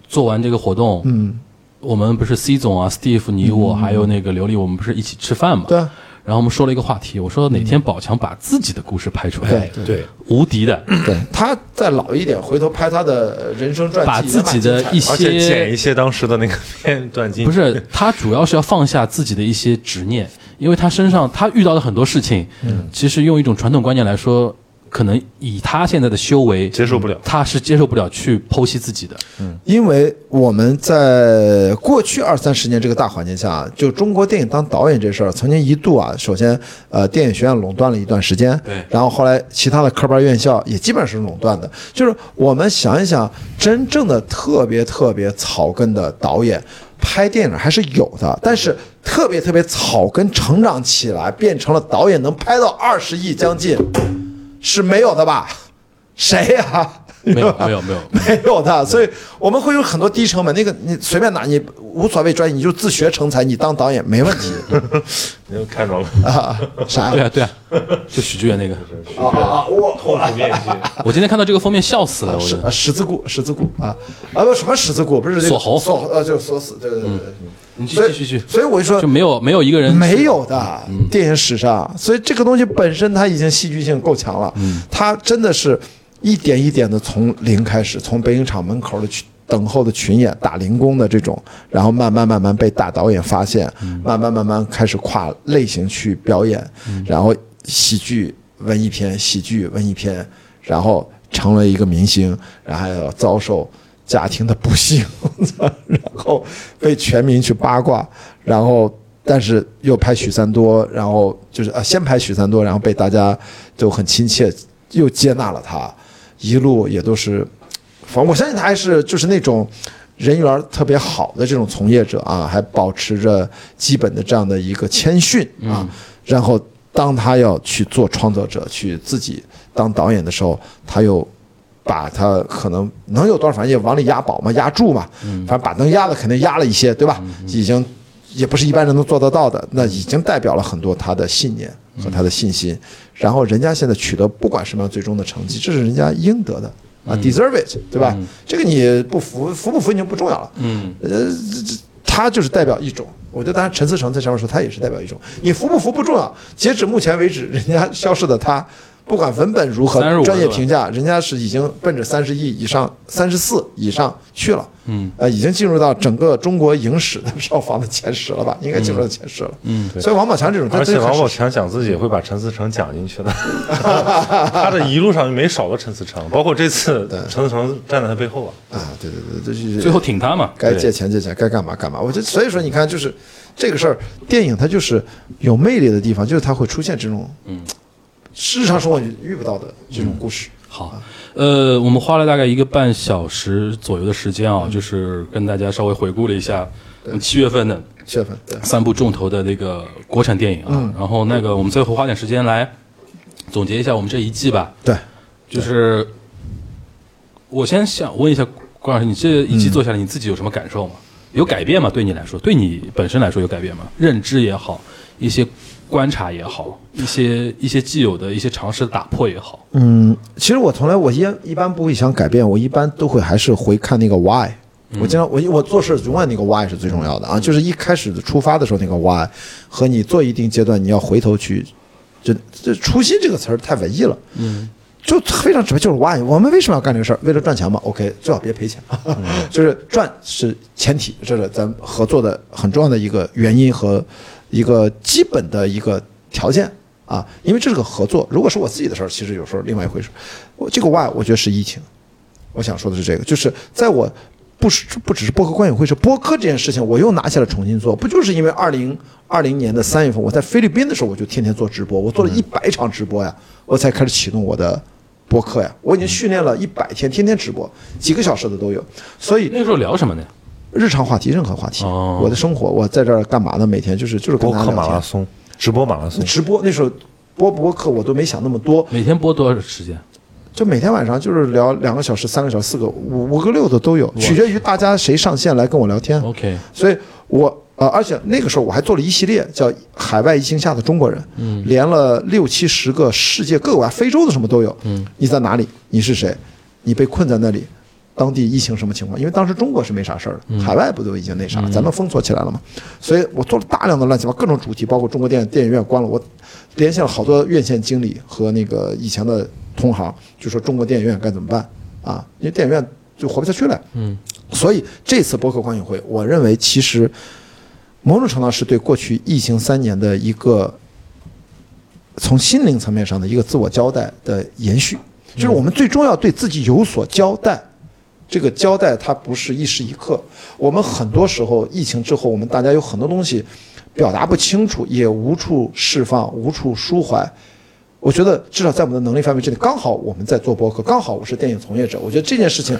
做完这个活动，啊嗯，我们不是 C 总啊、Steve 你我还有那个刘丽，我们不是一起吃饭嘛？对啊然后我们说了一个话题，我说哪天宝强把自己的故事拍出来，对对，无敌的，对，他再老一点，回头拍他的人生传记，把自己的一些而且剪些一些当时的那个片段进去，不是他主要是要放下自己的一些执念，因为他身上他遇到的很多事情，其实用一种传统观念来说，可能以他现在的修为接受不了他是接受不了去剖析自己的，因为我们在过去二三十年这个大环境下，就中国电影当导演这事儿，曾经一度啊，首先呃，电影学院垄断了一段时间，对然后后来其他的科班院校也基本上是垄断的。就是我们想一想，真正的特别特别草根的导演。拍电影还是有的，但是特别特别草根，成长起来变成了导演能拍到二十亿将近，是没有的吧？ 谁呀、没有没有没有，没有的，所以我们会有很多低成本。那个你随便拿，你无所谓专业，你就自学成才，你当导演 没问题你又看着了，啊。啥对啊对啊，就许志远那个。啊啊啊！我痛苦面具。 我今天看到这个封面笑死了，我十真的啊十字固十字固啊啊不什么十字固不是这个锁喉嗯锁呃就是锁死对对对对对。你继所以续继续所以我就说就没有没有一个人没有的，电影史上，所以这个东西本身它已经戏剧性够强了，它真的是一点一点的从零开始，从北影厂门口的群等候的群演打零工的这种，然后慢慢慢慢被大导演发现，慢慢慢慢开始跨类型去表演，然后喜剧文艺片，喜剧文艺片，然后成了一个明星，然后还要遭受。家庭的不幸， 然后被全民去八卦，然后但是又拍许三多，然后就是啊，先拍许三多，然后被大家就很亲切，又接纳了他，一路也都是，反正我相信他还是就是那种人缘特别好的这种从业者啊，还保持着基本的这样的一个谦逊啊，然后当他要去做创作者，去自己当导演的时候，他又。把他可能能有多少，反正也往里压宝嘛，压住嘛，反正把能压的肯定压了一些，对吧？已经也不是一般人能做得到的，那已经代表了很多他的信念嗯和他的信心。然后人家现在取得不管什么样最终的成绩，这是人家应得的嗯啊，deserve it，对吧？这个你不服服不服已经不重要了，嗯，呃，这这他就是代表一种。我觉得，当然，陈思诚在上面说，他也是代表一种。你服不服不重要，截止目前为止，人家消失的他，不管文本如何35，专业对吧评评价，人家是已经奔着三十亿以上、三十四以上去了，嗯，呃，已经进入到整个中国影史的票房的前十了吧？应该进入到前十了，嗯，所以王宝强这种， 他而真且的很王宝强讲自己也会把陈思诚讲 进去的，他的一路上没少过陈思诚，包括这次陈思诚站在他背后啊，啊。对对对，这就是最后挺他嘛。该借钱借钱，该干嘛干嘛。我就所以说，你看，就是这个事儿，电影它就是有魅力的地方，就是它会出现这种，嗯，日常生活你遇不到的这种故事。好，呃，我们花了大概一个半小时左右的时间嗯啊，就是跟大家稍微回顾了一下嗯七月份的七月份，对，三部重头的那个国产电影嗯啊。然后那个我们最后花点时间来总结一下我们这一季吧。对，就是我先想问一下关老师，你这一嗯季做下来，你自己有什么感受吗？有改变吗？对你来说，对你本身来说有改变吗？认知也好，一些观察也好，一些一些既有的一些尝试的打破也好，嗯嗯，其实我从来我一一般不会想改变，我一般都会还是回看那个 why。我经常我我做事永远那个 why 是最重要的啊，就是一开始出发的时候那个 why 和你做一定阶段你要回头去，就这初心这个词儿太文艺了，嗯。就非常直白，就是 why 我们为什么要干这个事儿？为了赚钱嘛。OK，最好别赔钱， 就是赚是前提，这是咱们合作的很重要的一个原因和一个基本的一个条件啊。因为这是个合作，如果是我自己的事儿，其实有时候另外一回事。我这个 why 我觉得是疫情，我想说的是这个，就是在我不是不只是播客观影会是播客这件事情，我又拿下来重新做，不就是因为二零二零年的三月份我在菲律宾的时候，我就天天做直播，我做了嗯一百场直播呀，我才开始启动我的播客呀，我已嗯经训练了一百天，天天直播，几个小时的都有，所以那个时候聊什么呢？日常话题任何话题，哦我的生活我在这儿干嘛呢？每天就是就是跟播大客家马聊拉天，松，直播马拉松，直播那时候播播客我都没想那么多，每天播多少时间？就每天晚上就是聊两个小时、三个小时、四个、五五个、六的都有，取决于大家谁上线来跟我聊天。 OK 所以我呃，而且那个时候我还做了一系列叫《海外疫情下的中国人》，嗯，连了六七十个世界各国啊，非洲的什么都有，嗯，你在哪里？你是谁？你被困在那里？当地疫情什么情况？因为当时中国是没啥事儿的，海外不都已经那啥，咱们封锁起来了嘛，所以我做了大量的乱七八各种主题，包括中国电影电影院关了，我联系了好多院线经理和那个以前的同行，就说中国电影院该怎么办啊？因为电影院就活不下去了，嗯，所以这次博客观影会，我认为其实某种程度上是对过去疫情三年的一个从心灵层面上的一个自我交代的延续，就是我们最终要对自己有所交代。这个交代它不是一时一刻，我们很多时候疫情之后，我们大家有很多东西表达不清楚，也无处释放，无处抒怀。我觉得至少在我们的能力范围之内，刚好我们在做播客，刚好我是电影从业者，我觉得这件事情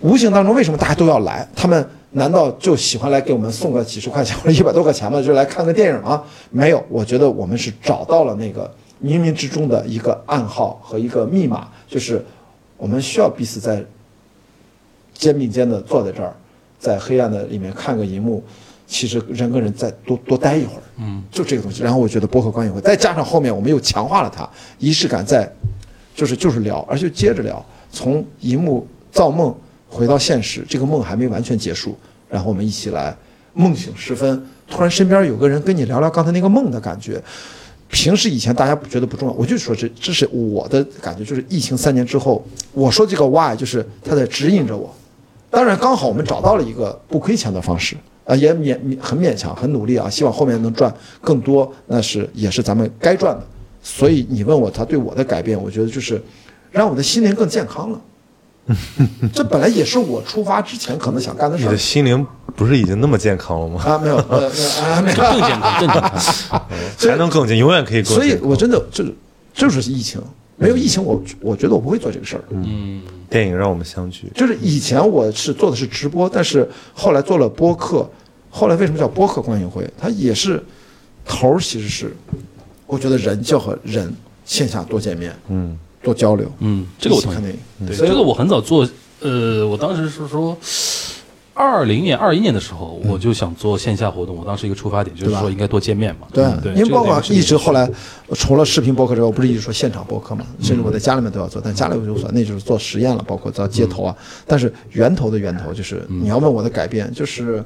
无形当中，为什么大家都要来？他们难道就喜欢来给我们送个几十块钱或者一百多块钱吗？就来看个电影吗？没有，我觉得我们是找到了那个冥冥之中的一个暗号和一个密码，就是我们需要彼此在肩并肩的坐在这儿，在黑暗的里面看个荧幕，其实人跟人再多多待一会儿，嗯，就这个东西。然后我觉得播客观影会，再加上后面我们又强化了它，仪式感在，就是就是聊，而且接着聊，从荧幕造梦回到现实，这个梦还没完全结束，然后我们一起来梦醒时分，突然身边有个人跟你聊聊刚才那个梦的感觉。平时以前大家不觉得不重要，我就说这这是我的感觉，就是疫情三年之后，我说这个 why 就是他在指引着我。当然，刚好我们找到了一个不亏钱的方式，啊、也勉勉很勉强，很努力啊，希望后面能赚更多，那是也是咱们该赚的。所以你问我他对我的改变，我觉得就是让我的心灵更健康了。 这本来也是我出发之前可能想干的你事的儿心灵不是已经那么健康了吗？啊，没有，呃，呃啊没 有，更健康，更健康。 还能更进，永远可以更进。所以我真的就是就是疫情，没有疫情我我觉得我不会做这个事儿。嗯嗯电影让我们相聚，就是以前我是做的是直播，但是后来做了播客，后来为什么叫播客观影会？它也是头儿，其实是我觉得人就要和人线下多见面，嗯，多交流，嗯，这个我一起同看意电。影，对，所以这个我很早做，呃，我当时是说。二零年、二一年的时候，嗯我就想做线下活动。我当时一个出发点就是说应该多见面嘛。嗯对，因为这个包括东西一直后来，除了视频播客之外，我不是一直说现场播客嘛，甚至我在家里面都要做，但家里我就无所谓，那就是做实验了，包括到街头啊。嗯但是源头的源头就是，你要问我的改变，就是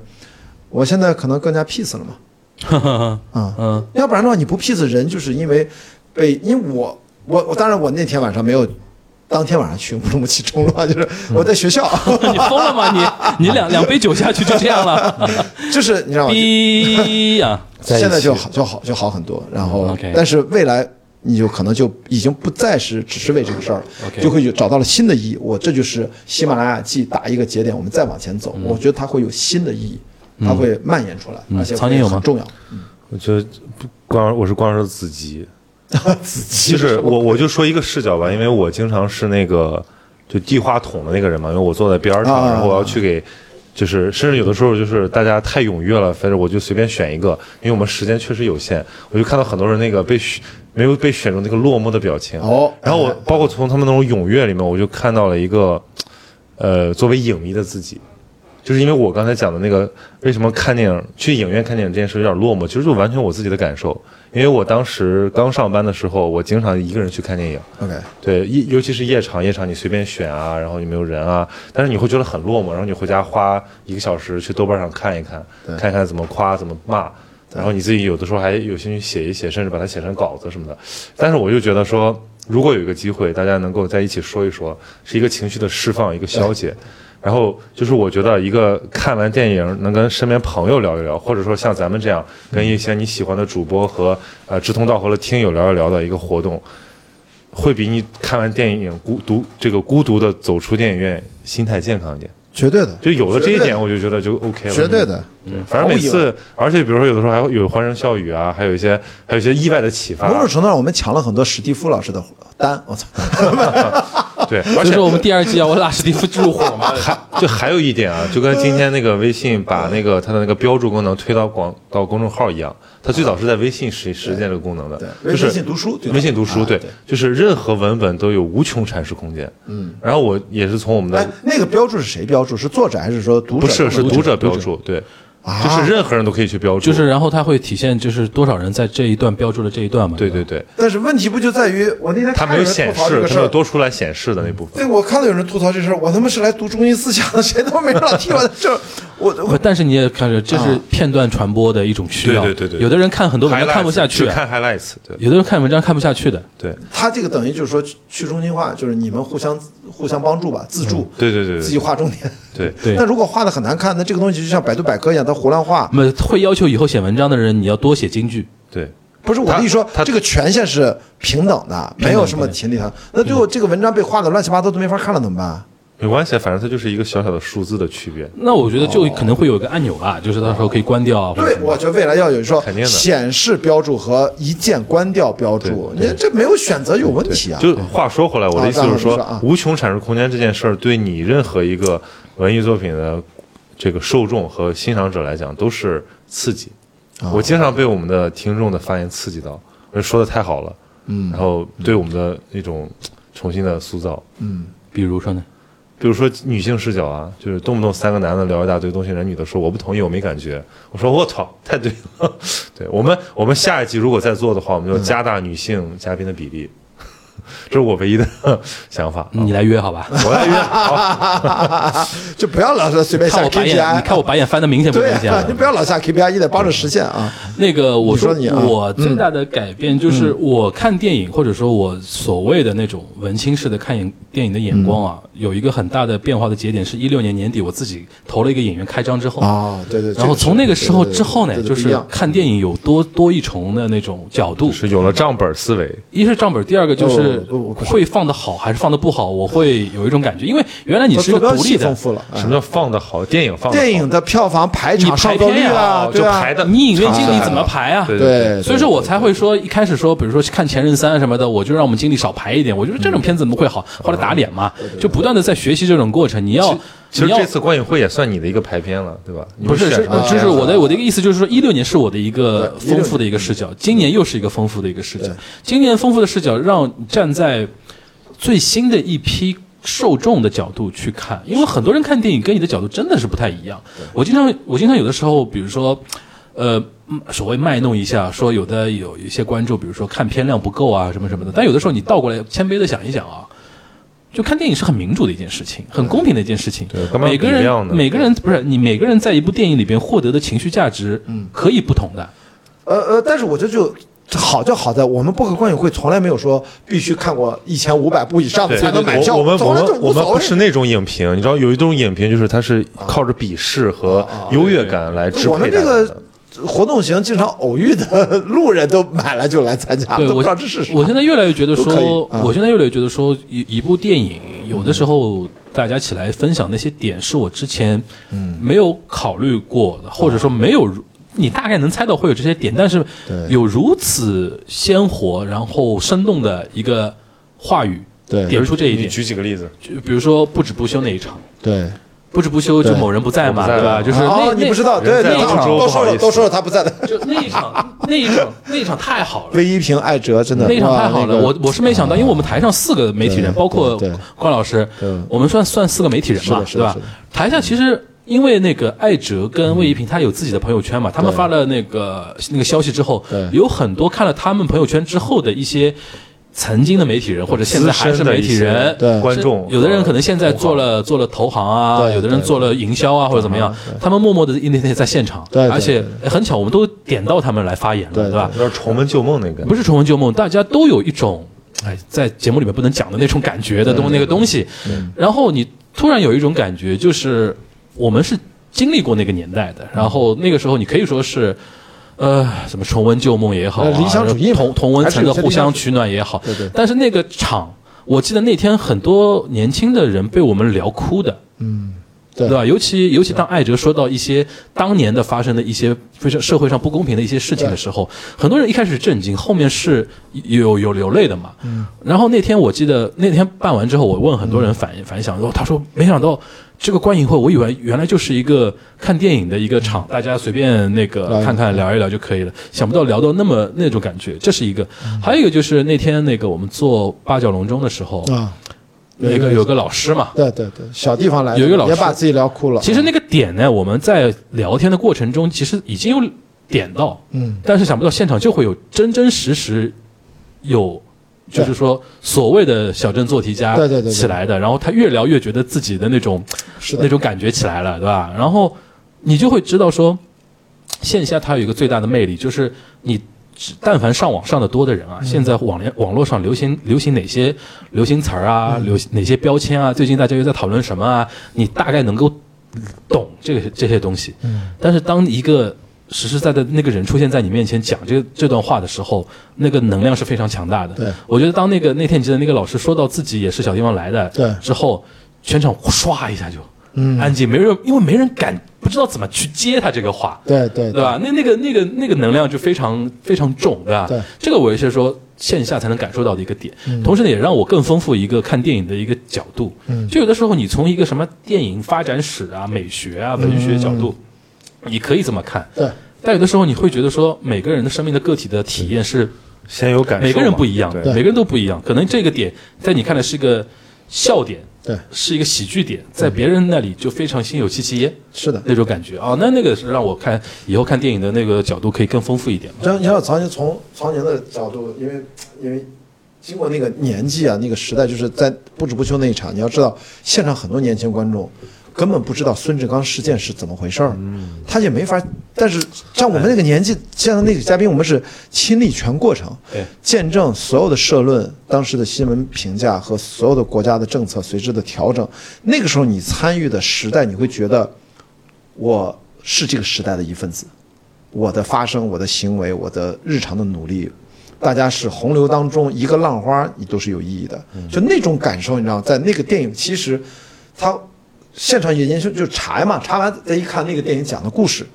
我现在可能更加 peace 了嘛， 啊，嗯，要不然的话你不 peace 人，就是因为被因为我我我当然我那天晚上没有。当天晚上去乌鲁木齐冲浪，就是我在 学校，你疯了吗？你你两两杯酒下去就这样 了，就是你知道吗？逼啊呀！哦在一起现在就好就好就好很多。然后 OK 但是未来你就可能就已经不再是只是为这个事儿 OK 就会有找到了新的意义。我这就是喜马拉雅季打一个节点，我们再往前走，我觉得它会有新的意义，它会蔓延出来，嗯而且藏经有吗很重要。我觉得不光我是光是 子集，其就是我我就说一个视角吧，因为我经常是那个就递话筒的那个人嘛，因为我坐在边儿上，啊然后我要去给，就是甚至有的时候就是大家太踊跃了，反正我就随便选一个，因为我们时间确实有限，我就看到很多人那个被选没有被选中那个落寞的表情，哦然后我哎包括从他们那种踊跃里面，我就看到了一个，呃，作为影迷的自己，就是因为我刚才讲的那个，为什么看电影去影院看电影这件事有点落寞，其实就完全我自己的感受。因为我当时刚上班的时候，我经常一个人去看电影， OK，对，夜尤其是夜场，夜场你随便选啊，然后也没有人啊，但是你会觉得很落寞，然后你回家花一个小时去豆瓣上看一看，看一看怎么夸怎么骂，然后你自己有的时候还有兴趣写一写，甚至把它写成稿子什么的。但是我就觉得说，如果有一个机会，大家能够在一起说一说，是一个情绪的释放，一个消解。然后就是我觉得一个看完电影能跟身边朋友聊一聊，或者说像咱们这样跟一些你喜欢的主播和呃志同道合的听友聊一聊的一个活动，会比你看完电影孤独这个孤独的走出电影院心态健康一点。绝对的，就有了这一绝对点，的我就觉得就 OK 了。绝对的，对，嗯反正每次，而且比如说有的时候还会有欢声笑语啊，还有一些还有一些意外的启某发种。程度上我们抢了很多史蒂夫老师的单，我操， 对，所而以且说我们第二季要啊我拉史蒂夫入伙嘛，就还有一点啊，就跟今天那个微信把那个它的那个标注功能推到广到公众号一样，它最早是在微信实实践这个功能的，微 就是微信读书最早微信读书啊对，就是任何文本都有无穷阐释空间。嗯，然后我也是从我们的哎，那个标注是谁标注？是作者还是说读者？不是是读读者标注，对，就是任何人都可以去标注，就是然后它会体现就是多少人在这一段标注了这一段嘛，对对对，但是问题不就在于我那天它看没有人显吐槽这示，个它事没有儿。多出来显示的那部分。对，我看到有人吐槽这事儿，我他妈是来读中心思想的，谁他妈没让替我的这，我不，我但是你也看着，这是片段传播的一种需要。对对对对有的人看很多文章看不下去，啊看 highlights，对有的人看文章看不下去的。对他这个等于就是说去去中心化，就是你们互相互相帮助吧，自助，对对嗯对自己对画重点。对，对那如果画的很难看，那这个东西就像百度百科一样，它胡乱嗯画。那么会要求以后写文章的人，你要多写金句。对不是我他的意思说他，嗯这个权限是平等的，没有什么前提条。那最后这个文章被画的乱七八糟都没法看了，怎么办？没关系，反正它就是一个小小的数字的区别。那我觉得就可能会有一个按钮吧，就是到时候可以关掉啊。或者对什，么我觉得未来要有说肯定的显示标注和一键关掉标注，你这没有选择有问题啊。就话说回来，我的意思就啊是当然不是啊说，无穷阐释空间这件事儿，对你任何一个文艺作品的这个受众和欣赏者来讲，都是刺激。我经常被我们的听众的发言刺激到，我说的太好了，嗯，然后对我们的一种重新的塑造，比如说呢，比如说女性视角啊，就是动不动三个男的聊一大堆东西，人女的说我不同意，我没感觉。我说我操，太对了。 对我们，我们下一季如果再做的话，我们就加大女性嘉宾的比例。 这是我唯一的想法。啊你来约好吧？我来约，好，就不要老是随便看下我白眼，你 KPI，看我白眼翻的明显不对明显啊，了你。不要老下 KPI，你得帮着实现啊。那个，我你说你啊我最大的改变就是，我看电影或者说我所谓的那种文青式的看影电影的眼光啊，有一个很大的变化的节点是一六年年底我自己投了一个影院开张之后啊，对对。哦然后从那个时候之后呢，就这个是对是对对对对对看电影有多多一重的那种角度，是有了账本思维，一是账本，第二个就是哦我我不是会放的好还是放的不好，我会有一种感觉，因为原来你是一个坐标独系立的丰，富了。哎什么叫放的好？哎电影放的好电影的票房排场你上排座率片呀啊，就对啊，排的，你影院经理怎么排啊？对对，所以说我才会说一开始说，比如说看《前任三》什么的，我就让我们经理少排一点，我觉得这种嗯片子怎么会好？后来打脸嘛，就不断的在学习这种过程，你要。其实你要这次观影会也算你的一个排片了，对吧？你不们是，选是了啊就是我的我的一个意思就是说，一六年是我的一个对16丰富的一个视角，今年又是一个丰富的一个视角。今年丰富的视角让你站在最新的一批受众的角度去看，因为很多人看电影跟你的角度真的是不太一样。我经常我经常有的时候，比如说。呃，嗯所谓卖弄一下，说有的有一些观众，比如说看片量不够啊，什么什么的。但有的时候你倒过来谦卑的想一想啊，就看电影是很民主的一件事情，很公平的一件事情。对干嘛每个比量人呢每个人不是你每个人在一部电影里边获得的情绪价值，可以不同的。呃呃，但是我觉得就好就好在我们播客观影会从来没有说必须看过一千五百部以上的对，才能买票，我们我从来就们无我们所不谓。是那种影评，你知道有一种影评就是它是靠着鄙视和优越感来支我们配大这家的个。活动型经常偶遇的路人都买了就来参加，对啊都不我知道这是啥。我现在越来越觉得都可说，以啊我现在越来越觉得说，一一部电影有的时候大家起来分享那些点，是我之前没有考虑过的，或者说没有如。你大概能猜到会有这些点，但是有如此鲜活，然后生动的一个话语，对点出这一你点。举几个例子？就比如说不止不休那一场，对，不止不休就某人不在嘛，我不在对吧？了就是那、哦，那你不知道，对，人在那澳洲都说不好了，意思都说了他不在的。就那一场，那一场，那一场太好了。魏一平、艾哲真的那一场哇太好了，那个我我是没想到，因为我们台上四个媒体人，对包括对对关老师，我们算算四个媒体人是嘛的，是对的吧是的？台下其实因为那个艾哲跟魏一平他有自己的朋友圈嘛，他们发了那个那个消息之后对，有很多看了他们朋友圈之后的一些曾经的媒体人或者现在还是媒体人，对观众，有的人可能现在做了做了投行啊，对有的人做了营销啊或者怎么样，他们默默的那天在现场，对对而且哎很巧，我们都点到他们来发言了，对吧？有点重温旧梦那个，不是重温旧梦，大家都有一种哎，在节目里面不能讲的那种感觉的东那个东西。然后你突然有一种感觉，就是我们是经历过那个年代的，然后那个时候你可以说是。呃，什么重温旧梦也好、啊，呃理想主义嘛同同文层的还是有些互理相想主义取暖也好，对对但是那个场，我记得那天很多年轻的人被我们聊哭的，对吧？尤其尤其当艾哲说到一些当年的发生的一些非常社会上不公平的一些事情的时候，很多人一开始震惊，后面是有有流泪的嘛。然后那天我记得那天办完之后，我问很多人反、反响，然后他说没想到。这个观影会，我以为原来就是一个看电影的一个场，大家随便那个聊一看看聊一聊就可以了。想不到聊到那么那种感觉，这是一个。还有一个就是那天那个我们做八角笼中的时候，啊，那个有个老师嘛，对对对，小地方来的有一个老师也把自己聊哭了。其实那个点呢，我们在聊天的过程中，其实已经有点到，嗯，但是想不到现场就会有真真实实有，对就是说所谓的小镇做题家对对对对起来的，然后他越聊越觉得自己的那种是那的，种感觉起来了，对吧？然后你就会知道说，线下它有一个最大的魅力，就是你只但凡上网上的多的人啊，嗯现在网联网络上流行流行哪些流行词儿啊，嗯流行哪些标签啊，最近大家又在讨论什么啊，你大概能够懂这个这些东西。嗯但是当一个实实在在的那个人出现在你面前讲这这段话的时候，那个能量是非常强大的。对，我觉得当那个那天你记得那个老师说到自己也是小地方来的，对嗯之后全场唰一下就安静，没人，因为没人敢不知道怎么去接他这个话，对对对吧？那那个那个那个能量就非常非常重，对吧？对嗯这个我也是说线下才能感受到的一个点，同时呢也让我更丰富一个看电影的一个角度。嗯就有的时候你从一个什么电影发展史啊、美学啊、文学角度，嗯你可以这么看，对但有的时候你会觉得说每个人的生命的个体的体验是先有感受嘛，每个人不一样，对每个人都不一样。可能这个点在你看来是个笑点，对，是一个喜剧点，嗯在别人那里就非常心有戚戚焉是的。那种感觉啊、那那个是让我看以后看电影的那个角度可以更丰富一点嘛。张你要曹宁从曹宁的角度，因为因为经过那个年纪啊，那个时代，就是在不止不休那一场，你要知道，现场很多年轻观众根本不知道孙志刚事件是怎么回事儿，嗯他也没法。但是像我们那个年纪，像那个嘉宾，我们是亲历全过程，对见证所有的社论、当时的新闻评价和所有的国家的政策随之的调整。那个时候你参与的时代，你会觉得我是这个时代的一份子。我的发声、我的行为、我的日常的努力，大家是洪流当中一个浪花，你都是有意义的。嗯就那种感受，你知道，在那个电影，其实他现场研究就查嘛，查完再一看那个电影讲的故事，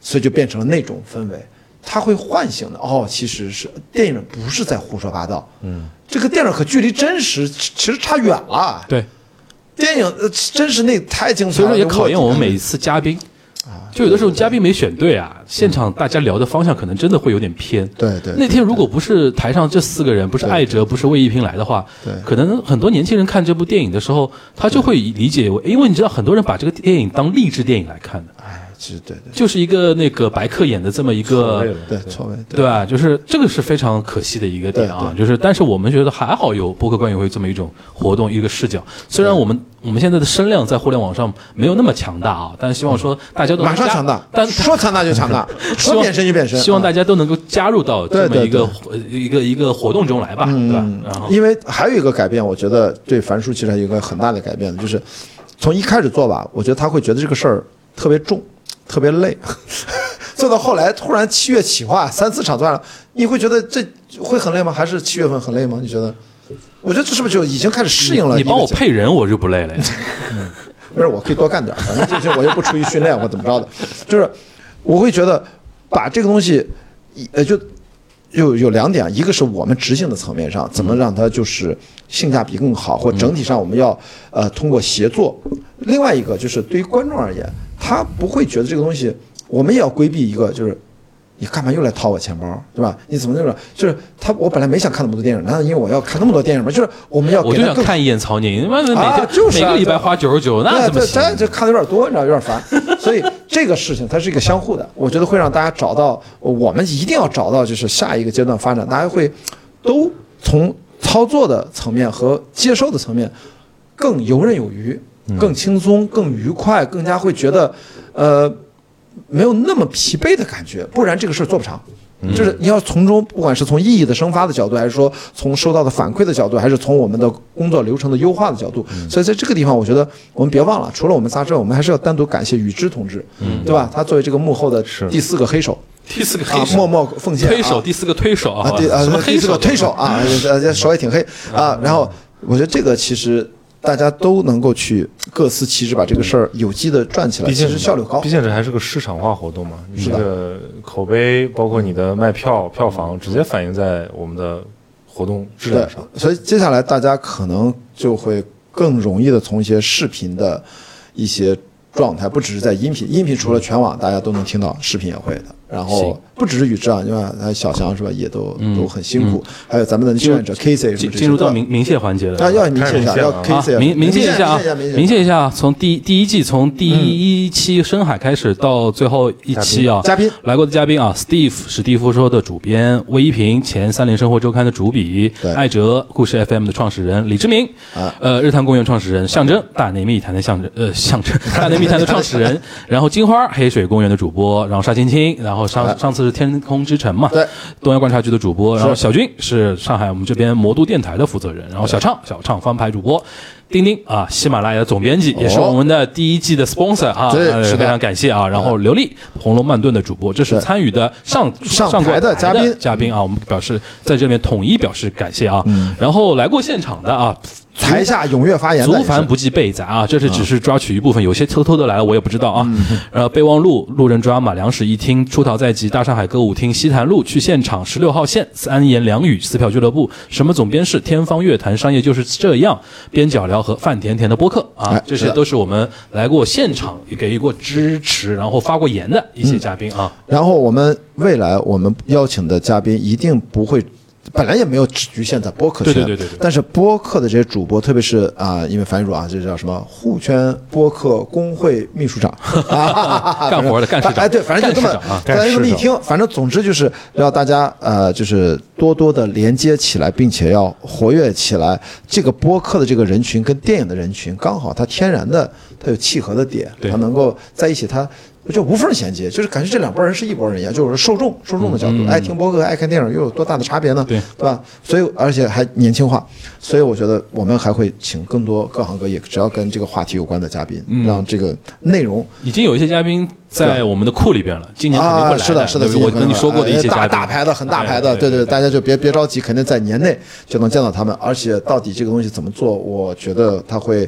所以就变成了那种氛围。他会唤醒的哦，其实是电影不是在胡说八道，嗯，这个电影可距离真实其其实差远了。对，电影呃真实那太精彩所以了，说也就考验我们每体一次嘉宾。啊就有的时候嘉宾没选对啊，现场大家聊的方向可能真的会有点偏。对对对那天如果不是台上这四个人，不是艾哲，不是魏一平来的话，对可能很多年轻人看这部电影的时候，他就会理解为，因为你知道很多人把这个电影当励志电影来看的，哎，是对对就是一个那个白客演的这么一个累了，对，错位对对吧？就是这个是非常可惜的一个点啊，就是但是我们觉得还好有播客观影会这么一种活动一个视角，虽然我们我们现在的声量在互联网上没有那么强大啊，但是希望说大家都能嗯马上加强大，嗯但说强大就 强大，希说望变身就变身。啊希望大家、家都能够加入到这么对对嗯一个活一个一个活动中来吧，对吧？然后因为还有一个改变，我觉得对樊叔其实还有一个很大的改变，就是从一开始做吧，我觉得他会觉得这个事儿特别重，特别累。 做到后来，突然七月企划三四场做完了，你会觉得这会很累吗？还是七月份很累吗？你觉得？我觉得这是不是就已经开始适应了？你帮我，配人，我就不累了 呀。不是，我可以多干点儿，反正这些我又不出于训练或怎么着的，就是我会觉得把这个东西，一呃，就有有两点，一个是我们执行的层面上，怎么让它就是性价比更嗯好，或整体上我们要呃通过协作；另外一个就是对于观众而言，他不会觉得这个东西，我们也要规避一个就是。你干嘛又来掏我钱包，对吧？你怎么那种？就是他，我本来没想看那么多电影，难道因为我要看那么多电影吗？就是我们要我给就他想更看一眼曹宁，妈的每天、啊就是每啊个礼拜花九十九，那对怎么这行？这这看的有点多，你知道，有点烦。所以这个事情它是一个相互的，我觉得会让大家找到，我们一定要找到就是下一个阶段发展，大家会都从操作的层面和接收的层面更游刃有余，嗯更轻松、更愉快，更加会觉得呃没有那么疲惫的感觉，不然这个事儿做不长。就是你要从中，不管是从意义的生发的角度，还是说从收到的反馈的角度，还是从我们的工作流程的优化的角度，嗯所以在这个地方，我觉得我们别忘了，除了我们仨之外，我们还是要单独感谢宇之同志，嗯对吧？他作为这个幕后的第四个黑手，第四个啊黑，手，默默奉献，推啊手，第四个推手，啊好，吧对啊，什么第黑四个手？嗯推手啊， 呃，这手也挺黑啊。然后我觉得这个其实大家都能够去各司其职，把这个事儿有机的转起来，毕其竟实效率高毕。竟这还是个市场化活动嘛，嗯你这个口碑，包括你的卖票、票房，直接反映在我们的活动质对量上。，所以接下来大家可能就会更容易的从一些视频的一些状态，不只是在音频，音频除了全网大家都能听到，视频也会嗯的。然后行不只是宇智啊，另外还有小强是吧，也都都很辛苦，还有咱们的志愿者 K C 什嗯进么这些进入都到要明明谢环节了。啊，要明确一下，开始啊要 K C，，明谢明明谢一下啊，明明谢谢一下啊！从第第一季，从第一期深海开始到最后一期啊，嘉宾来过的嘉宾啊，Steve 史蒂夫说的主编，魏一平前《三联生活周刊》的主笔对，艾哲故事 FM 的创始人李志明，啊呃，日坛公园创始人象征，大内密谈的象征，呃，象 征大内密谈的创始人，然后金花黑水公园的主播，然后沙青青，然后上上次是天空之城嘛，啊对，东阳观察局的主播，然后是小军是上海我们这边魔都电台的负责人，然后小畅小畅翻牌主播。丁丁啊，喜马拉雅的总编辑，也是哦我们的第一季的 sponsor 啊，对呃是的非常感谢啊。然后刘丽，红楼曼顿的主播，这是对参与的上上上过台的嘉宾嘉宾啊，我们表示在这边统一表示感谢啊。然后来过现场的啊，嗯台下踊跃发言的族也是，繁不计被杂啊，这是只是抓取一部分，有些偷偷的来了，我也不知道啊。嗯呃，备忘录、路人抓马、粮食一厅、出逃在即、大上海歌舞厅、西坛路、去现场、十六号线、三言两语、撕票俱乐部、什么总编室、天方乐坛、商业就是这样、边角聊和范甜甜的播客啊哎，这是些的都是我们来过现场给予过支持，然后发过言的嗯一些嘉宾啊。然后我们未来我们邀请的嘉宾一定不会，本来也没有只局限在播客圈，对对对对对但是播客的这些主播，特别是啊、因为樊玉茹啊，这叫什么沪圈播客工会秘书长， 啊、干活的干事长哎，对，反正就这么干事长啊，大家就这么一干事听，反正总之就是让大家呃，就是多多的连接起来，并且要活跃起来。这个播客的这个人群跟电影的人群刚好，它天然的它有契合的点，对它能够在一起，它。就无缝衔接，就是感觉这两拨人是一拨人一样，就是受众受众的角度，爱听播客、爱看电影又有多大的差别呢？嗯对对吧？所以而且还年轻化，所以我觉得我们还会请更多各行各业，只要跟这个话题有关的嘉宾，嗯让这个内容已经有一些嘉宾在我们的库里边了，今年肯定会来啊，是的，是的，对我今天跟你说过的一些可能嘉哎宾，大大牌的很大牌哎的，对对对，大家就别别着急，肯定在年内就能见到他们。而且到底这个东西怎么做，我觉得他会，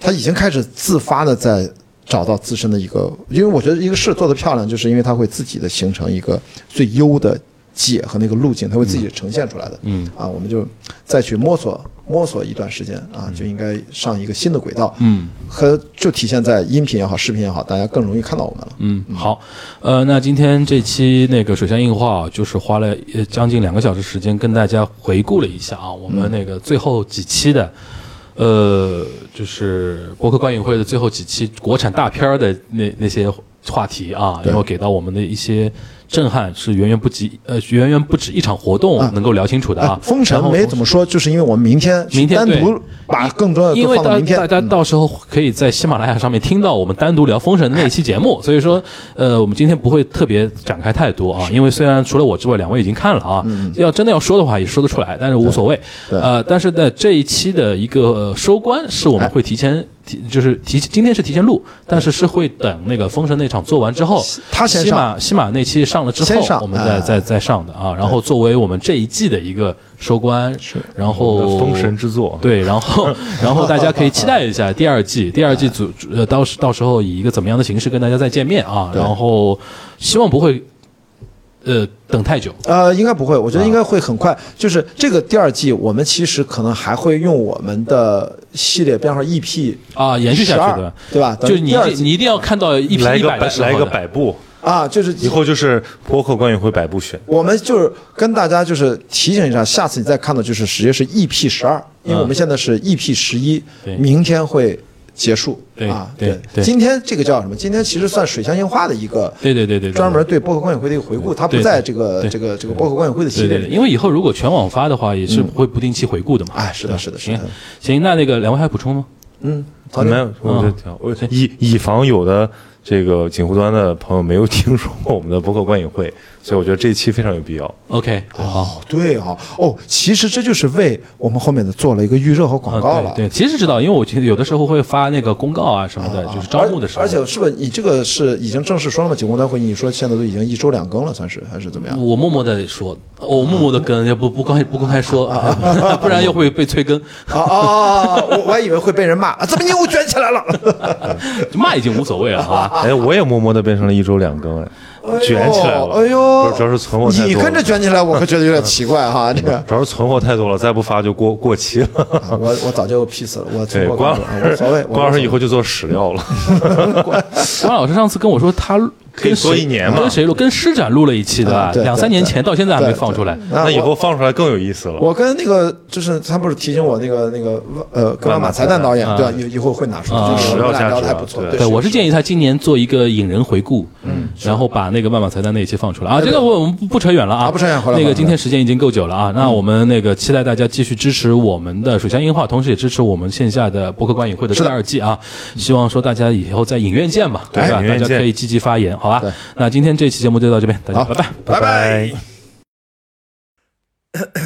他已经开始自发的在。找到自身的一个，因为我觉得一个事做得漂亮，就是因为它会自己的形成一个最优的解和那个路径，它会自己呈现出来的。嗯，啊，我们就再去摸索摸索一段时间啊，就应该上一个新的轨道。嗯，和就体现在音频也好，视频也好，大家更容易看到我们了。嗯，好，呃，那今天这期那个水乡硬化啊，就是花了呃将近两个小时时间跟大家回顾了一下啊，我们那个最后几期的，呃，就是博客观影会的最后几期国产大片儿的那那些话题啊，然后给到我们的一些震撼是远远不及，呃，远远不止一场活动能够聊清楚的啊。 哎封然城后没怎么说，就是因为我们明天去明天单独把更多的因都为放到大明天嗯大。家到时候可以在喜马拉雅上面听到我们单独聊封神的那一期节目，所以说，呃，我们今天不会特别展开太多啊，因为虽然除了我之外，两位已经看了啊，要真的要说的话也说得出来，但是无所谓。嗯对呃，但是呢，这一期的一个呃收官是我哎们会提前提，就是提今天是提前录，但是是会等那个封神那场做完之后，他先喜上马喜马那期上了之先上后，我们再哎再再上的啊，然后作为我们这一季的一个收官，是然后封神之作，哦对，然 后然后大家可以期待一下第二季，第二季组呃到时到时候以一个怎么样的形式跟大家再见面啊？对然后希望不会呃等太久。呃，应该不会，我觉得应该会很快。啊就是这个第二季，我们其实可能还会用我们的系列编号 EP 啊延续下去12的对吧？就是你第二一季定你一定要看到一批来一个百百的时候来的个百步，啊，就是以后就是播客关于会百步选，我们就是跟大家就是提醒一下，下次你再看到就是直接是 EP 十二，因为我们现在是 EP 十一、嗯对明天会结束对啊。对对今天这个叫什么？今天其实算水乡映画的一个对对对对对对专门对播客观影会的一个回顾，它不对在对这个对这个这个播客观影会的系对列对里对，面。因为以后如果全网发的话，也是会不定期回顾的嘛。哎，是的，是的，是行的。行，那那个两位还补充吗？嗯，曹没宁，有，我觉得挺好。我以以防有的这个警户端的朋友没有听说过我们的播客观影会，所以我觉得这一期非常有必要。 OK，好。哎哦，对哦，哦，其实这就是为我们后面的做了一个预热和广告了。啊对，对，其实知道，因为我觉得有的时候会发那个公告啊什么的，就是招募的时候。而且是不是你这个是已经正式说了吗？九宫端会，你说现在都已经一周两更了，算是还是怎么样？我默默的说，我默默的跟，也不不公开不公开说， 啊不然又会被催更， 啊啊啊！啊我我还以为会被人骂，啊、怎么你又卷起来了？骂已经无所谓了啊。哎，我也默默的变成了一周两更，哎，卷起来了。哎不呦，是主要是存货太多了你跟着卷起来，我可觉得有点奇怪哈。这个主要是存货太多了，再不发就过过期了。啊 我我早就 P 死了，我对，我关关老了，啊无所谓师，。 关老师以后就做史料了。关老师上次跟我说他可以跟说谁一年嘛跟谁录？跟师展录了一期对吧啊？对两三对年对前到现在还没对放出来。那那以我后放出来更有意思了。我跟那个就是他不是提醒我那个那个呃格拉马才旦导演对吧？以以后会拿出来，啊就是史料我俩价值聊的还啊不错。对对，我是建议议他今年做一个引人回顾，嗯，然后把那个万马才旦那一期放出来啊。这个我我们不不扯远了啊，啊不扯远回来那回个来今天时间已经够久了啊，那我们那个期待大家继续支持我们的水乡音画，同时也支持我们线下的博客观影会的第二季啊。希望说大家以后哎在影院见吧，对对吧？影大院家见可以积极发言，好吧对？那今天这期节目就到这边，大家好拜拜。拜拜。拜。